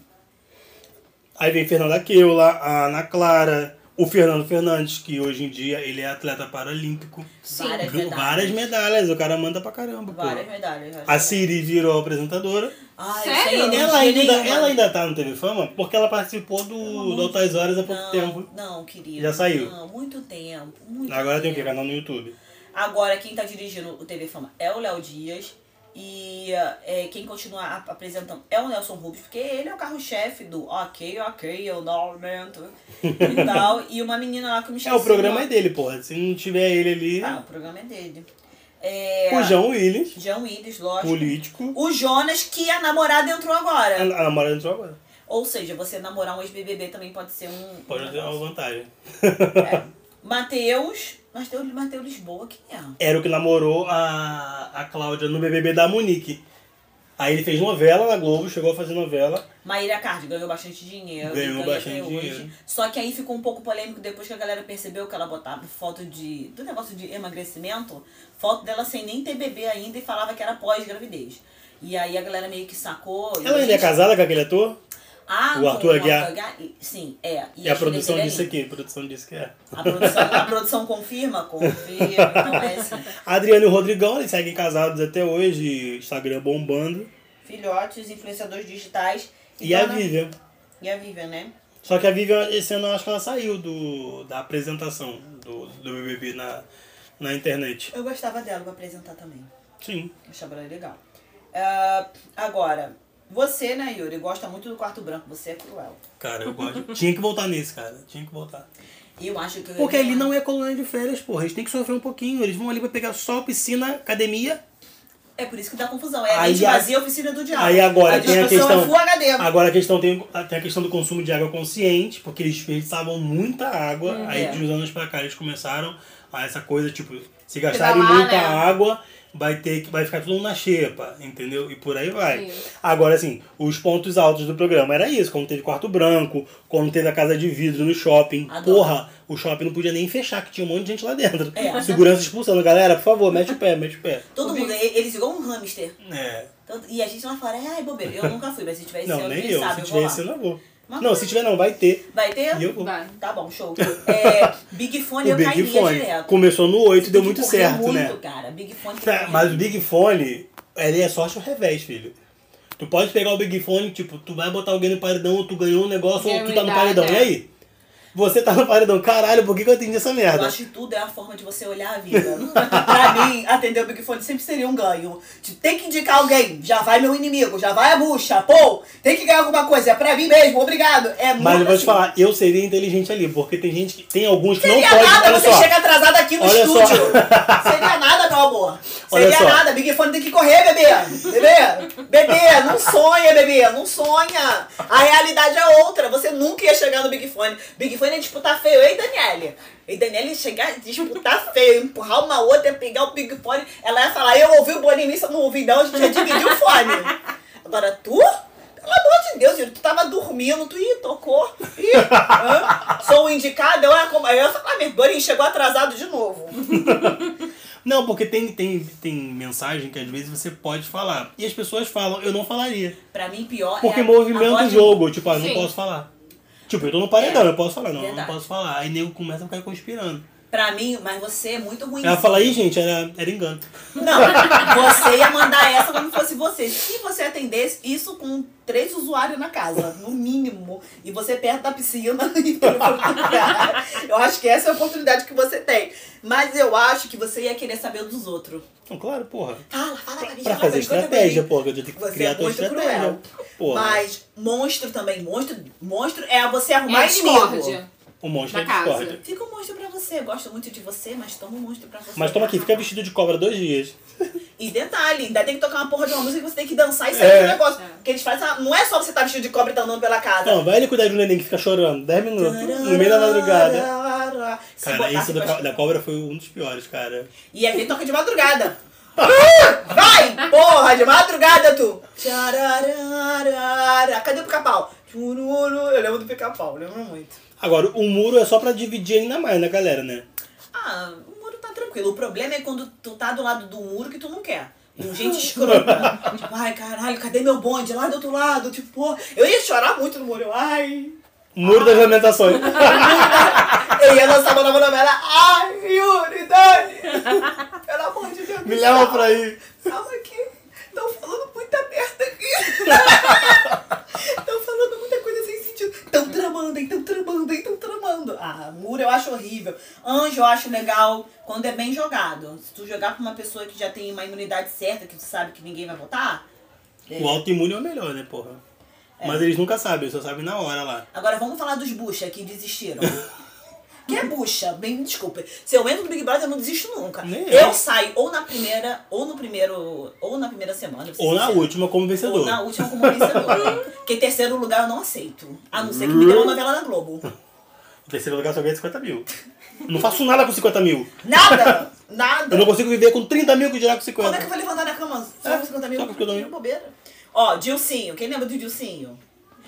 Speaker 1: Aí vem Fernanda Keula, a Ana Clara, o Fernando Fernandes, que hoje em dia ele é atleta paralímpico.
Speaker 2: Sim.
Speaker 3: Várias
Speaker 1: Ganhou
Speaker 3: medalhas.
Speaker 1: Várias medalhas, o cara manda pra caramba, pô.
Speaker 3: Várias medalhas. eu
Speaker 1: A
Speaker 3: acho.
Speaker 1: Siri virou apresentadora.
Speaker 3: Ai,
Speaker 2: Sério?
Speaker 3: sem energia
Speaker 1: Ela ainda,
Speaker 3: nenhuma.
Speaker 1: ela ainda tá no TV Fama porque ela participou do, do Altas Horas há pouco
Speaker 3: Não,
Speaker 1: tempo.
Speaker 3: não, querido.
Speaker 1: Já saiu.
Speaker 3: Não, muito tempo. Muito
Speaker 1: Agora tem o
Speaker 3: tempo.
Speaker 1: quê? Canal no YouTube.
Speaker 3: Agora, quem tá dirigindo o TV Fama é o Léo Dias. E eh, quem continua a- apresentando é o Nelson Rubens, porque ele é o carro-chefe do Ok, ok, eu não aumento e tal. E uma menina lá que eu me
Speaker 1: É,
Speaker 3: esqueci.
Speaker 1: o programa é
Speaker 3: nome.
Speaker 1: dele, porra. Se não tiver ele ali.
Speaker 3: Ah, o programa é dele. É,
Speaker 1: O João Willis,
Speaker 3: Jean Willis, lógico.
Speaker 1: político.
Speaker 3: O Jonas, que a namorada entrou
Speaker 1: A,
Speaker 3: agora.
Speaker 1: a namorada entrou agora.
Speaker 3: Ou seja, você namorar um ex-BBB também pode ser um...
Speaker 1: Pode ter uma
Speaker 3: um...
Speaker 1: vantagem.
Speaker 3: É. Matheus... Matheus Mateus Lisboa, quem é?
Speaker 1: Era o que namorou a, a Cláudia no BBB da Monique. Aí ele fez novela na Globo, chegou a fazer novela.
Speaker 3: Maíra Card ganhou bastante dinheiro.
Speaker 1: Ganhou
Speaker 3: e ganha
Speaker 1: bastante
Speaker 3: até hoje.
Speaker 1: dinheiro.
Speaker 3: Só que aí ficou um pouco polêmico depois que a galera percebeu que ela botava foto de. do negócio de emagrecimento, foto dela sem nem ter bebê ainda e falava que era pós-gravidez. E aí a galera meio que sacou. e
Speaker 1: Ela
Speaker 3: a
Speaker 1: ainda é
Speaker 3: gente-
Speaker 1: casada com aquele ator?
Speaker 3: Ah,
Speaker 1: O
Speaker 3: com
Speaker 1: Arthur Aguiar?
Speaker 3: Sim, é.
Speaker 1: E a
Speaker 3: as filhas
Speaker 1: produção
Speaker 3: dele é
Speaker 1: disse
Speaker 3: linda.
Speaker 1: aqui, a produção disse que é.
Speaker 3: A produção, a produção confirma? Confirma. Então é assim.
Speaker 1: Adriano e o Rodrigão, eles seguem casados até hoje, Instagram bombando.
Speaker 3: Filhotes, influenciadores digitais.
Speaker 1: E a
Speaker 3: dona-
Speaker 1: Vivian.
Speaker 3: E a Vivian, né?
Speaker 1: Só que a Vivian, esse ano, eu acho que ela saiu do, da apresentação do, do BBB na, na internet.
Speaker 3: Eu gostava dela pra apresentar também.
Speaker 1: Sim.
Speaker 3: Achava ela legal. Ah, agora, você, né, Yuri, gosta muito do quarto branco, você é cruel.
Speaker 1: Cara, eu gosto. Tinha que voltar nesse, cara. Tinha que voltar.
Speaker 3: E eu acho que. eu
Speaker 1: Porque
Speaker 3: ia-
Speaker 1: ali não é colônia de férias, porra. Eles têm que sofrer um pouquinho. Eles vão ali pra pegar só piscina, academia.
Speaker 3: É por isso que dá confusão. É a
Speaker 1: Aí
Speaker 3: gente
Speaker 1: a-
Speaker 3: vazia a oficina do diabo.
Speaker 1: Aí agora
Speaker 3: a
Speaker 1: tem a
Speaker 3: discussão É
Speaker 1: questão. Ah,
Speaker 3: full HD.
Speaker 1: Agora a questão tem, tem a questão do consumo de água consciente, porque eles desperdiçavam muita água. Aí
Speaker 3: é.
Speaker 1: de uns anos pra cá eles começaram a essa coisa, tipo, se gastarem
Speaker 2: Pedalar,
Speaker 1: muita
Speaker 2: né?
Speaker 1: água, vai ter que. Vai ficar tudo na xepa, entendeu? E por aí vai.
Speaker 2: Sim.
Speaker 1: Agora, assim, os pontos altos do programa era isso, quando teve quarto branco, quando teve a casa de vidro no shopping.
Speaker 3: Adoro.
Speaker 1: Porra, o shopping não podia nem fechar, que tinha um monte de gente lá dentro.
Speaker 3: É.
Speaker 1: Segurança expulsando, galera, por favor, mete o pé, mete o pé.
Speaker 3: Todo mundo, e- eles igual um hamster.
Speaker 1: É.
Speaker 3: Tanto- E a gente lá fora, ai, bobeira. Eu nunca fui, mas se tiver esse
Speaker 1: Não,
Speaker 3: ano,
Speaker 1: nem
Speaker 3: quem
Speaker 1: eu. Se
Speaker 3: sabe, eu vou
Speaker 1: tiver
Speaker 3: lá.
Speaker 1: esse, eu não vou.
Speaker 3: Mas
Speaker 1: Não, se tiver não, vai ter.
Speaker 3: Vai ter?
Speaker 1: E eu vou.
Speaker 2: Vai.
Speaker 3: Tá bom, show. É, Big Fone
Speaker 1: O
Speaker 3: eu
Speaker 1: Big
Speaker 3: cairia
Speaker 1: Fone
Speaker 3: direto.
Speaker 1: começou no 8 deu
Speaker 3: Tem que
Speaker 1: muito
Speaker 3: correr
Speaker 1: certo,
Speaker 3: muito,
Speaker 1: né?
Speaker 3: cara. Big Fone tem que
Speaker 1: Tá,
Speaker 3: correr
Speaker 1: Mas o
Speaker 3: muito.
Speaker 1: Big Fone, ele é sorte ao revés, filho. Tu pode pegar o Big Fone, tipo, tu vai botar alguém no paredão, ou tu ganhou um negócio, ou tu tá no
Speaker 2: Verdade,
Speaker 1: paredão. E
Speaker 2: é.
Speaker 1: aí? Você tá no paredão. Caralho, por que, que eu atendi essa
Speaker 3: Eu
Speaker 1: merda?
Speaker 3: acho que tudo é a forma de você olhar a vida. pra mim, atender o Big Fone sempre seria um ganho. De ter que indicar alguém, já vai meu inimigo, já vai a bucha, pô, tem que ganhar alguma coisa, é pra mim mesmo, obrigado. É muito
Speaker 1: Mas eu vou te
Speaker 3: assim.
Speaker 1: falar, eu seria inteligente ali, porque tem gente que. Tem alguns que não
Speaker 3: Seria
Speaker 1: pode. assim,
Speaker 3: nada,
Speaker 1: olha
Speaker 3: você
Speaker 1: só.
Speaker 3: chega atrasado aqui no
Speaker 1: Olha só.
Speaker 3: estúdio. Seria nada, meu amor.
Speaker 1: Olha
Speaker 3: Seria
Speaker 1: só.
Speaker 3: nada. Big Fone tem que correr, bebê. Bebê, bebê, não sonha, bebê, não sonha. A realidade é outra. Você nunca ia chegar no Big Fone. Big Fone ia disputar feio. Ei, Daniele. E Daniele ia chegar a disputar feio, empurrar uma outra, ia pegar o Big Fone. Ela ia falar, eu ouvi o Boninho, isso eu não ouvi não, a gente já dividiu o fone. Agora tu? Pelo amor de Deus, Yuri, tu tava dormindo, tu ih, tocou. Ih, hã? sou o indicado, eu ia, com- eu ia falar, meu Borinho chegou atrasado de novo.
Speaker 1: Não, porque tem, tem, tem mensagem que às vezes você pode falar. E as pessoas falam, eu não falaria.
Speaker 3: Pra mim, pior
Speaker 1: Porque
Speaker 3: é.
Speaker 1: movimenta
Speaker 3: agora
Speaker 1: o
Speaker 3: de-
Speaker 1: jogo. Tipo, ah, não
Speaker 2: Sim.
Speaker 1: posso falar. Tipo, eu tô no paredão, eu posso falar. Não, eu não
Speaker 3: Verdade.
Speaker 1: posso falar. Aí nego começa a ficar conspirando.
Speaker 3: Pra mim, mas você é muito ruim.
Speaker 1: Ela fala, ih, gente, era, era engano.
Speaker 3: Não, você ia mandar essa como fosse você. Se você atendesse isso com três usuários na casa, no mínimo, e você perto da piscina, e pelo lugar, eu acho que essa é a oportunidade que você tem. Mas eu acho que você ia querer saber dos outros.
Speaker 1: Então, claro, porra.
Speaker 3: Fala, fala pra mim.
Speaker 1: Pra
Speaker 3: fala
Speaker 1: fazer
Speaker 3: mim, conta pra
Speaker 1: estratégia,
Speaker 3: mim.
Speaker 1: porra. Eu tenho que
Speaker 3: é Você
Speaker 1: criar
Speaker 3: é
Speaker 1: a tua
Speaker 3: muito
Speaker 1: estratégia.
Speaker 3: cruel.
Speaker 1: Porra.
Speaker 3: Mas monstro também, monstro, monstro é você
Speaker 2: É a
Speaker 3: arrumar inimigo.
Speaker 2: discórdia.
Speaker 1: O monstro é
Speaker 2: Na casa.
Speaker 1: discórdia.
Speaker 3: Fica um monstro pra você, eu gosto muito de você, mas toma um monstro pra você.
Speaker 1: Mas toma aqui, fica vestido de cobra dois dias.
Speaker 3: E detalhe, ainda tem que tocar uma porra de uma música que você tem que dançar e sair
Speaker 1: É.
Speaker 3: do negócio.
Speaker 2: É.
Speaker 3: Porque eles fazem, essa- não é só você estar vestido de cobre e tá andando pela casa.
Speaker 1: Não, vai ele cuidar de um neném que fica chorando. Dez minutos. No meio da madrugada.
Speaker 3: Se
Speaker 1: Cara,
Speaker 3: botar,
Speaker 1: isso
Speaker 3: fica-
Speaker 1: da, co- da cobra foi um dos piores, cara.
Speaker 3: E aí toca de madrugada. Ah, Vai! Porra, de madrugada tu! Tcharararara. Cadê o pica-pau? Tchururu. Eu lembro do pica-pau, lembro muito.
Speaker 1: Agora, o muro é só pra dividir ainda mais, né, galera, né?
Speaker 3: Ah, o muro tá tranquilo. O problema é quando tu tá do lado do muro que tu não quer. Com gente escrota. tipo, ai caralho, cadê meu bonde? Lá do outro lado. Tipo, pô, eu ia chorar muito no muro. Eu, Ai.
Speaker 1: O
Speaker 3: Ah.
Speaker 1: muro das lamentações.
Speaker 3: Eu ia lançar uma nova novela. Ai, Yuri, Dani. Pelo amor de Deus.
Speaker 1: Me leva pra aí.
Speaker 3: Calma aqui. Estão falando muita merda aqui. Estão falando muita coisa sem sentido. Estão tramando, estão tramando, estão tramando. Ah, muro eu acho horrível. Anjo eu acho legal quando é bem jogado. Se tu jogar pra uma pessoa que já tem uma imunidade certa, que tu sabe que ninguém vai votar.
Speaker 1: O autoimune é o melhor, né, porra?
Speaker 3: É.
Speaker 1: Mas eles nunca sabem, eles só sabem na hora lá.
Speaker 3: Agora vamos falar dos bucha que desistiram. que é bucha? Bem, me desculpa. Se eu entro no Big Brother, eu não desisto nunca.
Speaker 1: Nem eu.
Speaker 3: eu. saio ou na primeira, ou no primeiro, ou na primeira semana. eu preciso
Speaker 1: Ou na
Speaker 3: dizer.
Speaker 1: última, como
Speaker 3: Ou
Speaker 1: vencedor.
Speaker 3: na última como vencedora. Porque terceiro lugar eu não aceito. A não ser que
Speaker 1: Hum?
Speaker 3: me dê uma novela na Globo.
Speaker 1: O terceiro lugar só ganha 50 mil. Não faço nada com 50 mil.
Speaker 3: Nada!
Speaker 1: Eu não
Speaker 3: Nada!
Speaker 1: consigo viver com 30 mil que dirá com
Speaker 3: Como é
Speaker 1: 50.
Speaker 3: que eu vou levantar da cama?
Speaker 1: É,
Speaker 3: Só com 50 mil?
Speaker 1: só com 50 mil.
Speaker 3: bobeira. Ó, Dilcinho. Quem lembra do Dilcinho?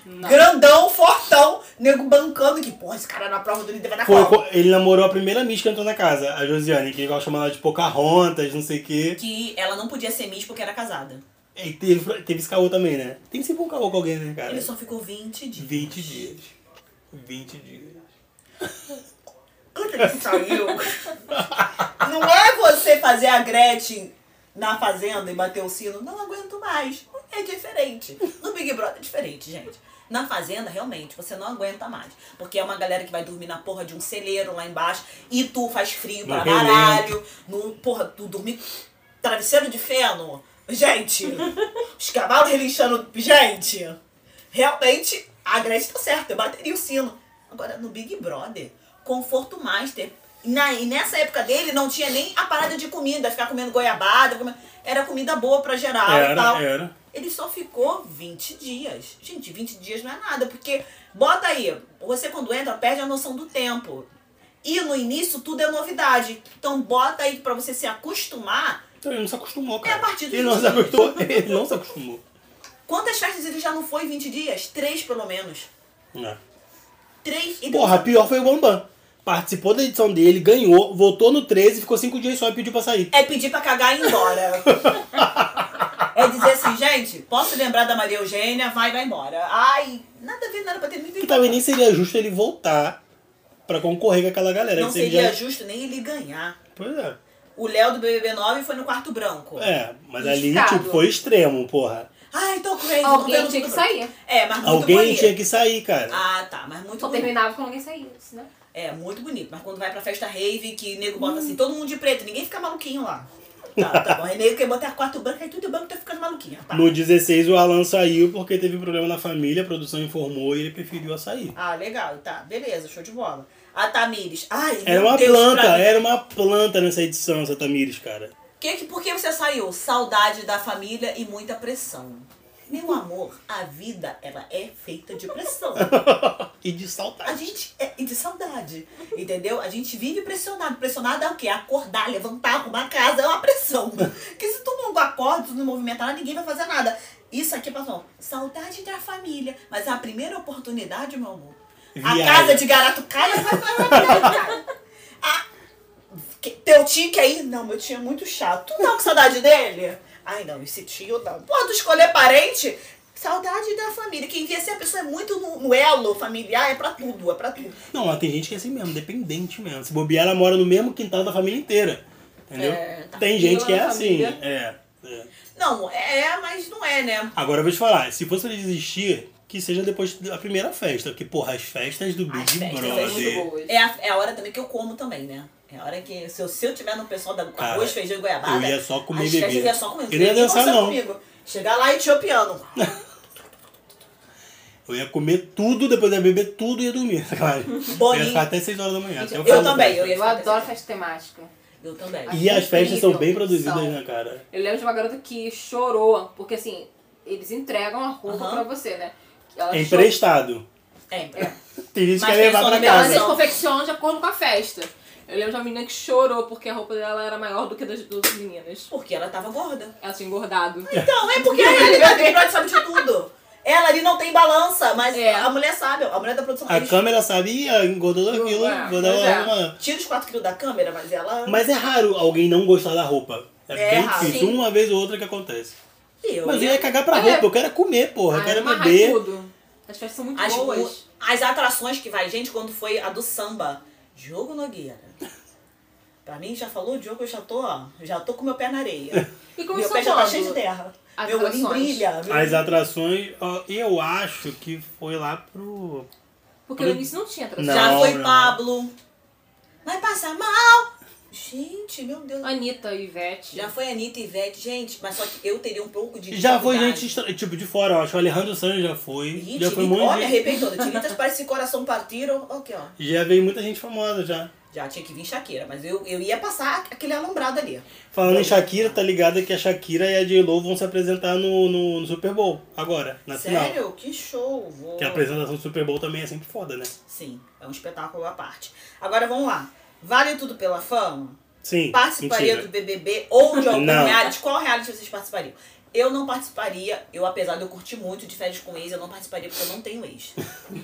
Speaker 2: Não.
Speaker 3: Grandão, fortão, nego bancando que, porra, esse cara na prova do líder vai dar
Speaker 1: Foi,
Speaker 3: cola.
Speaker 1: co- ele namorou a primeira Miss que entrou na casa, a Josiane, que igual chamando ela de Pocahontas, não sei o quê.
Speaker 3: Que ela não podia ser Miss porque era casada.
Speaker 1: E teve, teve esse caô também, né? Tem sempre um caô com alguém, né, cara?
Speaker 3: Ele só ficou 20 dias.
Speaker 1: 20 dias. 20 dias.
Speaker 3: Quanto ele saiu? Não é você fazer a Gretchen na fazenda e bater o sino. Não aguento mais. É diferente. No Big Brother é diferente, gente. Na fazenda, realmente, você não aguenta mais. Porque é uma galera que vai dormir na porra de um celeiro lá embaixo. E tu faz frio
Speaker 1: No
Speaker 3: pra
Speaker 1: relento.
Speaker 3: baralho. No, porra, tu dormir travesseiro de feno. Gente, os cavalos relinchando. Gente, realmente a Gretchen tá certa. Eu bateria o sino. Agora, no Big Brother, conforto master. Na, e nessa época dele não tinha nem a parada de comida, ficar comendo goiabada. comendo- Era comida boa pra geral e tal.
Speaker 1: Era, era.
Speaker 3: Ele só ficou 20 dias. Gente, 20 dias não é nada, porque bota aí, você quando entra perde a noção do tempo. E no início tudo é novidade. Então bota aí pra você se acostumar.
Speaker 1: Então ele não se acostumou,
Speaker 3: É
Speaker 1: cara.
Speaker 3: a partir do
Speaker 1: ele não se
Speaker 3: 20 dias.
Speaker 1: acostumou. Ele não se acostumou.
Speaker 3: Quantas festas ele já não foi em 20 dias? Três pelo menos.
Speaker 1: Não.
Speaker 3: Três e
Speaker 1: Porra, a pior foi o Bambam. Participou da edição dele, ganhou, voltou no 13, ficou 5 dias só e pediu pra sair.
Speaker 3: É pedir pra cagar e ir embora. é dizer assim, gente, posso lembrar da Maria Eugênia, vai, vai embora. Ai, nada a ver tem nada pra ter muito
Speaker 1: Que também nem seria justo ele voltar pra concorrer com aquela galera.
Speaker 3: Não
Speaker 1: que sempre
Speaker 3: seria
Speaker 1: já-
Speaker 3: justo nem ele ganhar.
Speaker 1: Pois é.
Speaker 3: O Léo do BBB 9 foi no quarto branco.
Speaker 1: É, mas
Speaker 3: Um
Speaker 2: Riscado.
Speaker 1: ali, tipo, foi extremo, porra.
Speaker 3: Ai, tô crazy. tô
Speaker 2: Alguém
Speaker 3: vendo
Speaker 2: tinha que
Speaker 3: tudo.
Speaker 2: sair.
Speaker 3: É, mas muito
Speaker 1: Alguém
Speaker 3: bonito.
Speaker 1: tinha que sair, cara.
Speaker 3: Ah, tá, mas muito
Speaker 2: Só
Speaker 3: bonito.
Speaker 2: terminava quando alguém saía, senão.
Speaker 3: É, muito bonito. Mas quando vai pra festa rave, que nego
Speaker 2: Hum.
Speaker 3: bota assim, todo mundo de preto, ninguém fica maluquinho lá. Tá, tá bom. Aí nego quer botar quarto branco, aí tudo branco tá ficando maluquinho, rapaz.
Speaker 1: No 16, o Alan saiu porque teve problema na família, a produção informou e ele preferiu a sair.
Speaker 3: Ah, legal, tá. Beleza, show de bola. A Tamires. Ai,
Speaker 1: Era
Speaker 3: meu
Speaker 1: uma
Speaker 3: Deus,
Speaker 1: planta, é.
Speaker 3: pra mim.
Speaker 1: era uma planta nessa edição, essa Tamires, cara.
Speaker 3: Que, que, por que você saiu? Saudade da família e muita pressão. Meu amor, a vida, ela é feita de pressão.
Speaker 1: e de
Speaker 3: A
Speaker 1: saudade.
Speaker 3: gente é e de saudade, entendeu? A gente vive pressionado. Pressionado é o quê? Acordar, levantar, arrumar a casa, é uma pressão. Porque se tu não acorda, tu não movimentar, ninguém vai fazer nada. Isso aqui, é pessoal, saudade da família. Mas é a primeira oportunidade, meu amor,
Speaker 1: Viagem.
Speaker 3: a casa de Garatucaia vai vai- vai- vai- vai- Ah, que- Teu tio quer ir? Não, meu tio é muito chato. Tu não com saudade dele? Ai, não, esse tio não. Pô, tu escolher parente? Saudade da família. Quem via ser a pessoa é muito no, no elo familiar, é pra tudo, é pra tudo.
Speaker 1: Não, mas tem gente que é assim mesmo, dependente mesmo. Se bobear, ela mora no mesmo quintal da família inteira. Entendeu?
Speaker 3: É, tá
Speaker 1: tem gente
Speaker 2: fila
Speaker 1: que é
Speaker 2: na
Speaker 1: assim.
Speaker 2: família.
Speaker 1: É, é.
Speaker 3: Não, é, mas não é, né?
Speaker 1: Agora eu vou te falar, se fosse ele desistir, que seja depois da primeira festa. Porque, porra, as festas do Big
Speaker 3: As festas são
Speaker 1: Brother.
Speaker 2: muito boas.
Speaker 3: É a, é a hora também que eu como também, né? É a hora que, se eu, se eu tiver no pessoal da
Speaker 1: Cara,
Speaker 3: arroz, feijão e goiabada...
Speaker 1: eu ia só comer
Speaker 3: as
Speaker 1: bebê.
Speaker 3: festas ia só comigo.
Speaker 1: Eu não ia
Speaker 3: Ninguém
Speaker 1: dançar,
Speaker 3: conversava
Speaker 1: não.
Speaker 3: Comigo. Chegar lá etiopiano.
Speaker 1: Eu ia comer tudo, depois ia beber tudo e ia dormir. Claro.
Speaker 3: Boninho.
Speaker 1: Ia ficar até 6 horas da manhã. até
Speaker 2: Eu
Speaker 1: final da
Speaker 3: também,
Speaker 1: festa.
Speaker 3: eu ia
Speaker 2: Eu
Speaker 3: ficar
Speaker 2: adoro
Speaker 3: desse
Speaker 2: festa temática.
Speaker 3: Eu também.
Speaker 2: Ai,
Speaker 1: E as festas são
Speaker 2: Incrível.
Speaker 1: bem produzidas,
Speaker 2: São.
Speaker 1: né, cara?
Speaker 2: Eu lembro de uma garota que chorou, porque assim, eles entregam a roupa
Speaker 3: Aham.
Speaker 2: pra você, né? Ela
Speaker 1: É
Speaker 2: chorou.
Speaker 1: emprestado.
Speaker 3: É.
Speaker 1: Tem gente que
Speaker 3: Mas
Speaker 1: quer
Speaker 3: tem
Speaker 1: levar pra
Speaker 2: Então,
Speaker 1: casa.
Speaker 2: mas eles
Speaker 3: Não.
Speaker 2: confeccionam de acordo com a festa. Eu lembro de uma menina que chorou porque a roupa dela era maior do que a das dos meninas.
Speaker 3: Porque ela tava gorda.
Speaker 2: Ela tinha engordado.
Speaker 3: Então, é porque a realidade Big Brother sabe de tudo. Ela ali não tem balança, mas
Speaker 2: É.
Speaker 3: a mulher sabe, a mulher da produção.
Speaker 1: A
Speaker 3: eles
Speaker 1: câmera sabia, engordou dois
Speaker 2: Não,
Speaker 1: quilos,
Speaker 2: é,
Speaker 1: engordou
Speaker 2: pois é.
Speaker 1: uma.
Speaker 3: Tira os 4 quilos da câmera, mas ela.
Speaker 1: Mas é raro alguém não gostar da roupa. É,
Speaker 3: É
Speaker 1: bem
Speaker 3: raro.
Speaker 1: difícil,
Speaker 2: Sim.
Speaker 1: uma vez ou outra que acontece.
Speaker 3: Eu,
Speaker 1: Mas eu
Speaker 3: né?
Speaker 1: ia cagar pra
Speaker 2: É.
Speaker 1: roupa, eu quero é comer, porra, eu
Speaker 2: Ah, era
Speaker 1: quero
Speaker 2: uma
Speaker 1: beber.
Speaker 2: tudo. As festas são muito
Speaker 3: as,
Speaker 2: boas.
Speaker 3: mu- as atrações que vai, gente, quando foi a do samba. Diogo Nogueira. Pra mim, já falou, Diogo, eu já tô, ó, já tô com meu pé na areia.
Speaker 2: E
Speaker 3: meu
Speaker 2: começou
Speaker 3: pé já tá
Speaker 2: quando?
Speaker 3: cheio de terra.
Speaker 2: As
Speaker 3: meu olhinho
Speaker 2: atrações.
Speaker 3: brilha. meu-
Speaker 1: As atrações, ó, eu acho que foi lá pro.
Speaker 2: Porque no início não tinha atração.
Speaker 3: já
Speaker 1: Não,
Speaker 3: foi
Speaker 1: não.
Speaker 3: Pablo. Vai passar mal. Gente, meu Deus.
Speaker 2: Anitta e Ivete.
Speaker 3: Já foi Anitta e Ivete, gente, mas só que eu teria um pouco de
Speaker 1: Já foi
Speaker 3: dificuldade.
Speaker 1: gente, estra- tipo, de fora, eu acho. O Alejandro Sanz já foi.
Speaker 3: Ih,
Speaker 1: já foi
Speaker 3: Tirita- ó,
Speaker 1: muito.
Speaker 3: me arrepentou. Tiritas parece que coração partiram. Aqui, ó.
Speaker 1: Já veio muita gente famosa já.
Speaker 3: Já tinha que vir Shakira, mas eu, eu ia passar aquele alombrado ali.
Speaker 1: Falando em Shakira, tá ligado que a Shakira e a J-Lo vão se apresentar no, no, no Super Bowl agora, na final.
Speaker 3: Sério? Que show! Vou...
Speaker 1: Que a apresentação do Super Bowl também é sempre foda, né?
Speaker 3: Sim, é um espetáculo à parte. Agora vamos lá. Vale tudo pela fama?
Speaker 1: Sim.
Speaker 3: Participaria
Speaker 1: mentira.
Speaker 3: do BBB ou de algum
Speaker 1: Não.
Speaker 3: reality? Qual reality vocês participariam? Eu não participaria, eu apesar de eu curtir muito de férias com ex, eu não participaria porque eu não tenho ex.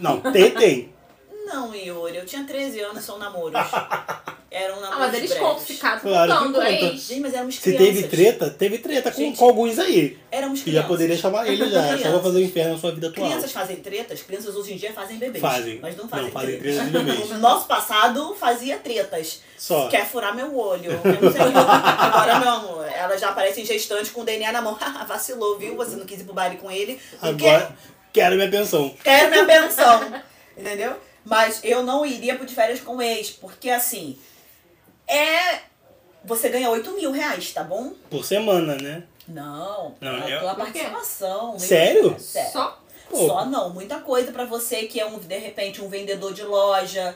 Speaker 1: Não, tem, tem.
Speaker 3: Não, Yuri, eu tinha 13 anos, são namoros. um Eram namoros
Speaker 2: Ah, mas eles
Speaker 3: breves.
Speaker 2: contam, ficaram
Speaker 1: Claro que
Speaker 2: contando, é
Speaker 1: conta.
Speaker 2: isso.
Speaker 3: Gente, mas éramos
Speaker 1: Se
Speaker 3: crianças.
Speaker 1: teve treta, teve treta com,
Speaker 3: Gente.
Speaker 1: com alguns aí.
Speaker 3: Éramos
Speaker 1: Que
Speaker 3: crianças.
Speaker 1: já poderia chamar ele já. Só vai fazer o inferno na sua vida atual.
Speaker 3: Crianças fazem tretas, crianças hoje em dia fazem bebês.
Speaker 1: Fazem.
Speaker 3: Mas não fazem,
Speaker 1: Não, fazem
Speaker 3: tretas.
Speaker 1: tretas de bebês.
Speaker 3: No nosso passado fazia tretas.
Speaker 1: Só.
Speaker 3: Quer furar meu olho. Eu não sei. Agora não. Ela já aparece gestante com o DNA na mão. Vacilou, viu? Você não quis ir pro baile com ele. Porque
Speaker 1: Agora, quero minha pensão.
Speaker 3: quero minha pensão. Entendeu? Mas eu não iria pro de férias com o ex, porque assim. É. Você ganha 8 mil reais, tá bom?
Speaker 1: Por semana, né?
Speaker 3: Não,
Speaker 1: Não,
Speaker 3: a
Speaker 1: eu-
Speaker 3: tua
Speaker 2: Por quê?
Speaker 3: participação.
Speaker 1: Sério? um
Speaker 3: Sério.
Speaker 2: Só
Speaker 1: Pô.
Speaker 3: Só não, muita coisa pra você que é um, de repente, um vendedor de loja.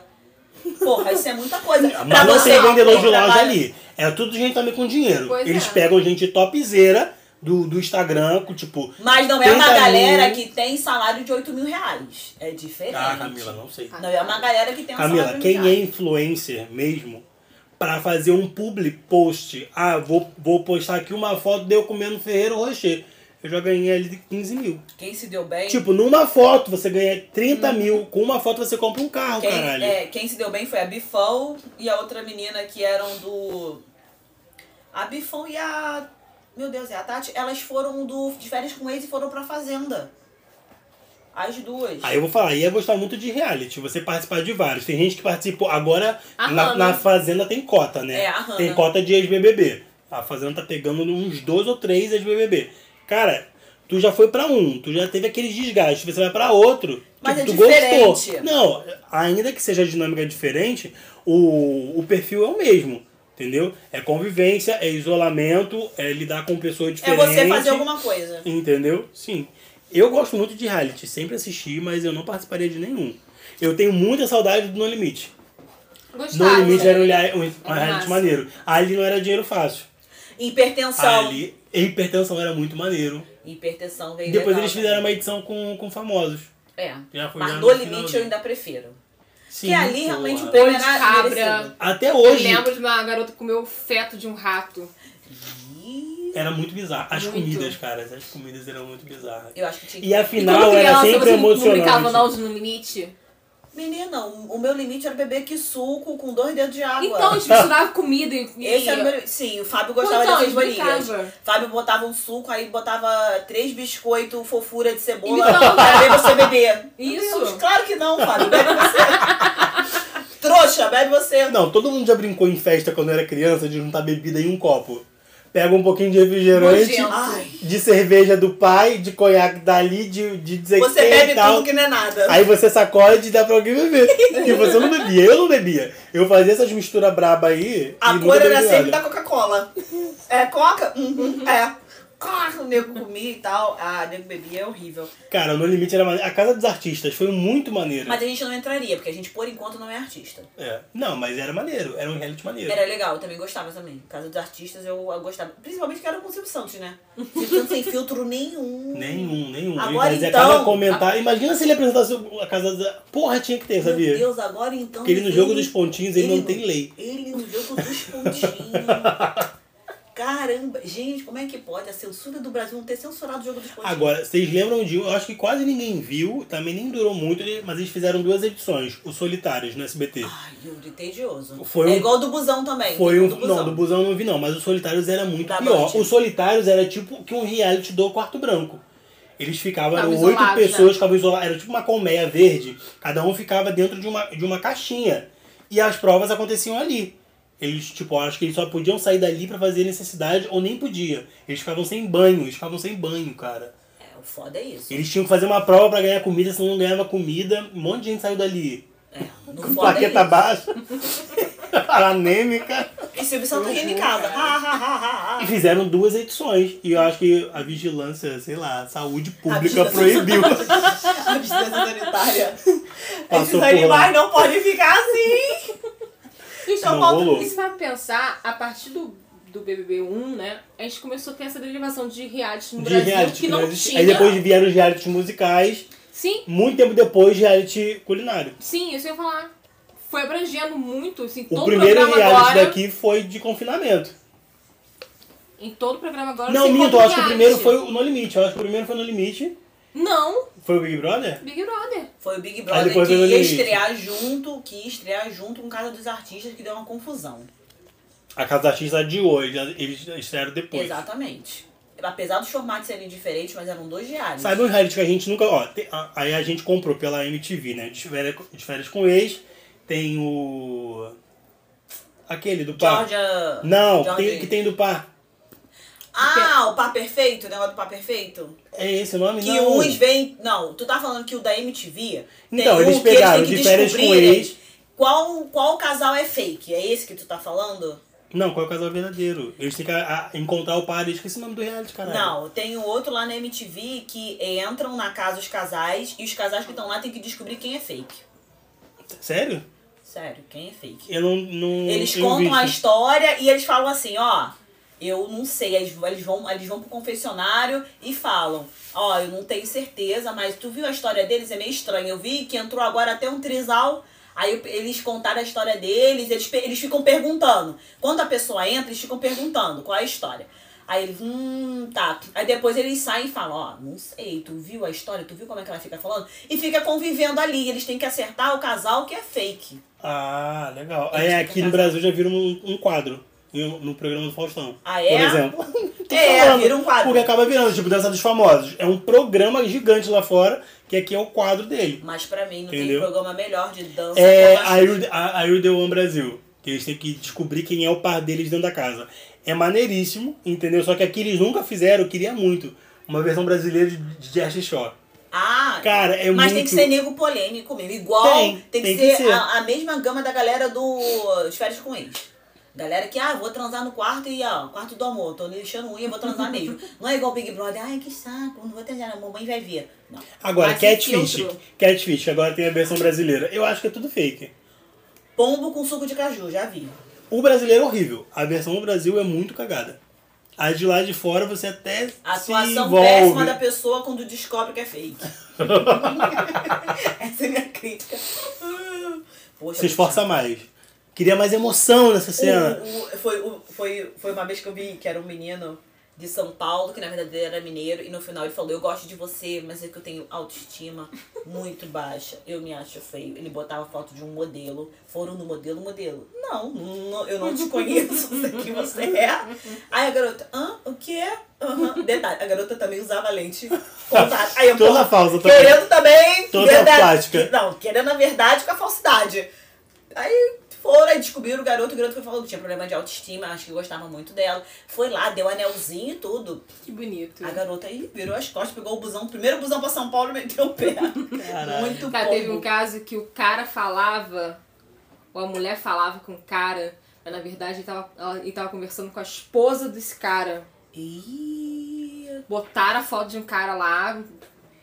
Speaker 3: Porra, isso é muita coisa. pra
Speaker 1: Mas não
Speaker 3: você
Speaker 1: tem vendedor de
Speaker 3: que
Speaker 1: loja
Speaker 3: trabalha-
Speaker 1: ali. É tudo gente também com dinheiro.
Speaker 2: Pois
Speaker 1: Eles
Speaker 2: é.
Speaker 1: pegam gente topzera do, do Instagram, com, tipo.
Speaker 3: Mas não é uma
Speaker 1: 30 mil.
Speaker 3: galera que tem salário de 8 mil reais. É diferente.
Speaker 1: Ah, Camila, não sei.
Speaker 3: Não é uma galera que tem um
Speaker 1: Camila,
Speaker 3: salário
Speaker 1: quem é
Speaker 3: mínimo.
Speaker 1: influencer mesmo, pra fazer um public post, ah, vou, vou postar aqui uma foto de eu comendo Ferreiro Rocher. Eu já ganhei ali de 15 mil.
Speaker 3: Quem se deu bem.
Speaker 1: Tipo, numa foto você ganha 30 mil, com uma foto você compra um carro,
Speaker 3: Uhum. quem,
Speaker 1: caralho.
Speaker 3: é, quem se deu bem foi a Bifão e a outra menina que eram do. A Bifão e a. Meu Deus, é a Tati. Elas foram do, de férias com eles e foram pra fazenda. As duas.
Speaker 1: Aí eu vou falar, ia gostar muito de reality, você participar de vários. Tem gente que participou agora
Speaker 2: A
Speaker 1: na,
Speaker 2: Hannah.
Speaker 1: na Fazenda tem cota, né?
Speaker 3: É, a Hannah.
Speaker 1: Tem cota de ex-BBB. A Fazenda tá pegando uns dois ou três ex-BBB. Cara, tu já foi pra um, tu já teve aqueles desgastes, você vai pra outro.
Speaker 3: Mas
Speaker 1: tu,
Speaker 3: é
Speaker 1: tu
Speaker 3: diferente.
Speaker 1: gostou. Não, ainda que seja a dinâmica diferente, o, o perfil é o mesmo. Entendeu? É convivência, é isolamento, é lidar com pessoas
Speaker 3: É
Speaker 1: diferentes.
Speaker 3: você fazer alguma coisa.
Speaker 1: Entendeu? Sim. Eu gosto muito de reality, sempre assisti, mas eu não participaria de nenhum. Eu tenho muita saudade do No Limite.
Speaker 2: Gostava.
Speaker 1: no Limite
Speaker 2: né?
Speaker 1: era um, lia- um, um
Speaker 2: Era
Speaker 1: reality
Speaker 2: massa.
Speaker 1: maneiro. Ali não era dinheiro fácil.
Speaker 3: Hipertensão.
Speaker 1: Ali, hipertensão era muito maneiro.
Speaker 3: Hipertensão veio
Speaker 1: Depois
Speaker 3: legal,
Speaker 1: eles
Speaker 3: né?
Speaker 1: fizeram uma edição com, com famosos.
Speaker 3: É.
Speaker 1: Já foi
Speaker 3: Mas
Speaker 1: já
Speaker 3: no
Speaker 1: final
Speaker 3: limite
Speaker 1: do-
Speaker 3: eu ainda prefiro.
Speaker 1: Sim,
Speaker 3: Porque ali
Speaker 1: porra.
Speaker 3: realmente o
Speaker 2: Bolo
Speaker 3: prêmio
Speaker 2: de
Speaker 3: era
Speaker 2: cabra.
Speaker 3: merecido.
Speaker 1: Até
Speaker 2: Eu
Speaker 1: hoje
Speaker 2: lembro de uma garota que comeu o feto de um rato.
Speaker 3: Ih,
Speaker 1: era muito bizarro. As
Speaker 2: Muito.
Speaker 1: comidas, cara, as comidas eram muito bizarras.
Speaker 3: Eu acho que tinha que...
Speaker 1: E a
Speaker 2: E
Speaker 1: final
Speaker 2: quando
Speaker 1: era
Speaker 2: criança,
Speaker 1: sempre
Speaker 2: você não- Não brincava
Speaker 1: emocionante.
Speaker 2: não no limite?
Speaker 3: Menina, o o meu limite era beber que suco com dois dedos de água.
Speaker 2: Então, a gente misturava comida e... e-
Speaker 3: Esse era o meu... Sim, o Fábio
Speaker 2: Pô,
Speaker 3: gostava
Speaker 2: então, a
Speaker 3: dessas
Speaker 2: gente
Speaker 3: manias.
Speaker 2: brincava.
Speaker 3: Fábio botava um suco, aí botava três biscoitos, fofura de cebola,
Speaker 2: Então,
Speaker 3: pra ver você beber.
Speaker 2: Isso.
Speaker 3: Meu Deus, claro que não, Fábio. Bebe você. Trouxa, bebe você.
Speaker 1: Não, todo mundo já brincou em festa quando era criança de juntar bebida em um copo. Pega um pouquinho de refrigerante,
Speaker 2: Nojento.
Speaker 3: Ai,
Speaker 1: de cerveja do pai, de conhaque dali, de, de dizer
Speaker 3: você
Speaker 1: que tem
Speaker 3: bebe
Speaker 1: e tal.
Speaker 3: tudo que não é nada.
Speaker 1: Aí você sacode e dá pra alguém beber. e você não bebia, eu não bebia. Eu fazia essas misturas braba aí.
Speaker 3: A
Speaker 1: e
Speaker 3: cor
Speaker 1: nunca
Speaker 3: era
Speaker 1: bebi
Speaker 3: sempre da
Speaker 1: nada.
Speaker 3: Coca-Cola. É, Coca? Uhum, é. Claro, o nego comia e tal. Ah, o nego bebia é horrível.
Speaker 1: Cara, no limite era maneiro. A casa dos artistas foi muito maneiro.
Speaker 3: Mas a gente não entraria, porque a gente, por enquanto, não é artista.
Speaker 1: É. Não, mas era maneiro, era um reality maneiro.
Speaker 3: Era legal, eu também gostava também. Casa dos artistas eu, eu gostava. Principalmente que era com o Silvio Santos, né? Silvio Santos sem filtro nenhum.
Speaker 1: Nenhum, nenhum.
Speaker 3: Agora
Speaker 1: ele fazia
Speaker 3: então-
Speaker 1: cada comentário. Imagina se ele apresentasse a casa dos. Porra, tinha que ter,
Speaker 3: Meu
Speaker 1: sabia?
Speaker 3: Deus, agora então.
Speaker 1: Porque ele no jogo dos pontinhos ele
Speaker 3: ele
Speaker 1: não tem lei.
Speaker 3: Ele no jogo dos pontinhos. Caramba, gente, como é que pode a censura do Brasil não ter censurado o jogo dos pontinhos?
Speaker 1: Agora, vocês lembram de um, eu acho que quase ninguém viu, também nem durou muito, ele- mas eles fizeram duas edições, os Solitários no SBT.
Speaker 3: Ai, Yuri, tedioso.
Speaker 1: Foi
Speaker 3: Ah, é
Speaker 1: um-
Speaker 3: igual o do Busão também.
Speaker 1: Foi um.
Speaker 3: do Busão.
Speaker 1: Não, do Busão eu não vi, não, mas os Solitários era muito
Speaker 3: Da
Speaker 1: pior.
Speaker 3: Band.
Speaker 1: Os Solitários era tipo que um reality do quarto branco. Eles ficavam, eram
Speaker 2: Ficavam
Speaker 1: oito
Speaker 2: isolados,
Speaker 1: pessoas,
Speaker 2: né?
Speaker 1: ficavam isoladas, era tipo uma colmeia verde, cada um ficava dentro de uma, de uma caixinha. E as provas aconteciam ali. Eles, tipo, acho que eles só podiam sair dali pra fazer necessidade ou nem podia. Eles ficavam sem banho, eles ficavam sem banho, cara.
Speaker 3: É, o foda é isso.
Speaker 1: Eles tinham que fazer uma prova pra ganhar comida, senão não ganhava comida. Um monte de gente saiu dali.
Speaker 3: É, no
Speaker 1: Com
Speaker 3: foda é
Speaker 1: plaqueta
Speaker 3: isso.
Speaker 1: baixa, anêmica.
Speaker 3: E Silvio Santos rindo em casa. Ha, ha, ha, ha,
Speaker 1: E
Speaker 3: ha.
Speaker 1: fizeram duas edições. E eu acho que a vigilância, sei lá, a saúde pública
Speaker 3: vigilância-
Speaker 1: proibiu.
Speaker 3: Abstinência sanitária.
Speaker 1: Passou
Speaker 3: Esses
Speaker 1: por lá.
Speaker 3: animais não podem ficar assim.
Speaker 2: Gente,
Speaker 1: Não
Speaker 2: eu volto-
Speaker 1: rolou.
Speaker 2: E se vai pensar, a partir do, do BBB1, né? A gente começou a ter essa derivação de reality no
Speaker 1: De
Speaker 2: Brasil
Speaker 1: reality
Speaker 2: que não
Speaker 1: existia.
Speaker 2: tinha.
Speaker 1: Aí depois vieram os realities musicais.
Speaker 2: Sim,
Speaker 1: Muito tempo depois, reality culinário.
Speaker 2: sim, isso eu ia falar. Foi abrangendo muito, assim,
Speaker 1: O
Speaker 2: todo
Speaker 1: primeiro
Speaker 2: programa
Speaker 1: reality
Speaker 2: agora.
Speaker 1: daqui foi de confinamento.
Speaker 2: Em todo programa agora.
Speaker 1: não,
Speaker 2: você
Speaker 1: minto, eu
Speaker 2: encontra
Speaker 1: acho que o
Speaker 2: reality.
Speaker 1: primeiro foi o No Limite. Eu acho que o primeiro foi o No Limite.
Speaker 2: Não,
Speaker 1: Foi o Big Brother?
Speaker 2: Big Brother.
Speaker 3: Foi o Big
Speaker 1: Aí
Speaker 3: Brother
Speaker 1: depois
Speaker 3: que
Speaker 1: veio o
Speaker 3: ia
Speaker 1: Limite.
Speaker 3: estrear junto, que ia estrear junto com Casa dos Artistas, que deu uma confusão.
Speaker 1: A Casa dos Artistas adiou, eles eles estrearam depois.
Speaker 3: Exatamente. Apesar dos formatos serem diferentes, mas eram dois diários.
Speaker 1: Sabe um reality que a gente nunca. Ó, te- a- aí a gente comprou pela MTV, né? De férias, de férias com ex. Tem o. Aquele do par.
Speaker 3: Georgia.
Speaker 1: Não,
Speaker 3: Georgia-
Speaker 1: tem, que tem do par.
Speaker 3: Ah, o Pá Perfeito, o negócio do Pá Perfeito?
Speaker 1: É esse o nome?
Speaker 3: Que
Speaker 1: não.
Speaker 3: uns vêm. Não, tu tá falando que o da MTV.
Speaker 1: Então,
Speaker 3: tem
Speaker 1: eles
Speaker 3: um
Speaker 1: pegaram
Speaker 3: que
Speaker 1: de
Speaker 3: eles têm que
Speaker 1: férias com
Speaker 3: descobrirem
Speaker 1: ex.
Speaker 3: Qual, qual casal é fake? É esse que tu tá falando?
Speaker 1: Não, qual é o casal verdadeiro? Eles têm que a- a- encontrar o par. Eu esqueci o nome do reality, caralho.
Speaker 3: Não, tem o outro lá na MTV que entram na casa os casais e os casais que estão lá têm que descobrir quem é fake.
Speaker 1: Sério?
Speaker 3: Sério, quem é fake?
Speaker 1: Eu não. não
Speaker 3: Eles
Speaker 1: tenho
Speaker 3: contam a
Speaker 1: visto.
Speaker 3: história e eles falam assim, ó, eu não sei, eles, eles vão, eles vão pro confessionário e falam, ó, eu não tenho certeza, mas tu viu a história deles, é meio estranha. Eu vi que entrou agora até um trisal. Aí eu- eles contaram a história deles, eles, pe- eles ficam perguntando. Quando a pessoa entra, eles ficam perguntando qual é a história. Aí eles, hum, tá. Aí depois eles saem e falam, ó, não sei, tu viu a história, tu viu como é que ela fica falando? E fica convivendo ali. Eles têm que acertar o casal que é fake.
Speaker 1: Ah, legal.
Speaker 3: Eles
Speaker 1: é,
Speaker 3: têm
Speaker 1: aqui
Speaker 3: que
Speaker 1: no
Speaker 3: casar.
Speaker 1: Brasil já viram um, um quadro. em um- No programa do Faustão.
Speaker 3: Ah, é?
Speaker 1: Por exemplo. tô
Speaker 3: É,
Speaker 1: falando.
Speaker 3: vira um quadro.
Speaker 1: Porque acaba virando, tipo, Dança dos Famosos. É um programa gigante lá fora, que aqui é o quadro dele.
Speaker 3: Mas pra mim, não tem
Speaker 1: Entendeu?
Speaker 3: programa melhor de dança
Speaker 1: É
Speaker 3: que a
Speaker 1: a Rio- a a Rio The One Brasil. Que eles têm que descobrir quem é o par deles dentro da casa. É maneiríssimo, entendeu? Só que aqui eles nunca fizeram, eu queria muito. Uma versão brasileira de, de Jazz Show.
Speaker 3: Ah,
Speaker 1: Cara, é
Speaker 3: mas
Speaker 1: muito...
Speaker 3: tem que ser nego polêmico mesmo. Igual tem,
Speaker 1: Tem,
Speaker 3: que
Speaker 1: tem que
Speaker 3: ser,
Speaker 1: ser.
Speaker 3: A, a mesma gama da galera do As Férias com Ex. Galera que, ah, vou transar no quarto e, ó, quarto do amor, tô lixando unha, vou transar mesmo. Não é igual Big Brother, ai, que saco, não vou transar, a mamãe vai ver. Não.
Speaker 1: Agora,
Speaker 2: Mas sem
Speaker 1: Catfish.
Speaker 2: filtro.
Speaker 1: Catfish, que agora tem a versão brasileira. Eu acho que é tudo fake.
Speaker 3: Pombo com suco de caju, já vi.
Speaker 1: O brasileiro é horrível. A versão do Brasil é muito cagada. A de lá de fora você até
Speaker 3: A
Speaker 1: se
Speaker 3: atuação
Speaker 1: envolve.
Speaker 3: péssima da pessoa quando descobre que é fake. Essa é a minha crítica. Poxa,
Speaker 1: Se esforça mais. Queria mais emoção nessa cena.
Speaker 3: O- o- foi, o- foi, foi uma vez que eu vi que era um menino de São Paulo, que na verdade ele era mineiro, e no final ele falou, eu gosto de você, mas é que eu tenho autoestima muito baixa. Eu me acho feio. Ele botava foto de um modelo. Foram no modelo, modelo. Não, não, eu não te conheço, não sei quem você é. Aí a garota, hã? O que é? Aham. Detalhe, a garota também usava lente. contato. Aí eu,
Speaker 1: Toda
Speaker 3: porra,
Speaker 1: falsa também.
Speaker 3: Querendo também.
Speaker 1: Toda plástica.
Speaker 3: Não, querendo a verdade com a falsidade. Aí foram, aí descobriram o garoto, o garoto foi falando que tinha problema de autoestima, acho que gostava muito dela. Foi lá, deu anelzinho e tudo.
Speaker 2: Que bonito.
Speaker 3: A garota aí virou as costas, pegou o busão, o primeiro busão pra São Paulo e meteu o pé.
Speaker 1: Caralho.
Speaker 3: Muito
Speaker 2: Cara,
Speaker 3: bom.
Speaker 2: teve um caso que o cara falava, ou a mulher falava com o cara, mas na verdade ele tava, ela- ele tava conversando com a esposa desse cara.
Speaker 3: Ih,
Speaker 2: Botaram a foto de um cara lá,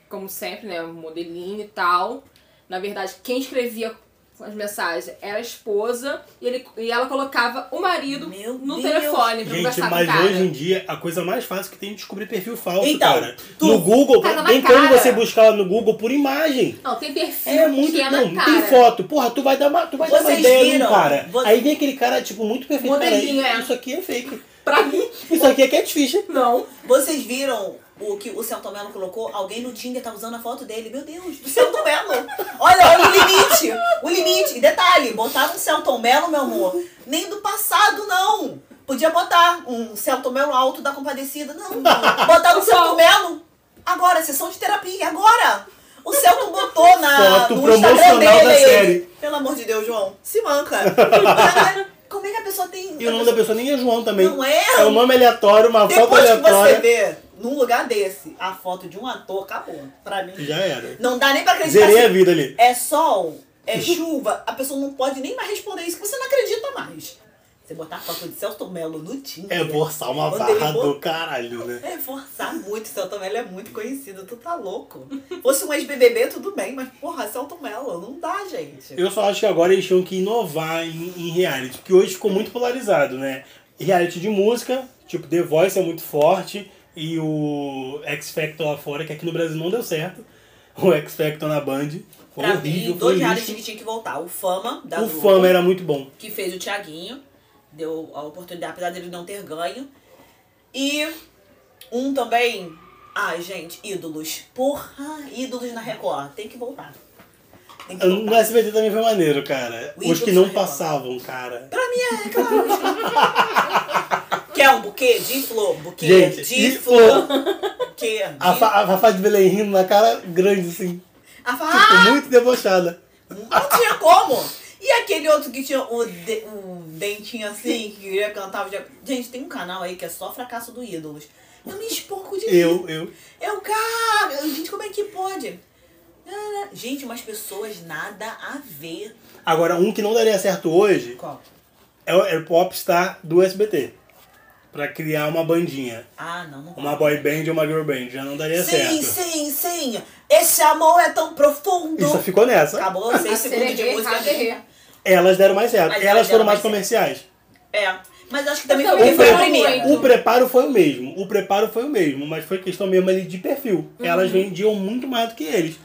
Speaker 2: como sempre, né? Um modelinho e tal. Na verdade, quem escrevia as mensagens era a esposa e, ele, e ela colocava o marido
Speaker 3: Meu
Speaker 2: no
Speaker 3: Deus.
Speaker 2: telefone pra
Speaker 1: Gente,
Speaker 2: conversar com o
Speaker 1: mas
Speaker 2: cara.
Speaker 1: hoje em dia a coisa mais fácil que tem é descobrir perfil falso,
Speaker 3: Então,
Speaker 1: cara.
Speaker 3: tu-
Speaker 1: No Google,
Speaker 2: Cara, na
Speaker 1: tem
Speaker 2: cara.
Speaker 1: como você buscar no Google por imagem.
Speaker 2: Não, tem perfil
Speaker 1: É muito.
Speaker 2: que é
Speaker 1: não,
Speaker 2: na
Speaker 1: tem
Speaker 2: cara.
Speaker 1: foto. Porra, tu vai dar uma, tu vai dar uma
Speaker 3: Vocês
Speaker 1: ideia de um
Speaker 3: viram?
Speaker 1: cara.
Speaker 3: Vo-
Speaker 1: Aí vem aquele cara, tipo, muito perfeito. Cara,
Speaker 2: Modelinho, é.
Speaker 1: isso aqui é fake.
Speaker 2: Pra mim,
Speaker 1: Isso aqui é catfish.
Speaker 2: não.
Speaker 3: Vocês viram o que o Celton Mello colocou? Alguém no Tinder tá usando a foto dele. Meu Deus, do Celton Mello. Olha, olha o limite. O limite. E detalhe, botaram um Celton Mello, meu amor. Nem do passado, não. Podia botar um Celton Mello alto da compadecida. Não, botaram um Celton Mello. Agora, sessão de terapia, agora. O Celton botou na,
Speaker 1: Foto
Speaker 3: no Instagram
Speaker 1: promocional
Speaker 3: dele.
Speaker 1: da série.
Speaker 3: Pelo amor de Deus, João. Se manca. Caralho, Como é que a pessoa tem...
Speaker 1: E o nome da pessoa nem é João também.
Speaker 3: Não é?
Speaker 1: É um nome aleatório, uma foto
Speaker 3: Depois que você
Speaker 1: aleatória.
Speaker 3: vê num lugar desse a foto de um ator, acabou. Pra mim.
Speaker 1: Já era.
Speaker 3: Não dá nem pra acreditar.
Speaker 1: Zerei a
Speaker 3: assim,
Speaker 1: vida ali.
Speaker 3: É sol, é chuva, a pessoa não pode nem mais responder isso, que você não acredita mais. Você botar a foto de Celto Mello no Tinder.
Speaker 1: É forçar uma
Speaker 3: Quando ele
Speaker 1: barra
Speaker 3: bot-
Speaker 1: do caralho, né?
Speaker 3: É forçar muito, Celto Mello é muito conhecido, tu tá louco. Fosse um ex-BBB, tudo bem, mas porra, Celto Mello, não dá, gente.
Speaker 1: Eu só acho que agora eles tinham que inovar em, em reality, porque hoje ficou muito polarizado, né? Reality de música, tipo, The Voice é muito forte, e o X Factor lá fora, que aqui no Brasil não deu certo. O X Factor na Band. Foi
Speaker 3: pra
Speaker 1: horrível, foi
Speaker 3: mim, dois realities
Speaker 1: lixo.
Speaker 3: que tinha que voltar. O Fama, da
Speaker 1: O
Speaker 3: Globo.
Speaker 1: Fama é era muito bom.
Speaker 3: que fez o Thiaguinho, deu a oportunidade, apesar dele não ter ganho. E um também. Ai, gente, ídolos. Porra, ídolos na Record. Tem que voltar. Tem que
Speaker 1: No
Speaker 3: voltar.
Speaker 1: SBT também foi maneiro, cara.
Speaker 3: O
Speaker 1: Os que
Speaker 3: Ídolos
Speaker 1: não
Speaker 3: foi legal.
Speaker 1: passavam, cara.
Speaker 3: é, Quer um buquê de flor? Buquê
Speaker 1: Gente,
Speaker 3: de
Speaker 1: e
Speaker 3: flor. Buquê de...
Speaker 1: A, fa a Fafá de Belém rindo na cara grande, assim.
Speaker 3: A fa-
Speaker 1: Tipo, muito debochada.
Speaker 3: Não tinha como. E aquele outro que tinha o, de- o dentinho assim, que queria cantar. já- Gente, tem um canal aí que é só fracasso do ídolos. Eu me esporco de rir.
Speaker 1: Eu, eu.
Speaker 3: Eu, cara, gente, como é que pode? Ah, Gente, umas pessoas nada a ver.
Speaker 1: Agora, um que não daria certo hoje
Speaker 3: Qual?
Speaker 1: é o, é o popstar do SBT. Pra criar uma bandinha.
Speaker 3: Ah, não, não.
Speaker 1: Uma boy band ou uma girl band. Já não daria
Speaker 3: Sim,
Speaker 1: É certo.
Speaker 3: sim, sim. Esse amor é tão profundo.
Speaker 1: E só ficou nessa.
Speaker 3: Acabou, seis segundos de
Speaker 2: Acerrei,
Speaker 3: música.
Speaker 2: acerrei.
Speaker 1: Elas deram mais certo.
Speaker 3: Mas elas
Speaker 1: elas foram
Speaker 3: deram
Speaker 1: mais
Speaker 3: mais
Speaker 1: comerciais.
Speaker 3: É, mas acho que também foi
Speaker 2: Então,
Speaker 3: porque
Speaker 2: eu
Speaker 1: O,
Speaker 3: foi
Speaker 2: fui
Speaker 3: o
Speaker 2: pra
Speaker 3: primeiro.
Speaker 1: pre- o preparo foi o mesmo. O preparo foi o mesmo. Mas foi questão mesmo ali de perfil.
Speaker 3: Uhum.
Speaker 1: Elas vendiam muito mais do que eles.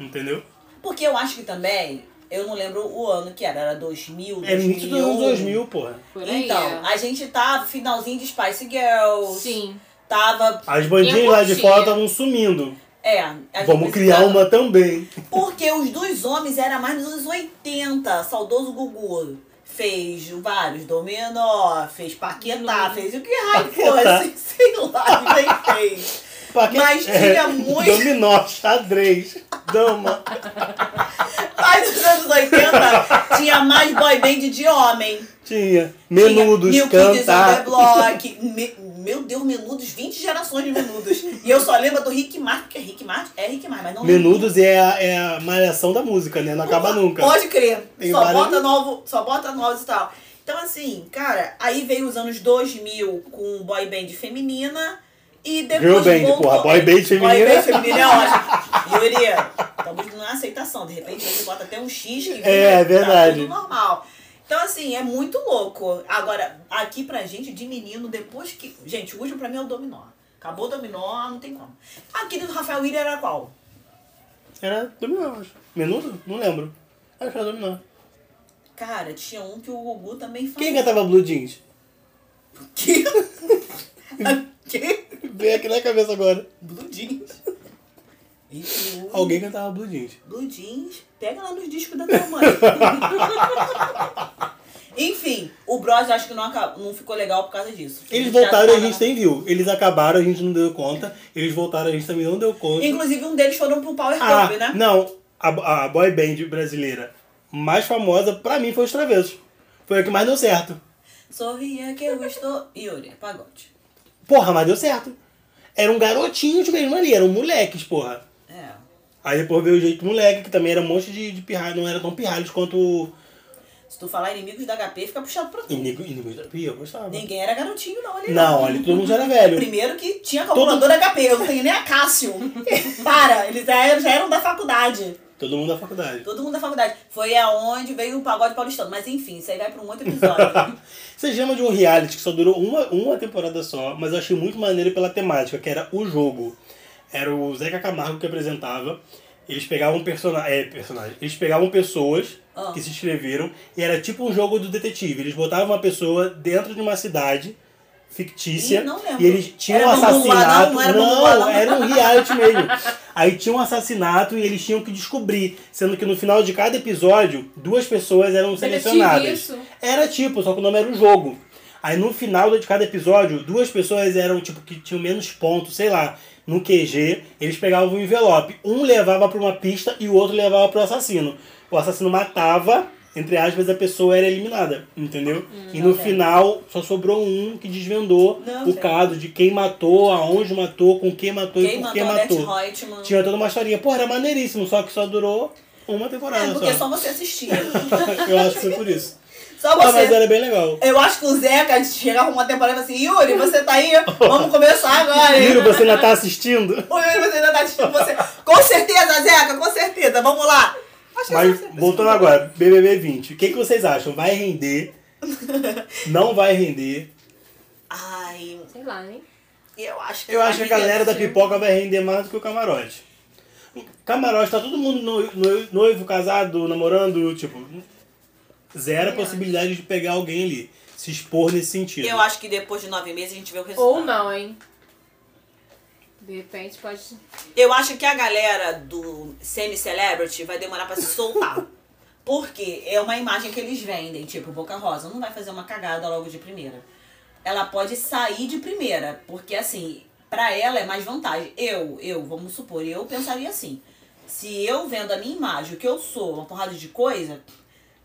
Speaker 1: Entendeu?
Speaker 3: Porque eu acho que também, eu não lembro o ano que era, era 2000,
Speaker 1: É início dos anos
Speaker 3: 2001.
Speaker 1: 2000, porra.
Speaker 2: Por aí,
Speaker 3: Então,
Speaker 2: é.
Speaker 3: a gente tava finalzinho de Spice Girls.
Speaker 2: Sim.
Speaker 3: Tava,
Speaker 1: As bandinhas
Speaker 2: Eu
Speaker 1: lá de
Speaker 2: curtia.
Speaker 1: fora estavam sumindo.
Speaker 3: é. a gente
Speaker 1: Vamos criar
Speaker 3: precisava-
Speaker 1: uma também.
Speaker 3: Porque os dos homens era mais nos anos 80, saudoso Gugu. fez vários dominó, fez paquetá,
Speaker 2: Hum.
Speaker 3: fez o que raio
Speaker 1: Paquetá.
Speaker 3: fosse, sei lá, quem fez.
Speaker 1: Paquete-
Speaker 3: Mas tinha muito-
Speaker 1: é Dominó, xadrez, dama.
Speaker 3: Mas nos anos 80 tinha mais boy band de homem.
Speaker 1: Tinha. Menudos,
Speaker 3: Tinha New Kids on the
Speaker 1: cantar.
Speaker 3: Block. Me- meu Deus, menudos, 20 gerações de menudos. E eu só lembro do Rick Martin, porque Rick Martin é Rick Martin, mas não
Speaker 1: Menudos é a, é a malhação da música, né? Não acaba nunca.
Speaker 3: Pode crer.
Speaker 1: Tem
Speaker 3: só
Speaker 1: várias-
Speaker 3: bota novo, só bota novos e tal. Então, assim, cara, aí veio os anos 2000 com um boy band feminina e
Speaker 1: Girl
Speaker 3: depois
Speaker 1: band,
Speaker 3: voltou-
Speaker 1: porra. Boy band
Speaker 3: Boy
Speaker 1: feminina.
Speaker 3: band feminina é ótimo. Yuri, estamos na aceitação. De repente você bota até um X que vira,
Speaker 1: É, é verdade.
Speaker 3: Tá tudo normal. Então, assim, é muito louco. Agora, aqui pra gente, de menino, depois que... Gente, o último pra mim é o dominó. Acabou o dominó, não tem como. Aqui do Rafael Willian era qual?
Speaker 1: Era dominó, acho. Menudo? Não lembro. Acho que era dominó.
Speaker 3: Cara, tinha um que o Gugu também fazia.
Speaker 1: Quem é cantava Blue Jeans?
Speaker 3: Que? que?
Speaker 1: Veio aqui na cabeça agora.
Speaker 3: Blue jeans. Ixi, ui.
Speaker 1: Alguém cantava Blue Jeans.
Speaker 3: Blue jeans. Pega lá nos discos da tua mãe. Enfim, o Bros acho que não, acabou, não ficou legal por causa disso.
Speaker 1: Eles
Speaker 3: Já
Speaker 1: voltaram e a
Speaker 3: tava-
Speaker 1: gente nem viu. Eles acabaram, a gente não deu conta. Eles voltaram, a gente também não deu conta.
Speaker 3: Inclusive um deles foram pro Power
Speaker 1: Ah,
Speaker 3: Club, né?
Speaker 1: Não, a, a boy band brasileira mais famosa, pra mim, foi os Travessos. Foi a que mais deu certo.
Speaker 3: Sorria que eu estou... Yuri, pagode.
Speaker 1: Porra, mas deu certo. Eram garotinhos mesmo ali, eram moleques, porra.
Speaker 3: É.
Speaker 1: Aí depois veio o jeito moleque, que também era um monte de, de pirralho, não era tão pirralhos quanto
Speaker 3: Se tu falar inimigos da HP, fica puxado pra tu.
Speaker 1: Inigo, Inigo da Pia, eu gostava.
Speaker 3: Ninguém era garotinho, não, ali
Speaker 1: Não, ali todo mundo já era velho.
Speaker 3: É Primeiro que tinha calculadora HP, eu não tenho nem a Cássio. Para, eles já eram, já eram da faculdade.
Speaker 1: Todo mundo da faculdade.
Speaker 3: Todo mundo da faculdade. Foi aonde veio o pagode paulistano. Mas enfim, isso aí vai pra um outro episódio.
Speaker 1: Vocês lembram de um reality que só durou uma, uma temporada só, mas eu achei muito maneiro pela temática, que era o jogo. Era o Zeca Camargo que apresentava. Eles pegavam persona é, personagens. Eles pegavam pessoas
Speaker 3: Ah.
Speaker 1: que se inscreveram e era tipo um jogo do detetive. Eles botavam uma pessoa dentro de uma cidade fictícia
Speaker 3: Ih, não lembro.
Speaker 1: e eles tinham
Speaker 3: Era
Speaker 1: um
Speaker 3: Bumbum Lá,
Speaker 1: assassinato.
Speaker 3: não? Era Bumbum Lá, não?
Speaker 1: era um reality mesmo. Aí tinha um assassinato e eles tinham que descobrir, sendo que no final de cada episódio, duas pessoas eram selecionadas.
Speaker 2: isso.
Speaker 1: Era tipo, só que o nome era o jogo. Aí no final de cada episódio, duas pessoas eram tipo que tinham menos pontos, sei lá, no QG, eles pegavam um envelope. Um levava pra uma pista e o outro levava pro assassino. O assassino matava, entre aspas, a pessoa era eliminada, entendeu? e no
Speaker 3: tá bem.
Speaker 1: final só sobrou um que desvendou
Speaker 3: Não,
Speaker 1: o
Speaker 3: sei.
Speaker 1: caso de quem matou, aonde matou, com quem matou
Speaker 3: Quem
Speaker 1: e por
Speaker 3: matou
Speaker 1: que
Speaker 3: a Beth
Speaker 1: matou.
Speaker 3: Reutemann?
Speaker 1: Tinha toda uma historinha. Pô, era maneiríssimo, só que só durou uma temporada
Speaker 3: É, porque
Speaker 1: só.
Speaker 3: só você assistia.
Speaker 1: Eu acho que foi por isso.
Speaker 3: Só
Speaker 1: Ah, mas
Speaker 3: você.
Speaker 1: era bem legal.
Speaker 3: Eu acho que o Zeca chegava uma temporada e falava assim, Yuri, você tá aí? Vamos começar agora. hein?"
Speaker 1: Juro, você ainda tá assistindo?
Speaker 3: O Yuri, você ainda tá assistindo você. Com certeza, Zeca, com certeza. Vamos lá. Acho que é
Speaker 1: Mas
Speaker 3: você- tá
Speaker 1: voltando agora, BBB 20. O que, que vocês acham? Vai render? Não vai render?
Speaker 3: Ai,
Speaker 2: Sei lá, hein?
Speaker 3: eu acho que... é
Speaker 1: Eu acho que a galera da
Speaker 3: pipoca.
Speaker 1: pipoca vai render mais do que o camarote. Camarote, tá todo mundo no- no- noivo, casado, namorando, tipo... Zero possibilidade de pegar alguém ali. Se expor nesse sentido.
Speaker 3: Eu acho que depois de nove meses a gente vê o resultado.
Speaker 2: Ou não, hein? De repente pode.
Speaker 3: Eu acho que a galera do semi-celebrity vai demorar pra se soltar. Porque é uma imagem que eles vendem, tipo, Boca Rosa não vai fazer uma cagada logo de primeira. Ela pode sair de primeira, porque assim, pra ela é mais vantagem. Eu, eu, vamos supor, eu pensaria assim. Se eu vendo a minha imagem, o que eu sou, uma porrada de coisa,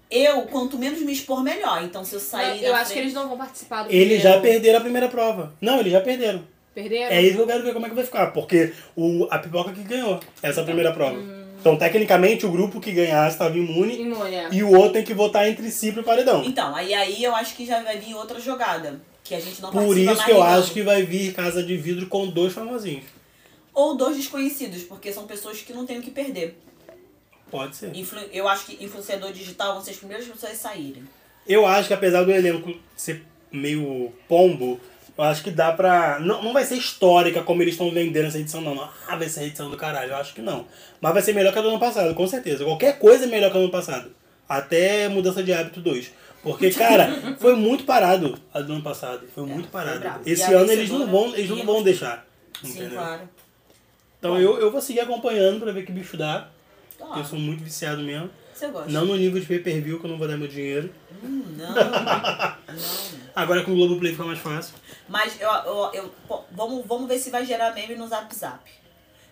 Speaker 3: eu, quanto menos me expor, melhor. Então, se eu sair
Speaker 2: eu
Speaker 3: na
Speaker 2: acho que
Speaker 3: frente-
Speaker 2: eles não vão participar do
Speaker 1: Eles
Speaker 3: é.
Speaker 1: já
Speaker 2: primeiro.
Speaker 1: perderam a primeira prova. Não, eles já perderam.
Speaker 2: perderam.
Speaker 1: É isso que eu quero ver como é que vai ficar, porque o, a pipoca que ganhou essa primeira prova. Então, tecnicamente, o grupo que ganhasse estava imune
Speaker 2: Imune, é.
Speaker 1: e o outro tem que votar entre si pro paredão.
Speaker 3: Então, aí, aí eu acho que já vai vir outra jogada. Que a gente não
Speaker 1: Por
Speaker 3: participa
Speaker 1: isso
Speaker 3: mais então.
Speaker 1: que eu
Speaker 3: ligando.
Speaker 1: acho que vai vir Casa de Vidro com dois famosinhos.
Speaker 3: Ou dois desconhecidos, porque são pessoas que não têm o que perder.
Speaker 1: Pode ser.
Speaker 3: Influ- eu acho que influenciador digital vão ser as primeiras pessoas a saírem.
Speaker 1: Eu acho que apesar do elenco ser meio pombo, eu acho que dá pra. Não, não vai ser histórica como eles estão vendendo essa edição, não. Ah, vai ser a edição do caralho. Eu acho que não. Mas vai ser melhor que a do ano passado, com certeza. Qualquer coisa é melhor que a do ano passado. Até mudança de hábito 2. Porque, cara, foi muito parado a do ano passado. Foi muito
Speaker 3: É, foi
Speaker 1: parado.
Speaker 3: brabo. E
Speaker 1: Esse
Speaker 3: a
Speaker 1: ano eles não
Speaker 3: vencedora
Speaker 1: vão, eles não
Speaker 3: ia
Speaker 1: vão
Speaker 3: mostrar.
Speaker 1: deixar.
Speaker 3: Sim,
Speaker 1: Entendeu?
Speaker 3: claro.
Speaker 1: Então eu, eu vou seguir acompanhando pra ver que bicho dá.
Speaker 3: Tá.
Speaker 1: Porque eu sou muito viciado mesmo.
Speaker 3: Você gosta?
Speaker 1: Não no nível de pay-per-view, que eu não vou dar meu dinheiro.
Speaker 3: Hum, não. não.
Speaker 1: Agora com o Globoplay fica mais fácil.
Speaker 3: Mas eu, eu, eu- pô, vamos, vamos ver se vai gerar meme no Zap Zap.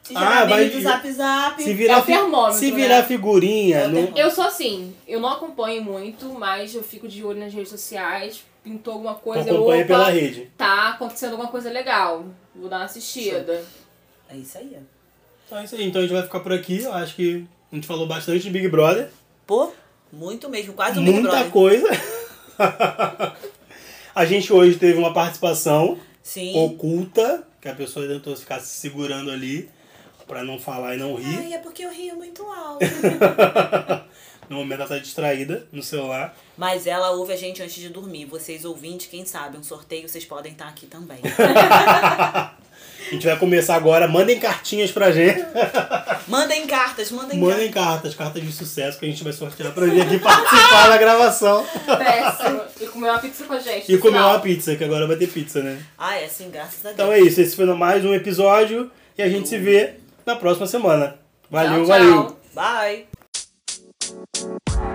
Speaker 3: Se
Speaker 1: Ah,
Speaker 3: gerar meme
Speaker 1: vai-
Speaker 3: do Zap Zap.
Speaker 1: Se virar,
Speaker 2: É o termômetro,
Speaker 1: se virar
Speaker 2: né?
Speaker 1: figurinha,
Speaker 3: É o
Speaker 1: não,
Speaker 3: termômetro.
Speaker 2: Eu sou assim, eu não acompanho muito, mas eu fico de olho nas redes sociais, pintou alguma coisa, eu
Speaker 1: acompanha
Speaker 2: opa,
Speaker 1: pela rede.
Speaker 2: tá acontecendo alguma coisa legal, vou dar uma assistida.
Speaker 3: É isso aí. ó.
Speaker 1: Então é isso aí, então a gente vai ficar por aqui. Eu acho que a gente falou bastante de Big Brother.
Speaker 3: Pô, muito mesmo. Quase um Big
Speaker 1: muita
Speaker 3: Brother.
Speaker 1: coisa. a gente hoje teve uma participação
Speaker 3: Sim.
Speaker 1: oculta, que a pessoa tentou ficar se segurando ali pra não falar e não rir.
Speaker 3: Ai, é porque eu rio muito alto.
Speaker 1: No momento ela tá distraída no celular.
Speaker 3: Mas ela ouve a gente antes de dormir. Vocês ouvintes, quem sabe, um sorteio, vocês podem estar aqui também.
Speaker 1: A gente vai começar agora. Mandem cartinhas pra gente.
Speaker 3: mandem cartas, mandem cartas.
Speaker 1: Mandem cartas, cartas de sucesso que a gente vai sortear pra vir aqui participar da gravação.
Speaker 2: Péssimo. E comer uma pizza com a gente.
Speaker 1: E
Speaker 2: no
Speaker 1: comer
Speaker 2: final.
Speaker 1: uma pizza, que agora vai ter pizza, né?
Speaker 3: Ah, é sim, graças a Deus.
Speaker 1: Então é isso. Esse foi mais um episódio. E a gente se vê na próxima semana. Valeu,
Speaker 2: Tchau, tchau.
Speaker 1: valeu.
Speaker 3: Bye.